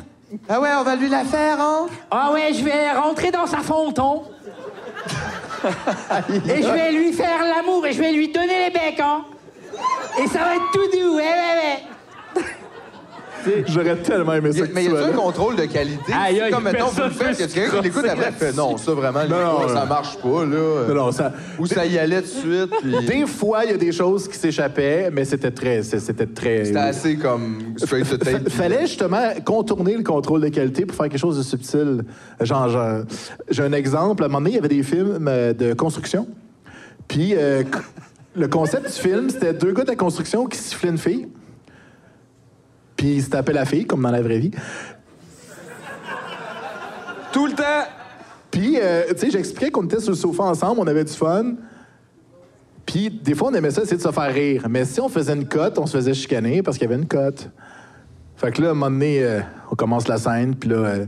A: Ah ouais, on va lui la faire, hein?
M: Ah ouais, je vais rentrer dans sa fonton. et je vais lui faire l'amour et je vais lui donner les becs, hein. Et ça va être tout doux, ouais, ouais, ouais.
L: J'aurais tellement aimé ça.
A: Mais y a-tu un contrôle de qualité?
L: Aïe,
A: C'est
L: aïe,
A: comme, mettons, vous
L: personne
A: le faites,
L: fait
A: y a quelqu'un
L: ça,
A: qui l'écoute
L: c'est
A: après, fait non, ça vraiment,
L: Non,
A: les gars,
L: non.
A: ça marche pas, là.
L: Non, non, ça-
A: Ou ça y allait tout de suite, puis.
L: Des fois, il y a des choses qui s'échappaient, mais c'était très. c'est- C'était très.
A: C'était assez comme straight to tape.
L: Fa- Fallait justement contourner le contrôle de qualité pour faire quelque chose de subtil. Genre, genre, j'ai un exemple. À un moment donné, il y avait des films euh, de construction. Puis, euh, c- le concept du film, c'était deux gars de la construction qui sifflaient une fille. Puis, ils se tapaient la fille, comme dans la vraie vie.
B: Tout le temps!
L: Puis, euh, tu sais, j'expliquais qu'on était sur le sofa ensemble, on avait du fun. Puis, des fois, on aimait ça, essayer de se faire rire. Mais si on faisait une cote, on se faisait chicaner parce qu'il y avait une cote. Fait que là, à un moment donné, euh, on commence la scène, puis là, euh,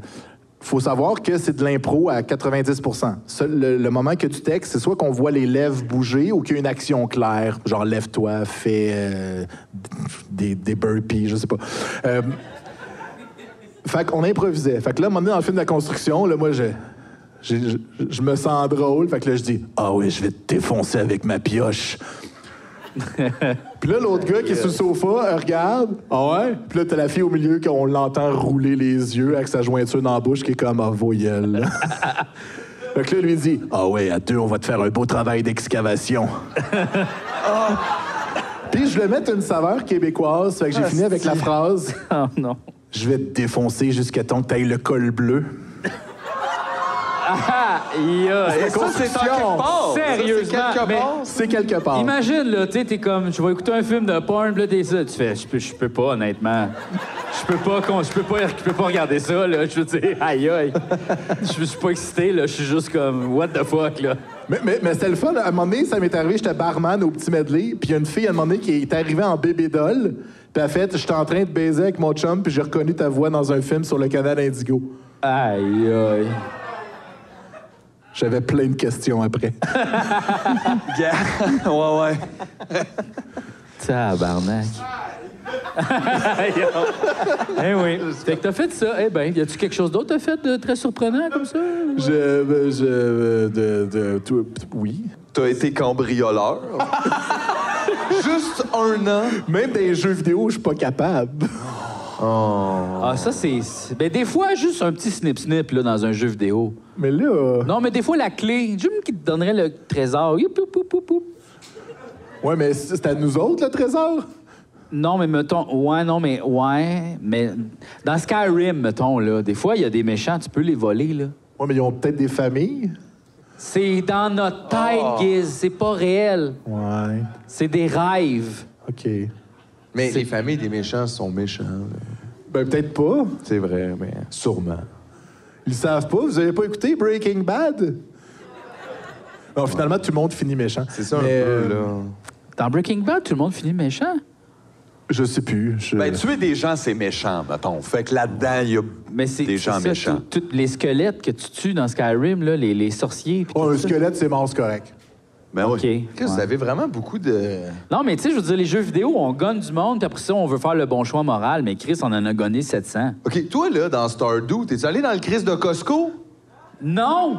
L: faut savoir que c'est de l'impro à 90 Seul le, le moment que tu textes, c'est soit qu'on voit les lèvres bouger ou qu'il y a une action claire, genre lève-toi, fais euh, des, des burpees, je sais pas. Euh, fait qu'on improvisait. Fait que là, à un moment donné, dans le film de la construction, là, moi, je, je, je, je me sens drôle. Fait que là, je dis Ah oui, je vais te défoncer avec ma pioche. Puis là, l'autre gars qui est sous le sofa, elle regarde. Ah ouais? Puis là, t'as la fille au milieu qu'on l'entend rouler les yeux avec sa jointure dans la bouche qui est comme Ah, voyelle. fait que là, lui dit Ah ouais, à deux, on va te faire un beau travail d'excavation. Ah! Puis je vais mettre une saveur québécoise.
C: Ah,
L: Fait que j'ai fini avec la phrase.
C: Oh non.
L: Je vais te défoncer jusqu'à temps que t'ailles le col bleu.
C: Ah, yeah.
L: C'est
C: Ça, c'est en quelque
L: construction.
C: part.
L: Ça, c'est
C: Sérieusement.
L: quelque
C: mais-
L: part. C'est quelque part.
C: Imagine, là, tu sais, t'es comme, je vais écouter un film de porn, puis là, t'es ça. Tu fais, je peux, je peux pas, honnêtement. Je peux pas, con- je peux pas, je peux pas regarder ça, là. Je veux dire, aïe, aïe. Je suis pas excité, là. Je suis juste comme, what the fuck, là.
L: Mais, mais, mais c'était le fun. À un moment donné, ça m'est arrivé, j'étais barman au petit medley, puis il y a une fille à un moment donné qui est arrivée en bébé doll, puis elle fait J'étais en train de baiser avec mon chum, puis j'ai reconnu ta voix dans un film sur le canal Indigo.
C: Aïe, aïe.
L: J'avais plein de questions après.
B: Gars, ouais, ouais.
C: Tabarnak. Eh oui. Fait que t'as fait ça. Eh ben, y a-tu quelque chose d'autre que t'as fait de très surprenant comme ça?
L: Je. euh, je euh, de, de- tout- oui.
B: T'as été cambrioleur.
L: Juste un an. Même des jeux vidéo, je suis pas capable.
C: Ah, ça, c'est. c'est- Ben, des fois, juste un petit snip-snip là, dans un jeu vidéo.
L: Mais là.
C: Non, mais des fois, la clé, Jim qui te donnerait le trésor. Youp, youp, youp, youp, youp.
L: Ouais, mais c'est à nous autres, le trésor?
C: Non, mais mettons, ouais, non, mais ouais. Mais dans Skyrim, mettons, là, des fois, il y a des méchants, tu peux les voler, là.
L: Ouais, mais ils ont peut-être des familles.
C: C'est dans notre tête,
A: Ah.
C: Guiz. C'est pas réel.
L: Ouais.
C: C'est des rêves.
L: OK.
A: Mais les familles des méchants sont méchants, là.
L: Ben, peut-être pas.
A: C'est vrai, mais sûrement.
L: Ils savent pas, vous avez pas écouté Breaking Bad? Non, finalement, tout le monde finit méchant. euh, C'est ça,
A: un peu, là.
C: Dans Breaking Bad, tout le monde finit méchant.
L: Je sais plus. je-
B: Ben, tuer des gens, c'est méchant, mettons. Fait que là-dedans, il y a
C: Mais c'est
B: des gens
C: c'est ça,
B: méchants.
C: tout- toutes les squelettes que tu tues dans Skyrim, là, les, les sorciers. pis
L: Oh,
C: tout
L: un
C: ça.
L: squelette, c'est mort, c'est correct.
B: Ben oui.
C: OK.
A: Qu'est-ce que
C: Ouais.
A: vous avez vraiment beaucoup de.
C: Non, mais tu sais, je veux dire, les jeux vidéo, on gagne du monde, puis après ça, on veut faire le bon choix moral, mais Chris, on en a gagné 700.
A: OK, toi, là, dans Stardew, t'es-tu allé dans le Chris de Costco?
C: Non!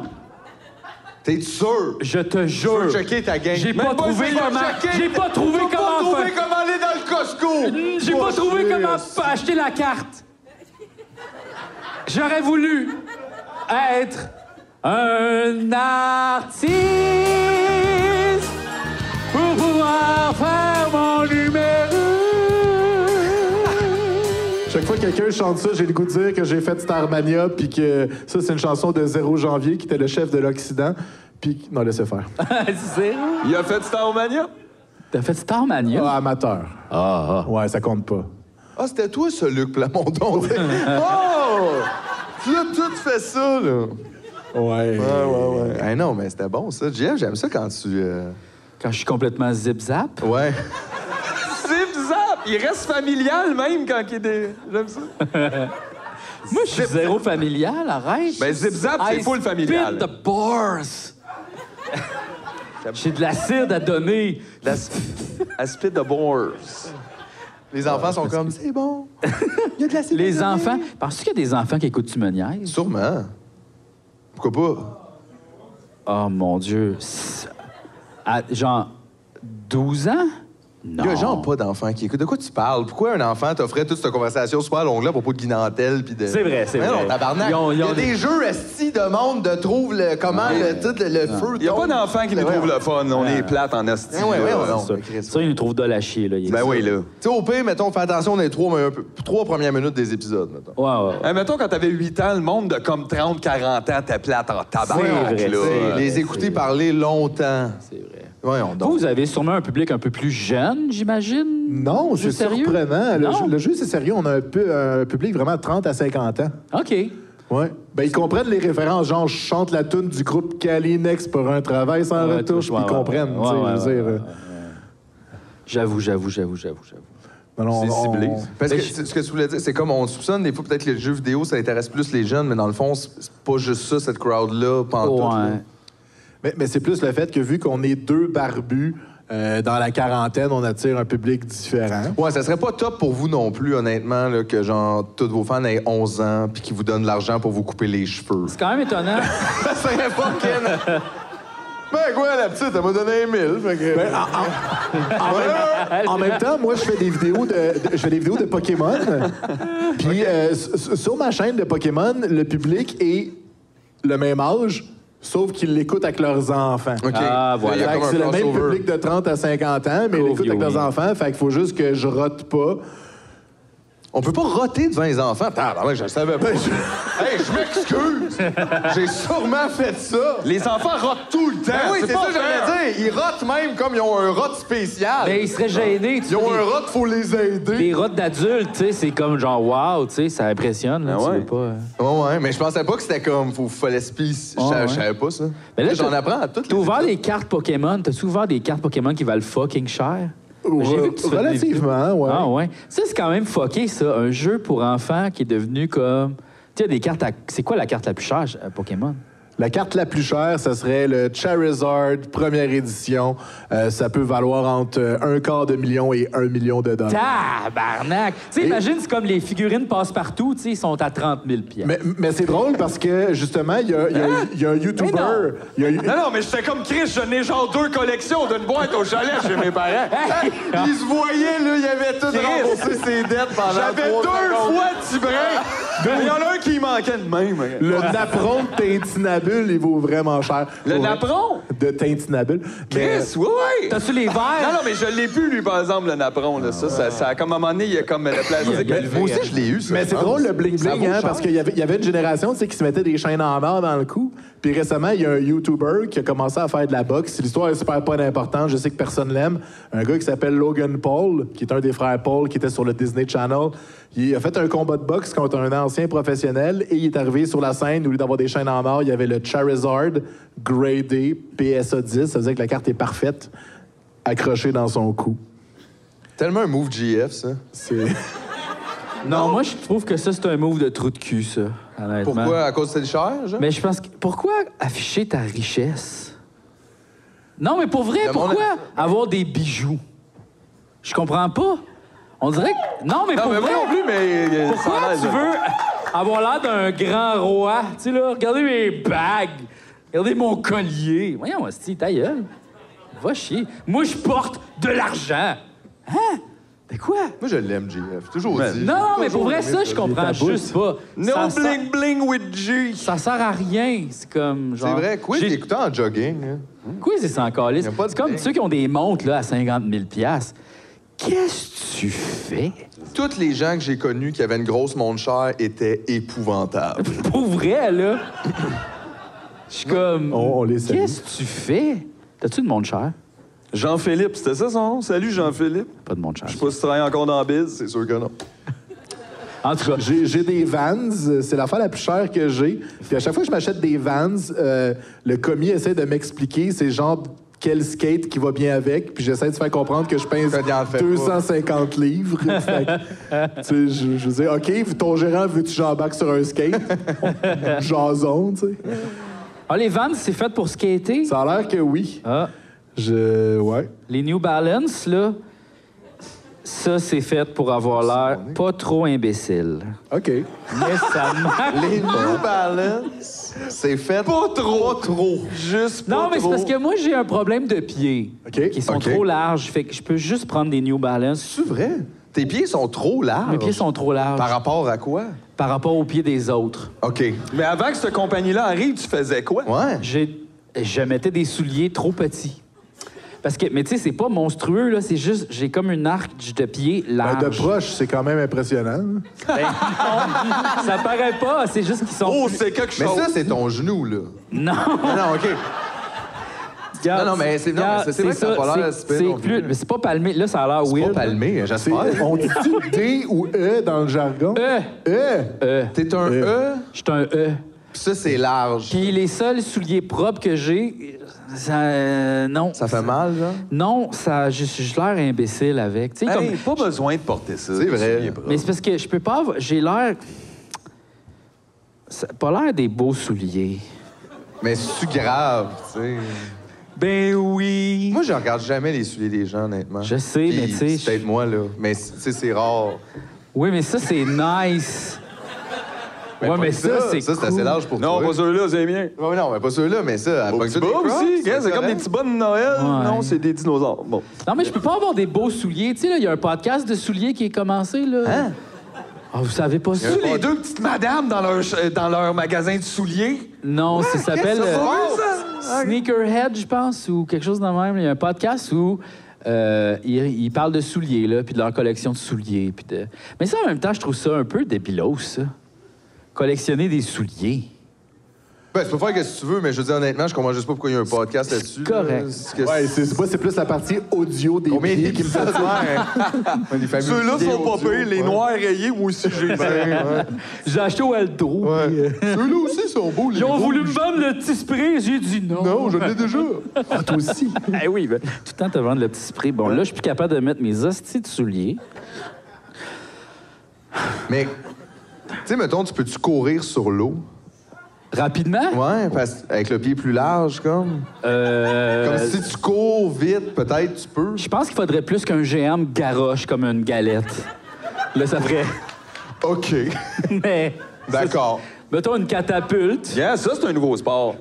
A: T'es sûr?
C: Je te jure!
A: Je veux checker ta gang.
C: J'ai
A: Même
C: pas trouvé
A: si je vais
C: comment-
A: checker,
C: j'ai pas trouvé
A: je vais
C: comment
A: pas trouvé
C: faire.
A: comment aller dans le Costco!
C: Hmm, J'ai pas trouvé comment f- acheter la carte. J'aurais voulu être un artiste pour pouvoir faire mon numéro.
L: Chaque fois que quelqu'un chante ça, j'ai le goût de dire que j'ai fait Starmania, puis que ça, c'est une chanson de 0 janvier qui était le chef de l'Occident. Puis, non, laissez faire.
C: Ah,
B: Il a fait Starmania?
C: T'as fait Starmania?
L: Ah, amateur. Ah, Ouais, ça compte pas.
A: Ah, c'était toi, ce Luc Plamondon. oh! Tu as tout fait ça, là. Ouais,
L: Ouais.
A: ouais, ouais. Hey, non, mais c'était bon, ça. JF, j'aime ça quand tu. euh,
C: Quand je suis complètement zip-zap?
A: Ouais.
B: Zip zap! Il reste familial même quand il est des. J'aime ça.
C: Moi, je suis zéro familial, arrête.
B: Ben, zip-zap, c'est
C: I
B: full familial.
C: spit the bars. J'ai de l'acide à donner.
B: Aspect de Boers.
A: Les enfants sont comme, c'est bon. Il y a de la cérémonie.
C: Les enfants. Penses-tu qu'il y a des enfants qui écoutent Tu me niaises?
A: Sûrement. Pourquoi pas?
C: Oh mon Dieu. C'est- À, genre 12 ans? Non.
A: Il y a genre pas d'enfants qui écoutent. De quoi tu parles? Pourquoi un enfant t'offrait toute cette conversation super longue là pour pas de guinantelle puis de.
C: C'est vrai, c'est
A: Mais
C: vrai.
A: Non, tabarnak.
C: Ils ont- ils
A: Il y
C: ont
A: a
C: des-
A: des jeux esti de monde de trouve le, comment
B: Ouais. Ah.
A: le, tout le, le feu.
B: Il n'y a pas d'enfant qui nous
A: Ouais,
B: trouve le fun. On
A: hein? Ouais.
B: est plate en esti.
A: Ouais, ouais,
B: là.
A: ouais,
B: C'est
A: non,
B: ça.
A: mais Chris,
C: Ça, ils nous trouvent de la chier, là. Il-
B: Ben oui, là.
A: Tu sais, au pire, mettons, fais attention dans les trois, mais un peu- trois premières minutes des épisodes, mettons.
C: Ouais, ouais.
B: Hey, Eh, mettons, quand t'avais 8 ans, le monde de comme 30, 40 ans, t'es plate en tabac.
C: C'est vrai, c'est vrai.
A: Les écouter parler longtemps. C'est vrai. Voyons donc.
C: Vous, vous avez sûrement un public un peu plus jeune, j'imagine?
L: Non, c'est
C: Plus sérieux?
L: surprenant. Le,
C: Non?
L: ju- le jeu, c'est sérieux. On a un, peu- un public vraiment de 30 à 50 ans.
C: OK.
L: Ouais. Ben, ils comprennent les références. Genre, je chante la tune du groupe Kalinex pour un travail sans
C: Ouais,
L: retouche,
C: ouais,
L: puis ils
C: ouais,
L: comprennent.
C: ouais,
L: tu sais,
C: ouais,
L: je veux dire, euh,
C: J'avoue, j'avoue, j'avoue, j'avoue, j'avoue.
L: non, non,
A: C'est
L: ben, on-
A: ciblé.
L: on-
A: Parce que
C: Mais je-
A: c'est- ce que je voulais dire, c'est comme on soupçonne des fois peut-être que les jeux vidéo, ça intéresse plus les jeunes, mais dans le fond, c'est c'est pas juste ça, cette crowd-là, pantoute. là.
C: Ouais.
L: Mais, mais c'est plus le fait que vu qu'on est deux barbus euh, dans la quarantaine, on attire un public différent.
A: Ouais, ça serait pas top pour vous non plus, honnêtement, là, que genre tous vos fans aient 11 ans puis qu'ils vous donnent de l'argent pour vous couper les cheveux.
C: C'est quand même étonnant.
A: ça serait fucking. Ben quoi, la petite, elle m'a donné 1000. Fait que...
L: Ben, en, en- en même, en même temps, moi, je fais des vidéos de, de- je fais des vidéos de Pokémon. Puis euh, s- s- sur ma chaîne de Pokémon, le public est le même âge, sauf qu'ils l'écoutent avec leurs enfants.
A: OK.
C: Ah, voilà.
A: Il y a
L: Fait que
A: comme un
L: c'est le même
A: crossover.
L: public de 30 à 50 ans, mais ils l'écoutent avec leurs
C: viewing.
L: enfants. Fait qu'il faut juste que je rote pas.
A: On peut pas roter devant les enfants. Ah, ben, je le savais pas. hey, je m'excuse. J'ai sûrement fait ça.
B: Les enfants rotent tout le temps.
A: Ben oui, c'est ça
B: pas
A: que j'allais
B: fair.
A: dire. Ils rotent même comme ils ont un rot spécial.
C: Mais ils seraient gênés. tu
A: Ils ont
C: sais,
A: un rot, faut les aider.
C: Ben, des- Des rottes d'adultes, tu sais, c'est comme genre, wow, tu sais, ça impressionne. Là,
B: Ah
C: tu
B: ouais.
C: veux pas, euh.
A: Ben Ouais, ouais, mais je pensais pas que c'était comme faut fallait se pisse. Je
C: Ouais,
A: savais-
C: ouais.
A: je savais pas ça.
C: Mais là,
A: j'en
C: t'as-
A: apprends à toutes
C: T'as
A: les
C: ouvert des cartes Pokémon. T'as souvent des cartes Pokémon qui valent fucking cher.
L: Re-
C: tu fais des
L: relativement,
C: vidéos.
L: ouais.
C: Ah ouais. Ça, c'est quand même fucké, ça. Un jeu pour enfants qui est devenu comme... Tu sais, des cartes à... C'est quoi la carte la plus chère à Pokémon?
L: La carte la plus chère, ça serait le Charizard première édition. Euh, ça peut valoir entre euh, un quart de million et un million de dollars.
C: Tabarnak! Tu sais, imagine, c'est comme les figurines passent partout, tu sais, ils sont à 30 000 pièces.
L: Mais, mais c'est drôle parce que justement, il y a, il y a- il y a un YouTuber. il y a-
B: Ah! Non, non, mais j'étais comme Chris, je n'ai genre deux collections d'une boîte au chalet chez mes parents.
A: vidéos. Ils se voyaient, là, il avait tout remboursé ses dettes pendant
B: J'avais deux
A: trois secondes.
B: fois Tibrin. Il y en a un qui manquait de même. hein.
L: Le napron de Tintinabule, il vaut vraiment cher.
B: Le
L: Pour-
B: napron?
L: De Tintinabule. Mais-
B: Chris, oui, oui.
C: T'as-tu les
B: Non,
C: verres?
B: non, mais je l'ai plus, lui, par exemple, le napron. Là. Ça, ça, ça, comme à un moment donné, il y a comme euh, le plastique.
A: Mais Moi aussi, je l'ai eu, ça.
L: Mais Ben, c'est drôle le bling
A: Ah, Ça
L: bling,
A: vaut
L: hein,
A: cher.
L: parce qu'il y avait, il y avait une génération tu sais, qui se mettait des chaînes en or dans le cou. Puis récemment, il y a un YouTuber qui a commencé à faire de la boxe. L'histoire est super pas importante, je sais que personne l'aime. Un gars qui s'appelle Logan Paul, qui est un des frères Paul, qui était sur le Disney Channel. Il a fait un combat de boxe contre un ancien professionnel et il est arrivé sur la scène, au lieu d'avoir des chaînes en or, il y avait le Charizard gradé PSA 10. Ça faisait que la carte est parfaite, accrochée dans son cou.
A: Tellement un move GF, ça.
L: C'est...
C: Non, moi, je trouve que ça, c'est un move de trou de cul, ça, honnêtement.
A: Pourquoi? À cause de cher, genre?
C: Mais je pense que. Pourquoi afficher ta richesse? Non, mais pour vrai,
A: Le monde-
C: pourquoi avoir des bijoux? Je comprends pas. On dirait que. Non, mais
B: Non,
C: pour
B: mais moi
C: vrai.
B: non plus, mais. euh,
C: Pourquoi tu veux avoir l'air d'un grand roi? Tu sais, là, regardez mes bagues. Regardez mon collier. Voyons, hostie, ta gueule. Va chier. Moi, je porte de l'argent. Hein? De quoi?
A: Moi, je l'aime, GF. Toujours dit.
C: Non, non, mais pour
A: Toujours
C: vrai,
A: aimé
C: ça, je comprends juste pas.
B: No
C: ça, sert-
B: bling bling with G.
C: ça sert à rien. C'est comme, genre...
A: C'est vrai, quoi,
C: j'ai-
A: j'écoutais en jogging. hein.
C: Quiz, ils s'en calissent.
A: Y a pas de
C: C'est comme
A: blague.
C: ceux qui ont des montres là, à 50 000 Qu'est-ce que tu fais?
A: Toutes les gens que j'ai connus qui avaient une grosse montre chère étaient épouvantables.
C: Pour vrai, là. Je suis comme.
L: On- on les salue.
C: Qu'est-ce que tu fais? T'as-tu une montre chère?
B: Jean-Philippe, c'était ça son nom? Salut, Jean-Philippe.
C: Pas de montre chère.
B: Je sais pas si tu travailles encore dans la biz.
A: C'est sûr que non.
C: En tout cas,
L: J'ai j'ai des Vans, euh, c'est l'affaire la plus chère que j'ai. Puis à chaque fois que je m'achète des Vans, euh, le commis essaie de m'expliquer c'est genre quel skate qui va bien avec, puis j'essaie de faire comprendre que je pèse
A: Ça, il en fait pas.
L: 250 livres. Fait que, tu sais, je, je dis OK, ton gérant veut-tu j'embarque sur un skate Jason, tu sais.
C: ah, les Vans, c'est fait pour skater?
L: Ça a l'air que oui.
C: Ah,
L: Je ouais.
C: les New Balance, là.
N: Ça, c'est fait pour avoir l'air pas trop imbécile.
L: OK.
N: Mais ça marche.
A: Les
N: pas.
A: New Balance, c'est fait pas trop, trop. Juste
C: Non, mais c'est parce que moi, j'ai un problème de pieds qui sont
A: OK.
C: trop larges. Fait que je peux juste prendre des New Balance. C'est
A: vrai? Tes pieds sont trop larges?
C: Mes pieds sont trop larges. Par
A: rapport à quoi?
C: Par rapport aux pieds des autres.
A: OK.
B: Mais avant que cette compagnie-là arrive, tu faisais quoi?
A: Ouais.
C: Je mettais des souliers trop petits. Parce que, mais tu sais, c'est pas monstrueux, là. C'est juste, j'ai comme une arc de pied
L: Ben,
C: large.
L: de proche, c'est quand même impressionnant.
C: Ben, non, ça paraît pas, c'est juste qu'ils sont.
L: Oh, c'est quelque
A: Mais
L: chose.
A: ça, c'est ton genou, là.
C: Non.
A: Non, non, OK.
C: Regarde,
A: Non, non, mais c'est- non,
C: regarde,
A: mais c'est- c'est vrai que ça a pas l'air
C: c'est-
A: si pire non
C: C'est plus, mais c'est pas palmé. Là, ça a l'air weird. C'est pas
A: palmé,
L: C'est- On dit-tu D ou E dans le jargon?
C: E.
L: E.
A: T'es un E.
C: Je suis un E.
A: ça, c'est large.
C: Puis les seuls souliers propres que j'ai, ça. euh, non. Ça
A: fait mal, là?
C: Non, ça. J'ai j'ai l'air imbécile avec. Tu sais,
B: Hey,
C: comme.
B: pas besoin de porter ça.
A: C'est vrai.
C: Mais c'est parce que je peux pas. avoir- J'ai l'air. Ça a pas l'air des beaux souliers.
A: Mais c'est grave, tu sais.
C: Ben oui.
A: Moi, je regarde jamais les souliers des gens, honnêtement.
C: Je sais,
A: Puis,
C: mais tu sais,
A: C'est peut-être moi, là. Mais c- tu sais, c'est rare.
C: Oui, mais ça, c'est nice. Ouais,
A: Ben, pas
C: mais ça, c'est
A: Ça, c'est assez
C: cool.
A: large pour
B: Non,
A: toi.
B: pas ceux-là, c'est bien.
A: Ouais, non, mais pas ceux-là, mais ça. à Boxer
B: C'est beau
A: des Crocs,
B: aussi, gars, c'est comme des
A: correct.
B: petits bas de Noël.
C: Ouais.
B: Non, c'est des dinosaures. Bon.
C: Non, mais je peux pas avoir des beaux souliers. Tu sais, là, il y a un podcast de souliers qui est commencé, là. Hein? Ah, vous savez pas ça?
B: Tu les deux petites madames dans leur, ch- euh, dans leur magasin de souliers?
C: Non, ça s'appelle
B: qu'est-ce que
C: euh,
B: c'est?
C: Sneakerhead, je pense, ou quelque chose dans le même. Il y a un podcast où euh, ils, ils parlent de souliers, là, puis de leur collection de souliers. Puis de... Mais ça, en même temps, je trouve ça un peu débilos, ça. Collectionner des souliers.
A: Ben, tu peux faire ce que tu veux, mais je veux dire, honnêtement, je comprends juste pas pourquoi il y a un podcast là-dessus.
C: correct.
A: là. C'est que-
L: Ouais, c'est c'est pas- c'est plus la partie audio des
A: Combien
L: pieds qui me fait
A: d'épisodes, ouais? Les fameux
B: hein. Ceux-là
A: vidéos
B: sont pas
A: audio,
B: pires, les
A: ouais.
B: noirs rayés, moi aussi, j'ai
A: ouais.
C: J'ai acheté au Aldo. puis, euh,
A: Ceux-là aussi sont beaux, les
C: Ils ont
A: rouges.
C: voulu me vendre le petit spray, j'ai dit non.
A: Non, je l'ai déjà.
L: Ah, toi aussi.
C: Eh oui, ben, tout le temps te vendre le petit spray. Bon, là, je suis plus capable de mettre mes hosties de souliers.
A: Mais, tu sais, mettons, tu peux-tu courir sur l'eau?
C: Rapidement?
A: Ouais, parce avec le pied plus large, comme.
C: Euh,
A: Comme si tu cours vite, peut-être, tu peux.
C: Je pense qu'il faudrait plus qu'un géant me garoche comme une galette. Là, ça ferait.
A: OK.
C: Mais.
A: D'accord.
C: Mettons une catapulte.
B: Yeah, ça, c'est un nouveau sport.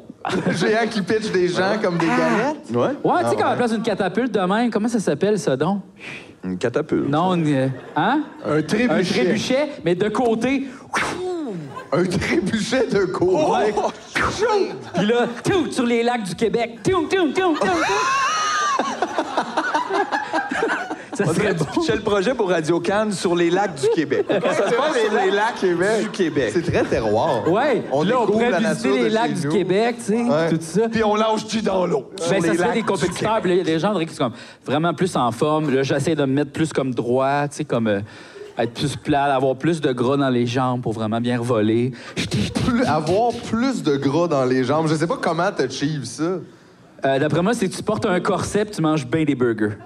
A: Le géant qui pitch des gens comme des galettes.
B: Ouais?
C: Ouais,
A: Ah
C: tu sais, quand on place une catapulte de même, comment ça s'appelle, ça, donc?
B: Une catapulte.
C: Non, une, euh, Hein?
B: Ah.
L: Un
C: Un
L: trébuchet.
C: trébuchet, mais de côté.
A: Un trébuchet de cours.
C: Ouais. Puis là, tout sur les lacs du Québec. Toum, toum, toum, toum, toum. Ça serait
B: On dirait que
C: bon.
B: tu pitchais le projet pour Radio Cannes sur les lacs du Québec. ça se passe sur les lacs du Québec.
A: C'est très terroir.
C: Ouais,
A: On
C: là, on
A: découvre
C: pourrait
A: la
C: visiter
A: nature de
C: les lacs
A: chez
C: du
A: nous.
C: Québec, tu sais,
A: Ouais.
C: tout ça.
B: Puis on lâche du dans l'eau.
C: Ben,
B: sur
C: ça
B: Euh,
C: serait
B: les lacs
C: des
B: du
C: compétiteurs,
B: Québec.
C: puis là, les gens diraient qu'ils sont vraiment plus en forme. Là, j'essaie de me mettre plus comme droit, tu sais, comme euh, être plus plat, avoir plus de gras dans les jambes pour vraiment bien voler.
A: Plus- avoir plus de gras dans les jambes. Je sais pas comment t'achieves ça.
C: Euh, D'après moi, c'est que tu portes un corset puis tu manges bien des burgers.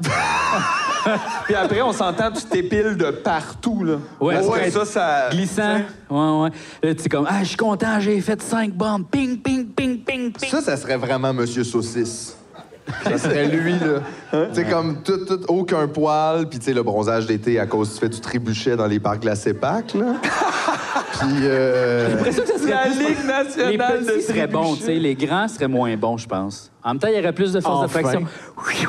B: Puis après, on s'entend, tu t'épiles de partout, là.
C: Ouais,
B: Parce que
C: ouais.
B: ça, ça...
C: Glissant. Ouais, ouais. Là, tu es comme, ah, je suis content, j'ai fait cinq bombes. Ping, ping, ping, ping, ping.
A: Ça, ça serait vraiment Monsieur Saucisse. Ça serait lui, là.
B: Hein?
A: Tu sais, comme tout, tout, aucun poil, puis tu sais, le bronzage d'été à cause du fait du trébuchet dans les parcs de la CEPAC, là. Puis, euh,
C: J'ai l'impression que ça serait
B: La
C: plus-
B: Ligue nationale
C: Les
B: de
C: petits seraient bons, tu
B: trébucher.
C: sais. Les grands seraient moins bons, je pense. En même temps, il y aurait plus de force
A: Enfin.
C: d'attraction.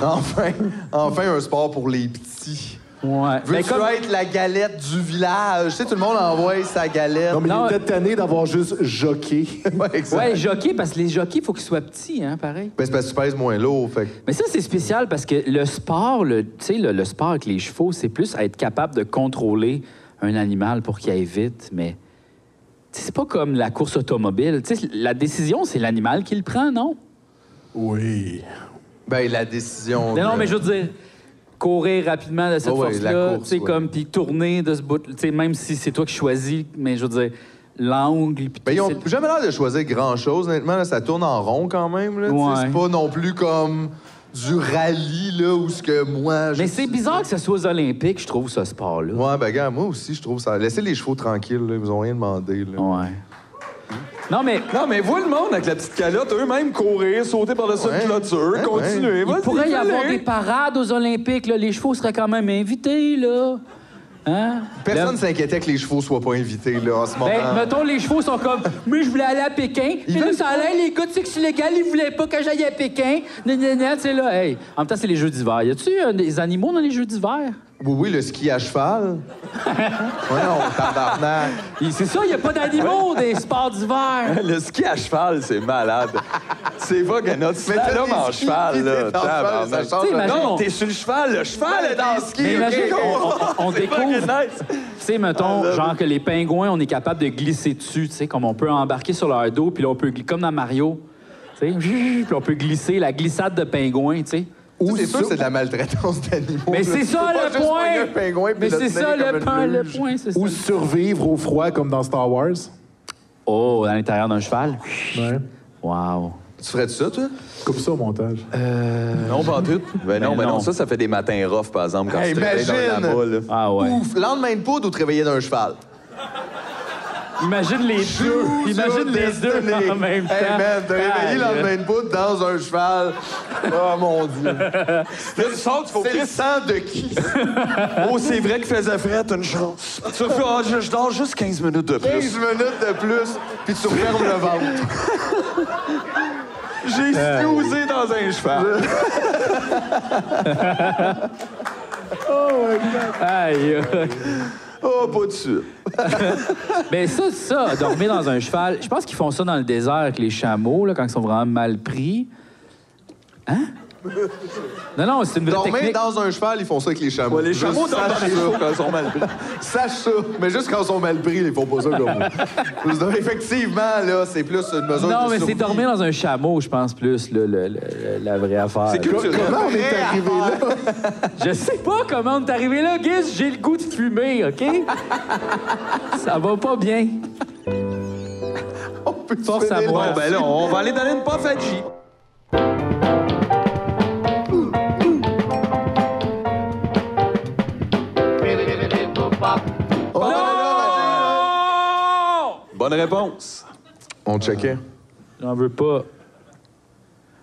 A: enfin, enfin, un sport pour les petits.
C: Ouais.
A: Veux-tu
C: Ben, comme-
A: être la galette du village? Tu sais, tout le monde envoie sa galette.
L: Non, mais
C: Non,
L: il était tanné d'avoir juste jockey.
A: Ouais, exact.
C: Ouais, jockey, parce que les jockeys, il faut qu'ils soient petits, hein, pareil.
A: Ben, c'est parce que tu pèses moins lourd, fait que-
C: Mais ça, c'est spécial parce que le sport, le, tu sais, le, le sport avec les chevaux, c'est plus être capable de contrôler un animal pour qu'il aille vite, mais tu sais, c'est pas comme la course automobile. Tu sais, la décision, c'est l'animal qui le prend, non?
L: Oui.
A: Ben, la décision.
C: Non, non,
A: de-
C: mais je veux dire, courir rapidement de cette
A: Ouais, ouais, la
C: force-là,
A: course,
C: tu sais,
A: ouais.
C: comme, puis tourner de ce bout, tu sais, même si c'est toi qui choisis, mais je veux dire, l'angle, puis
A: Ben, ils
C: tout,
A: ont
C: c'est-
A: jamais l'air de choisir grand-chose, honnêtement. là, ça tourne en rond quand même. là, tu sais,
C: Ouais.
A: C'est pas non plus comme du rallye, là, où ce que moi... je-
C: Mais c'est bizarre que ce soit aux Olympiques, je trouve, ce sport-là.
A: Ouais, ben, gars, moi aussi, je trouve ça... Laissez les chevaux tranquilles, là, ils vous ont rien demandé. Là.
C: Ouais. Non, mais.
B: Non, mais vois le monde avec la petite calotte, eux-mêmes courir, sauter par-dessus une clôture, continuer.
C: Il
B: vas-y,
C: pourrait y
B: fais-le. hein.
C: avoir des parades aux Olympiques. là. Les chevaux seraient quand même invités, là. Hein?
A: Personne s'inquiétait que les chevaux soient pas invités, là, en ce moment.
C: Ben,
B: euh,
C: mettons, les chevaux sont comme, mais je voulais aller à Pékin. Puis là, ça allait, les gars de sexe illégal, ils voulaient pas que j'aille à Pékin. Gna, gna, gna, tu sais, là, hey. En même temps, c'est les Jeux d'hiver. Y a-tu euh, des animaux dans les Jeux d'hiver?
A: Oui, oui, le ski à cheval. ouais, non, tabarnak.
C: C'est ça, y a pas d'animaux des sports d'hiver.
B: Le ski à cheval, c'est malade. c'est vague, notre slalom
A: t'as des
B: en
A: skis,
B: cheval, là.
A: t'es en cheval,
B: tabarnak.
A: ça change
C: le-
B: Non,
C: imagine-
B: t'es sur le cheval, le cheval est dans le ski.
C: Mais
B: ok?
C: imagine qu'on- on, on
B: C'est fucking
C: découvre. Tu
B: nice.
C: sais, mettons, genre que les pingouins, on est capable de glisser dessus, tu sais, comme on peut embarquer sur leur dos, puis là, on peut, gl- comme dans Mario, tu sais, puis on peut glisser la glissade de pingouin, tu sais.
A: Ça, c'est sûr que c'est de la maltraitance d'animaux.
C: Mais
A: là.
C: c'est
A: Tu
C: ça,
A: peux pas
C: le
A: juste
C: point!
A: pogner un pingouin puis
C: Mais
A: le
C: c'est
A: tenir
C: ça,
A: comme
C: le
A: une
C: point, le
A: luge.
C: point, c'est ça.
L: Ou survivre au froid comme dans Star Wars.
C: Oh, à l'intérieur d'un cheval? Wow.
A: Tu ferais ça, toi?
L: Coupe ça au montage.
C: Euh,
B: Non, pas en tout. Ben non, ben non, ça, ça fait des matins rough, par exemple, quand
A: Hey,
B: tu te réveilles dans
A: imagine!
B: la boule.
C: Ah ouais.
A: Ouf, lendemain de poudre ou te réveiller d'un cheval?
C: Imagine les deux. Imagine les deux en même temps.
A: Hey man, te réveiller
C: Aïe.
A: le lendemain de poudre dans un cheval. Oh mon dieu.
B: Là, tu sors, tu fais au
A: C'est le
B: Christ.
A: sang de qui?
B: Oh, c'est vrai qu'il faisait frais, t'as une chance. Tu fais, Ah, je, je dors juste 15 minutes de
A: 15
B: plus.
A: minutes de plus, puis tu refermes le ventre. Euh.
B: J'ai snoozé dans un cheval.
C: Aïe.
B: Oh, pas dessus.
C: Mais Ben, ça, ça, dormir dans un cheval, je pense qu'ils font ça dans le désert avec les chameaux, là, quand ils sont vraiment mal pris. Hein? Non, non, c'est une vraie
A: Dormir
C: technique.
A: dans un cheval, ils font ça avec les chameaux.
B: Ouais, les
A: Juste
B: chameaux dorment
A: sache
B: dans les
A: ça.
B: chevaux quand ils sont mal pris.
A: Sache ça, mais juste quand ils sont mal pris, ils font pas ça comme nous. Donc, Effectivement, là, c'est plus une mesure
C: Non,
A: de
C: mais c'est
A: survie.
C: dormir dans un chameau, je pense, plus, là, le- le- la vraie affaire.
B: C'est culturel.
L: Comment on est arrivé là?
C: Je sais pas comment on est arrivé là, Guiz. J'ai le goût de fumer, OK? ça va pas bien. Force à moi.
B: Bon, ben là, on va aller donner une puff à G. Bonne réponse.
A: On checkait.
C: J'en veux pas.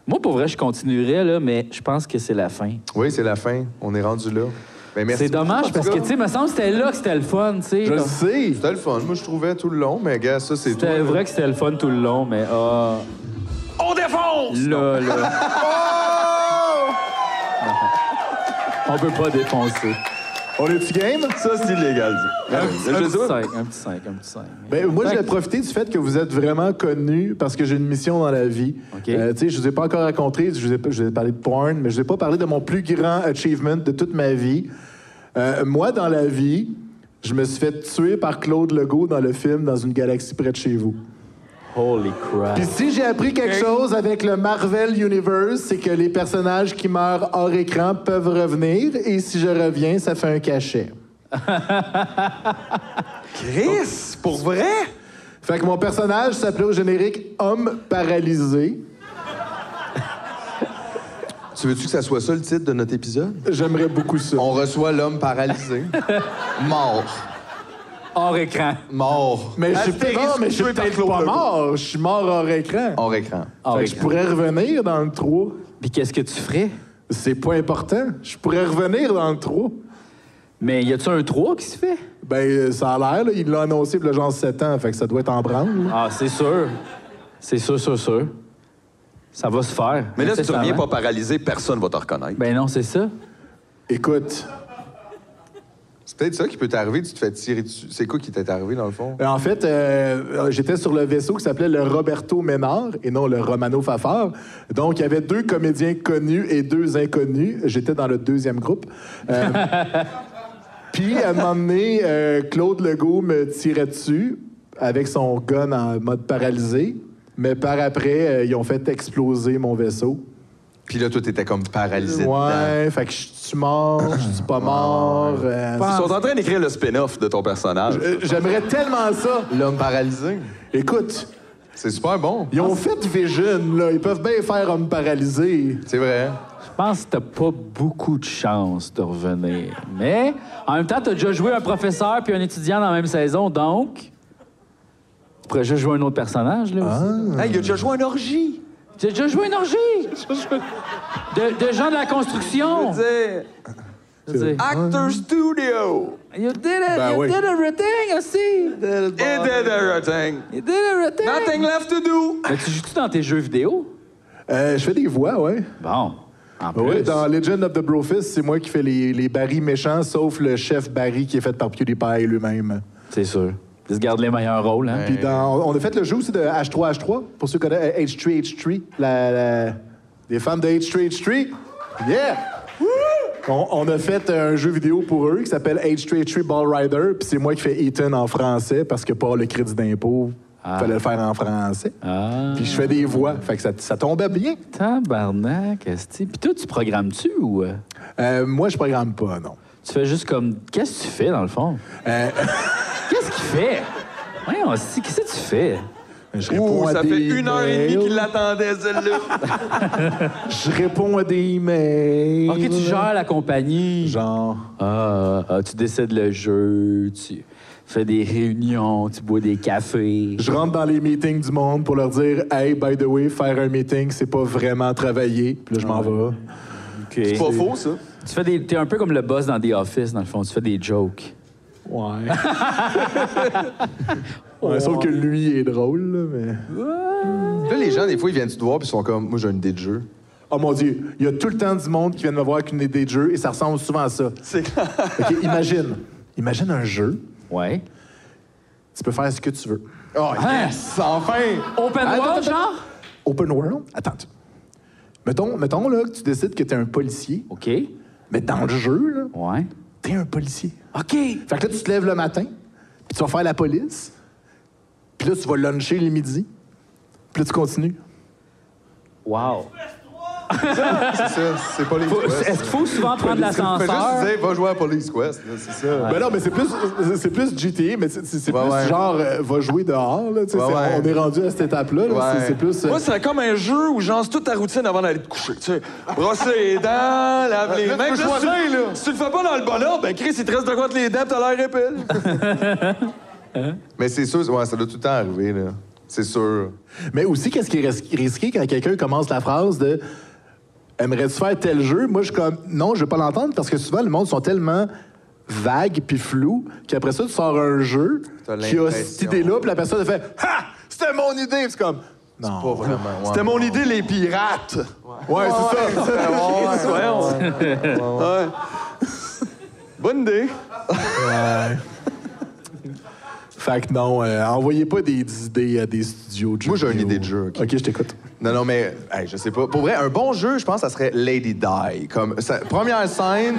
C: Moi, pour vrai, je continuerais, là, mais je pense que c'est la fin.
A: Oui, c'est la fin. On est rendu là. Mais merci
C: C'est dommage
A: beaucoup, en
C: parce
A: tout
C: que,
A: cas.
C: tu sais, me semble que c'était là que c'était le fun, tu sais.
L: Je le
C: là.
L: sais.
A: C'était le fun. Moi, je trouvais tout le long, mais gars, ça, c'est tout.
C: C'était vrai que c'était le fun tout le long, mais ah,
B: On défonce!
C: là, là, Oh! on peut pas défoncer.
L: On est-tu game?
B: Ça, c'est illégal. dit.
C: Un
B: Ben, Je
C: petit
B: sais pas.
C: 5, un petit 5, un petit 5.
L: Ben, moi, je vais profiter du fait que vous êtes vraiment connu parce que j'ai une mission dans la vie.
C: OK.
L: Euh, tu sais, je vous ai pas encore raconté, je vous ai, pas- je vous ai parlé de porn, mais je vous ai pas parlé de mon plus grand achievement de toute ma vie. Euh, moi, dans la vie, je me suis fait tuer par Claude Legault dans le film Dans une galaxie près de chez vous.
C: Holy crap.
L: Puis si j'ai appris quelque chose avec le Marvel Universe, c'est que les personnages qui meurent hors écran peuvent revenir et si je reviens, ça fait un cachet.
B: Chris, pour vrai?
L: Fait que mon personnage s'appelait au générique Homme paralysé.
A: Tu veux-tu que ça soit ça le titre de notre épisode?
L: J'aimerais beaucoup ça.
A: On reçoit l'homme paralysé. mort.
C: Hors écran.
A: Mort.
L: Mais je suis
B: Astérix,
L: non, mais je suis
B: joué par
L: peut-être
B: Claude
L: pas
B: Legault.
L: mort. Je suis mort hors écran.
A: Hors écran.
C: Hors
L: Fait que je
C: écran.
L: pourrais revenir dans le 3.
C: Puis qu'est-ce que tu ferais?
L: C'est pas important. Je pourrais revenir dans le 3.
C: Mais y a-tu un 3 qui se fait?
L: Ben, euh, ça a l'air, là, il l'a annoncé pour le genre 7 ans, fait que ça doit être en branle. là.
C: Ah, c'est sûr. C'est sûr, sûr, sûr. Ça va se faire.
B: Mais là, si tu reviens
C: nécessairement.
B: pas paralysé, personne va te reconnaître.
C: Ben non, c'est ça.
L: Écoute,
A: C'est peut-être ça qui peut t'arriver, tu te fais tirer dessus. C'est quoi qui t'est arrivé, dans le fond?
L: euh, en fait, euh, euh, j'étais sur le vaisseau qui s'appelait le Roberto Ménard et non le Romano Fafard. Donc, il y avait deux comédiens connus et deux inconnus. J'étais dans le deuxième groupe. Euh, Puis, à un moment donné, euh, Claude Legault me tirait dessus avec son gun en mode paralysé. Mais par après, euh, ils ont fait exploser mon vaisseau.
A: Puis là, toi, t'étais comme paralysé dedans.
L: Ouais, fait que je suis mort, je suis pas mort. euh,
B: Ils sont en train d'écrire le spin-off de ton personnage.
L: euh, J'aimerais tellement ça.
A: L'homme paralysé.
L: Écoute,
A: C'est super bon.
L: ils ont fait Vision, là. Ils peuvent bien faire homme paralysé.
A: Ah, C'est vrai.
C: Je pense que t'as pas beaucoup de chance de revenir. Mais en même temps, t'as déjà joué un professeur puis un étudiant dans la même saison, donc... Tu pourrais juste jouer un autre personnage, là. aussi.
B: Hey, il a déjà joué un orgie.
C: Tu as déjà joué une orgie? de, de gens de la construction. Je veux dire.
B: Actor Studio.
C: Ah, You did it,
B: Ben
C: you
B: oui.
C: did everything aussi.
B: It did everything.
C: You did everything.
B: Nothing left to do.
C: Mais tu joues-tu dans tes jeux vidéo?
L: Euh, je fais des voix, ouais.
C: Bon. En plus.
L: Oui, dans Legend of the Brofist, c'est moi qui fais les, les Barry méchants, sauf le chef Barry qui est fait par PewDiePie lui-même.
C: C'est sûr. Ils se gardent les meilleurs rôles, hein?
L: Puis dans- on a fait le jeu aussi de H3H3, pour ceux qui connaissent euh, H3H3, la, la- les femmes de H3H3. Yeah! On, on a fait un jeu vidéo pour eux qui s'appelle H3H3 Ball Rider, puis c'est moi qui fais Eaton en français parce que pour le crédit d'impôt,
B: Ah.
L: fallait le faire en français. Puis je fais des voix, fait que ça, ça tombait bien.
C: Tabarnak, esti. Puis toi, tu programmes-tu ou... euh?
L: moi, je programme pas, non. Euh,
C: Tu fais juste comme... Qu'est-ce que tu fais, dans le fond? Qu'est-ce qu'il fait? Voyons, esti, qu'est-ce que tu fais?
L: Je
B: Ouh,
L: réponds à
B: ça
L: des
B: fait une heure et demie
L: emails.
B: qu'il l'attendait, celle-là.
L: Je réponds à des emails.
C: OK, tu gères la compagnie. Genre. Ah, ah, tu décides le jeu, tu fais des réunions, tu bois des cafés.
L: Je rentre dans les meetings du monde pour leur dire Hey, by the way, faire un meeting, c'est pas vraiment travailler. Puis là, je m'en vais.
C: C'est
B: pas faux, ça.
C: Tu fais des, t'es un peu comme le boss dans The Office, dans le fond. Tu fais des jokes.
L: Ouais. Ouais, Sauf que lui il est drôle, là, mais.
A: Là, les gens, des fois, ils viennent te voir puis ils sont comme, moi, j'ai une idée de jeu.
L: Oh mon Dieu, il y a tout le temps du monde qui vient de me voir avec une idée de jeu et ça ressemble souvent à ça.
B: C'est
L: OK, imagine. Imagine un jeu.
C: Ouais.
L: Tu peux faire ce que tu veux.
A: Oh,
L: Hein?
A: yes, enfin!
C: Open
L: Attends,
C: world,
L: attends.
C: genre?
L: Open world? Attends. tu- Mettons, mettons là, que tu décides que t'es un policier.
C: OK.
L: Mais dans le jeu, là,
C: Ouais.
L: t'es un policier.
C: OK.
L: Fait que là, tu te lèves le matin, puis tu vas faire la police, puis là, tu vas luncher le midi, puis là, tu continues.
C: Wow.
A: C'est ça, c'est pas les
C: Faut- est-ce qu'il faut souvent prendre l'ascenseur?
A: Fais juste dire, va jouer à Police Quest, là, c'est ça.
L: Ben non, mais c'est plus, c'est plus GTA, mais c'est, c'est- c'est
A: Ouais,
L: plus
A: ouais.
L: genre, euh, va jouer dehors, là, tu sais,
A: Ouais,
L: c'est-
A: ouais.
L: on est rendu à cette étape-là, là,
A: Ouais.
L: c'est, c'est plus... euh,
B: Moi, c'est comme un jeu où genre c'est toute ta routine avant d'aller te coucher. Tu sais, brosser les dents, laver les
A: Là, tu
B: mains.
A: peux
B: Puis
A: choisir,
B: si tu-
A: là.
B: Si tu le fais pas dans le bon ordre, ben Chris, il te reste de quoi te les dents, pis t'as l'air épais.
A: Mais c'est sûr, ouais, ça doit tout le temps arriver, là. C'est sûr.
L: Mais aussi, qu'est-ce qui est ris- risqué quand quelqu'un commence la phrase de Aimerais-tu faire tel jeu Moi, je suis comme Non, je veux pas l'entendre parce que souvent, le monde sont tellement vagues puis flous qu'après ça, tu sors un jeu
A: T'as
L: qui a cette
A: l'impression.
L: idée-là, puis la personne elle fait Ha C'était mon idée Puis C'est comme Non.
A: Pas vraiment. ouais.
B: C'était mon idée, les pirates.
L: Ouais, c'est ça.
B: Chris, voyons. Ouais. Bonne idée.
L: Fait que non, euh, envoyez pas des, des idées à des studios de jeux
A: Moi, j'ai une
L: vidéo.
A: idée de jeu, OK.
L: Ok, je t'écoute.
A: Non, non, mais hey, je sais pas. Pour vrai, un bon jeu, je pense, ça serait Lady Die. Comme ça- première scène,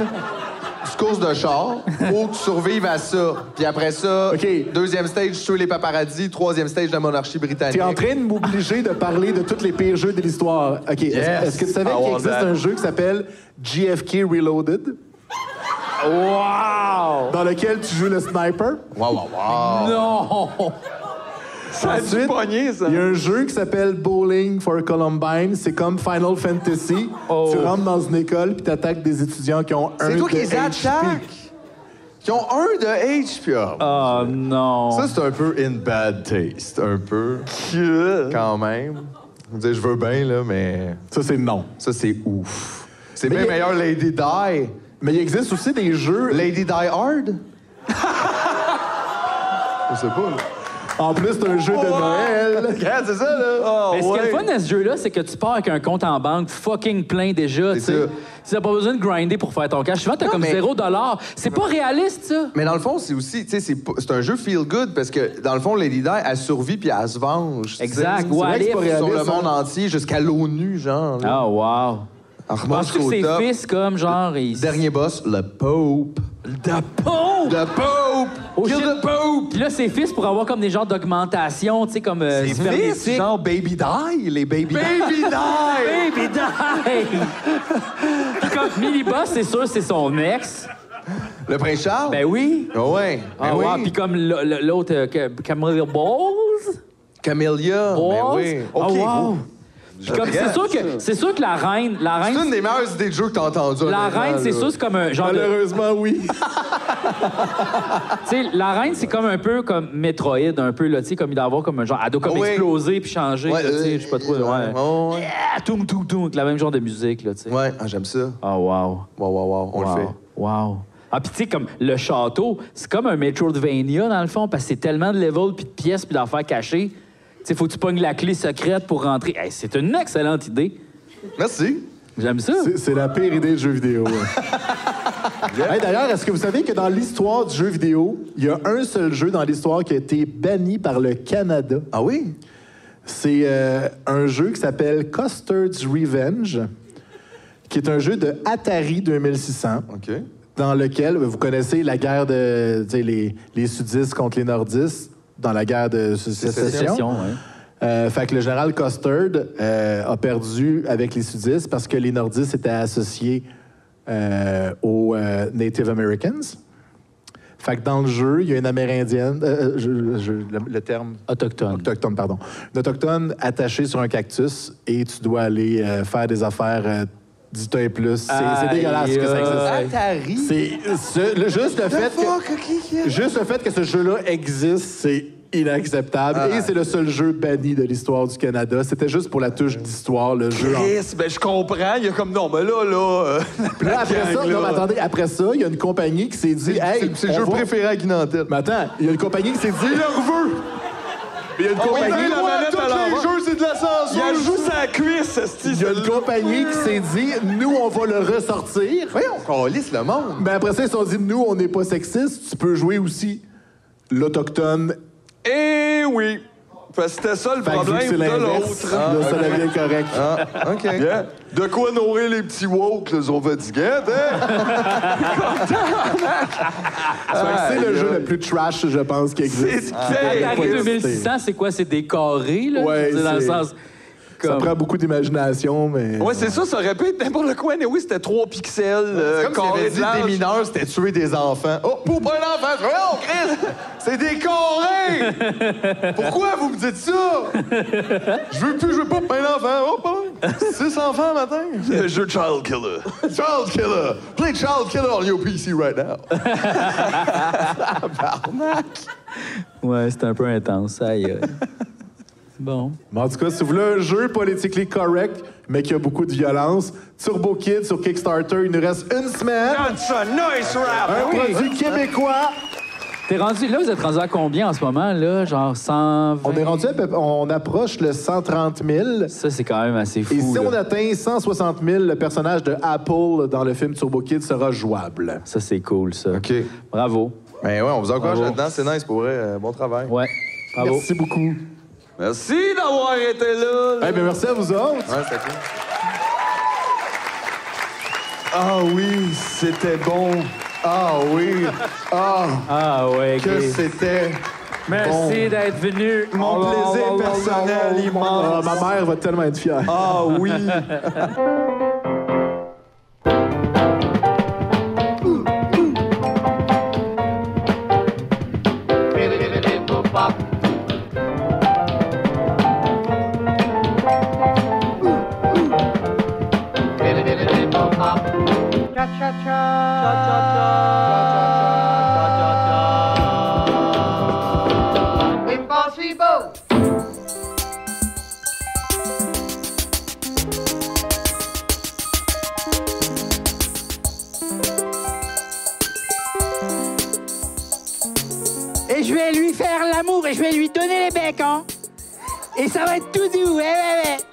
A: tu courses de char, faut que tu survives à ça. Puis après ça,
L: OK.
A: deuxième stage, tuer les paparazzis, troisième stage de la monarchie britannique.
L: T'es en train de m'obliger de parler de tous les pires jeux de l'histoire. OK, est-ce-
A: Yes.
L: est-ce que tu savais
A: I
L: qu'il
A: want
L: existe
A: that.
L: un jeu qui s'appelle GFK Reloaded?
C: Wow!
L: dans lequel tu joues le sniper.
A: Wow, wow, wow.
C: Non!
B: Ça a dû pogner, ça.
L: Il y a un jeu qui s'appelle Bowling for Columbine. C'est comme Final Fantasy. Tu rentres dans une école puis t'attaques des étudiants qui ont
A: Oh.
L: un.
A: C'est toi qui
L: de
A: les
L: HP.
A: attaques! Qui ont un de HP.
C: Ah non!
A: Ça, c'est un peu in bad taste, un peu. Quand même. Je veux dire, je veux bien, là, mais
L: Ça, c'est non.
A: ça, c'est ouf. C'est
L: Mais
A: bien
L: y a-
A: meilleur Lady Die.
L: Mais il existe aussi des jeux.
A: Lady Die Hard? Je sais pas, là.
L: En plus, c'est un jeu de Noël.
A: Regarde, c'est ça, là.
C: Mais ce qui est le fun à ce jeu-là, c'est que tu pars avec un compte en banque fucking plein déjà.
A: C'est
C: Tu sais.
A: ça.
C: Tu n'as pas besoin de grinder pour faire ton cash. Souvent, t'as
A: Non,
C: comme
A: mais-
C: zéro dollar. C'est pas réaliste, ça.
A: Mais dans le fond, c'est aussi, tu sais, c'est pas- c'est un jeu feel good parce que dans le fond, Lady Di, elle survit puis elle se venge. tu
C: Exact,
A: sais. C'est vrai
C: ouais,
A: que c'est pas
C: elle est
A: réaliste, hein. sur le
C: réaliste,
A: monde entier jusqu'à l'ONU, genre. là.
C: Ah, wow.
A: Elle remonte
C: Penses-tu que
A: jusqu'au
C: ses
A: top.
C: fils, comme genre. Ils...
A: Dernier boss, le Pope.
C: The Pope!
A: Le Pope!
C: Oh,
A: Kill
C: shit.
A: the Pope!
C: Puis là, ses fils pour avoir comme des genres d'augmentation, tu sais, comme. Euh,
A: Les fils,
C: cybernétique.
A: genre Baby Die, les Baby Baby Die!
C: Baby die! Puis comme Millie Boss, c'est sûr, c'est son ex.
A: le Prince Charles?
C: Ben oui.
A: Ah ouais. Ben
C: Ah,
A: oui.
C: wow. Puis comme le- le- l'autre, euh, Cam- Camilla Balls.
A: Camellia.
C: Balls.
A: Ben oui.
C: Ah, wow. Puis comme, c'est sûr que c'est sûr que la reine, la reine.
A: C'est une des meilleures idées de jeu que t'as entendues.
C: La
A: honnêtement,
C: reine, c'est
A: là.
C: sûr, c'est comme un genre de-
L: Malheureusement, oui.
C: Tu sais, la reine, c'est comme un peu comme Metroid, un peu, là, tu sais, comme il doit avoir comme un genre. Elle doit
L: Ah
C: comme
A: Ouais.
C: exploser puis changer,
A: Ouais,
C: là, tu sais,
A: euh,
C: je sais pas trop. Ouais. Yeah, toum, toum, toum, avec la même genre de musique, là, tu sais.
A: Ouais, ah, j'aime ça.
C: Ah, wow.
A: Wow, wow, wow, on
C: Wow.
A: le fait.
C: Wow. Ah, puis tu sais, comme le château, c'est comme un Metroidvania, dans le fond, parce que c'est tellement de levels, puis de pièces, puis d'affaires cachées. Tu sais, faut que tu pognes la clé secrète pour rentrer. Hey, c'est une excellente idée.
A: Merci.
C: J'aime ça.
L: C'est- C'est la pire idée de jeu vidéo. Hey, D'ailleurs, est-ce que vous savez que dans l'histoire du jeu vidéo, il y a un seul jeu dans l'histoire qui a été banni par le Canada?
A: Ah oui?
L: C'est euh, un jeu qui s'appelle Custard's Revenge, qui est un jeu de Atari 2600.
A: OK.
L: Dans lequel, vous connaissez la guerre de, tu sais, les, les sudistes contre les nordistes, dans la guerre de sécession.
C: ouais.
L: Euh, fait que le général Custard euh, a perdu avec les sudistes parce que les nordistes étaient associés euh, aux euh, Native Americans. Fait que dans le jeu, il y a une Amérindienne, euh, euh, je- je- le, le terme...
C: Autochtone.
L: Autochtone, pardon. Une Autochtone attachée sur un cactus et tu dois aller euh, faire des affaires euh, du temps et plus. C'est c'est
C: Aïe,
L: dégueulasse que ça
C: aïe.
L: existe. C'est ce- le- juste le fait que... Juste le fait que ce jeu-là existe, c'est inacceptable.
B: Ah.
L: Et c'est le seul jeu banni de l'histoire du Canada. C'était juste pour la touche d'histoire, le jeu. en-
B: Chris, ben je comprends. Il y a comme non, mais là, là. euh,
L: Puis là, après
B: gang,
L: ça,
B: là.
L: non, mais attendez, après ça, il y a une compagnie qui s'est dit, hey,
A: c'est le
L: on
A: jeu
L: va-
A: préféré à Guinantel.
L: Mais attends, il y a une compagnie qui s'est dit, leur veut. Il y a une
B: Ah oui,
L: compagnie.
B: donne la manette à l'envers.
A: c'est de la
B: Il
A: censure.
B: a joué sa cuisse,
L: Il y a une compagnie qui s'est dit, nous, on va le ressortir.
A: Voyons, on lisse le monde.
L: Mais après ça, ils se sont dit, nous, on n'est pas sexistes, tu peux jouer aussi l'Autochtone.
B: Eh oui. Parce que c'était ça le
L: Fait que vu que
B: problème
L: c'est
B: de
L: l'inverse,
B: l'autre.
L: là, ça devient correct.
A: Ah, OK.
B: Yeah.
F: De quoi nourrir les petits woke, les sont fatigants, hein?
L: Fait que c'est le jeu le plus trash, je pense, qui existe.
B: Ah. Hey,
C: Atari
L: faut hésiter.
C: 2600, c'est quoi? C'est des carrés, là?
L: Ouais,
C: C'est dans le
L: c'est-
C: sens...
L: Ça
C: comme-
L: prend beaucoup d'imagination, mais.
B: Ouais, c'est ça, ça répète n'importe quoi. Mais oui, c'était 3 pixels. euh,
A: C'est comme s'il
B: carré
A: avait
B: de
A: dit
B: large.
A: des mineurs, c'était tuer des enfants. Oh, pour pas un enfant, voyons, Chris! C'est des carrés! Pourquoi vous me dites ça? Je veux plus jouer pas pour un enfant. Oh, pas un. Six enfants matin.
B: Le jeu Child Killer.
A: Child Killer! Play Child Killer on your PC right now.
C: Ouais, c'était un peu intense, aïe, aïe. Bon.
L: Mais en tout cas, si vous voulez un jeu politically correct, mais qui a beaucoup de violence, Turbo Kid sur Kickstarter, il nous reste une semaine.
B: That's a nice rap.
L: Un produit québécois.
C: T'es rendu... Là, vous êtes rendu à combien en ce moment, là? Genre 120...
L: On est rendu, à peu- on approche le 130 000.
C: Ça, c'est quand même assez fou,
L: Et si
C: là.
L: on atteint 160 000, le personnage de Apple dans le film Turbo Kid sera jouable.
C: Ça, c'est cool, ça.
A: OK.
C: Bravo.
A: Ben ouais, on vous encourage
C: Bravo.
A: là-dedans, c'est nice pour vrai. Euh, Bon travail.
C: Ouais. Bravo.
L: Merci beaucoup.
B: Merci d'avoir été là.
L: Eh bien, merci à vous autres.
A: Ouais, c'est cool.
B: Ah oui, c'était bon.
A: Ah oui! Ah,
C: Ah ouais,
A: que
C: ok.
A: c'était...
C: Merci d'être venu.
B: Mon
C: Oh,
B: plaisir
C: oh, oh, oh,
B: personnel
L: Ah,
B: immense.
L: ma mère va tellement être fière.
B: Ah oui.
J: Impossible!
M: Et je vais lui faire l'amour et je vais lui donner les becs, hein. Et ça va être tout doux, ouais, ouais, ouais.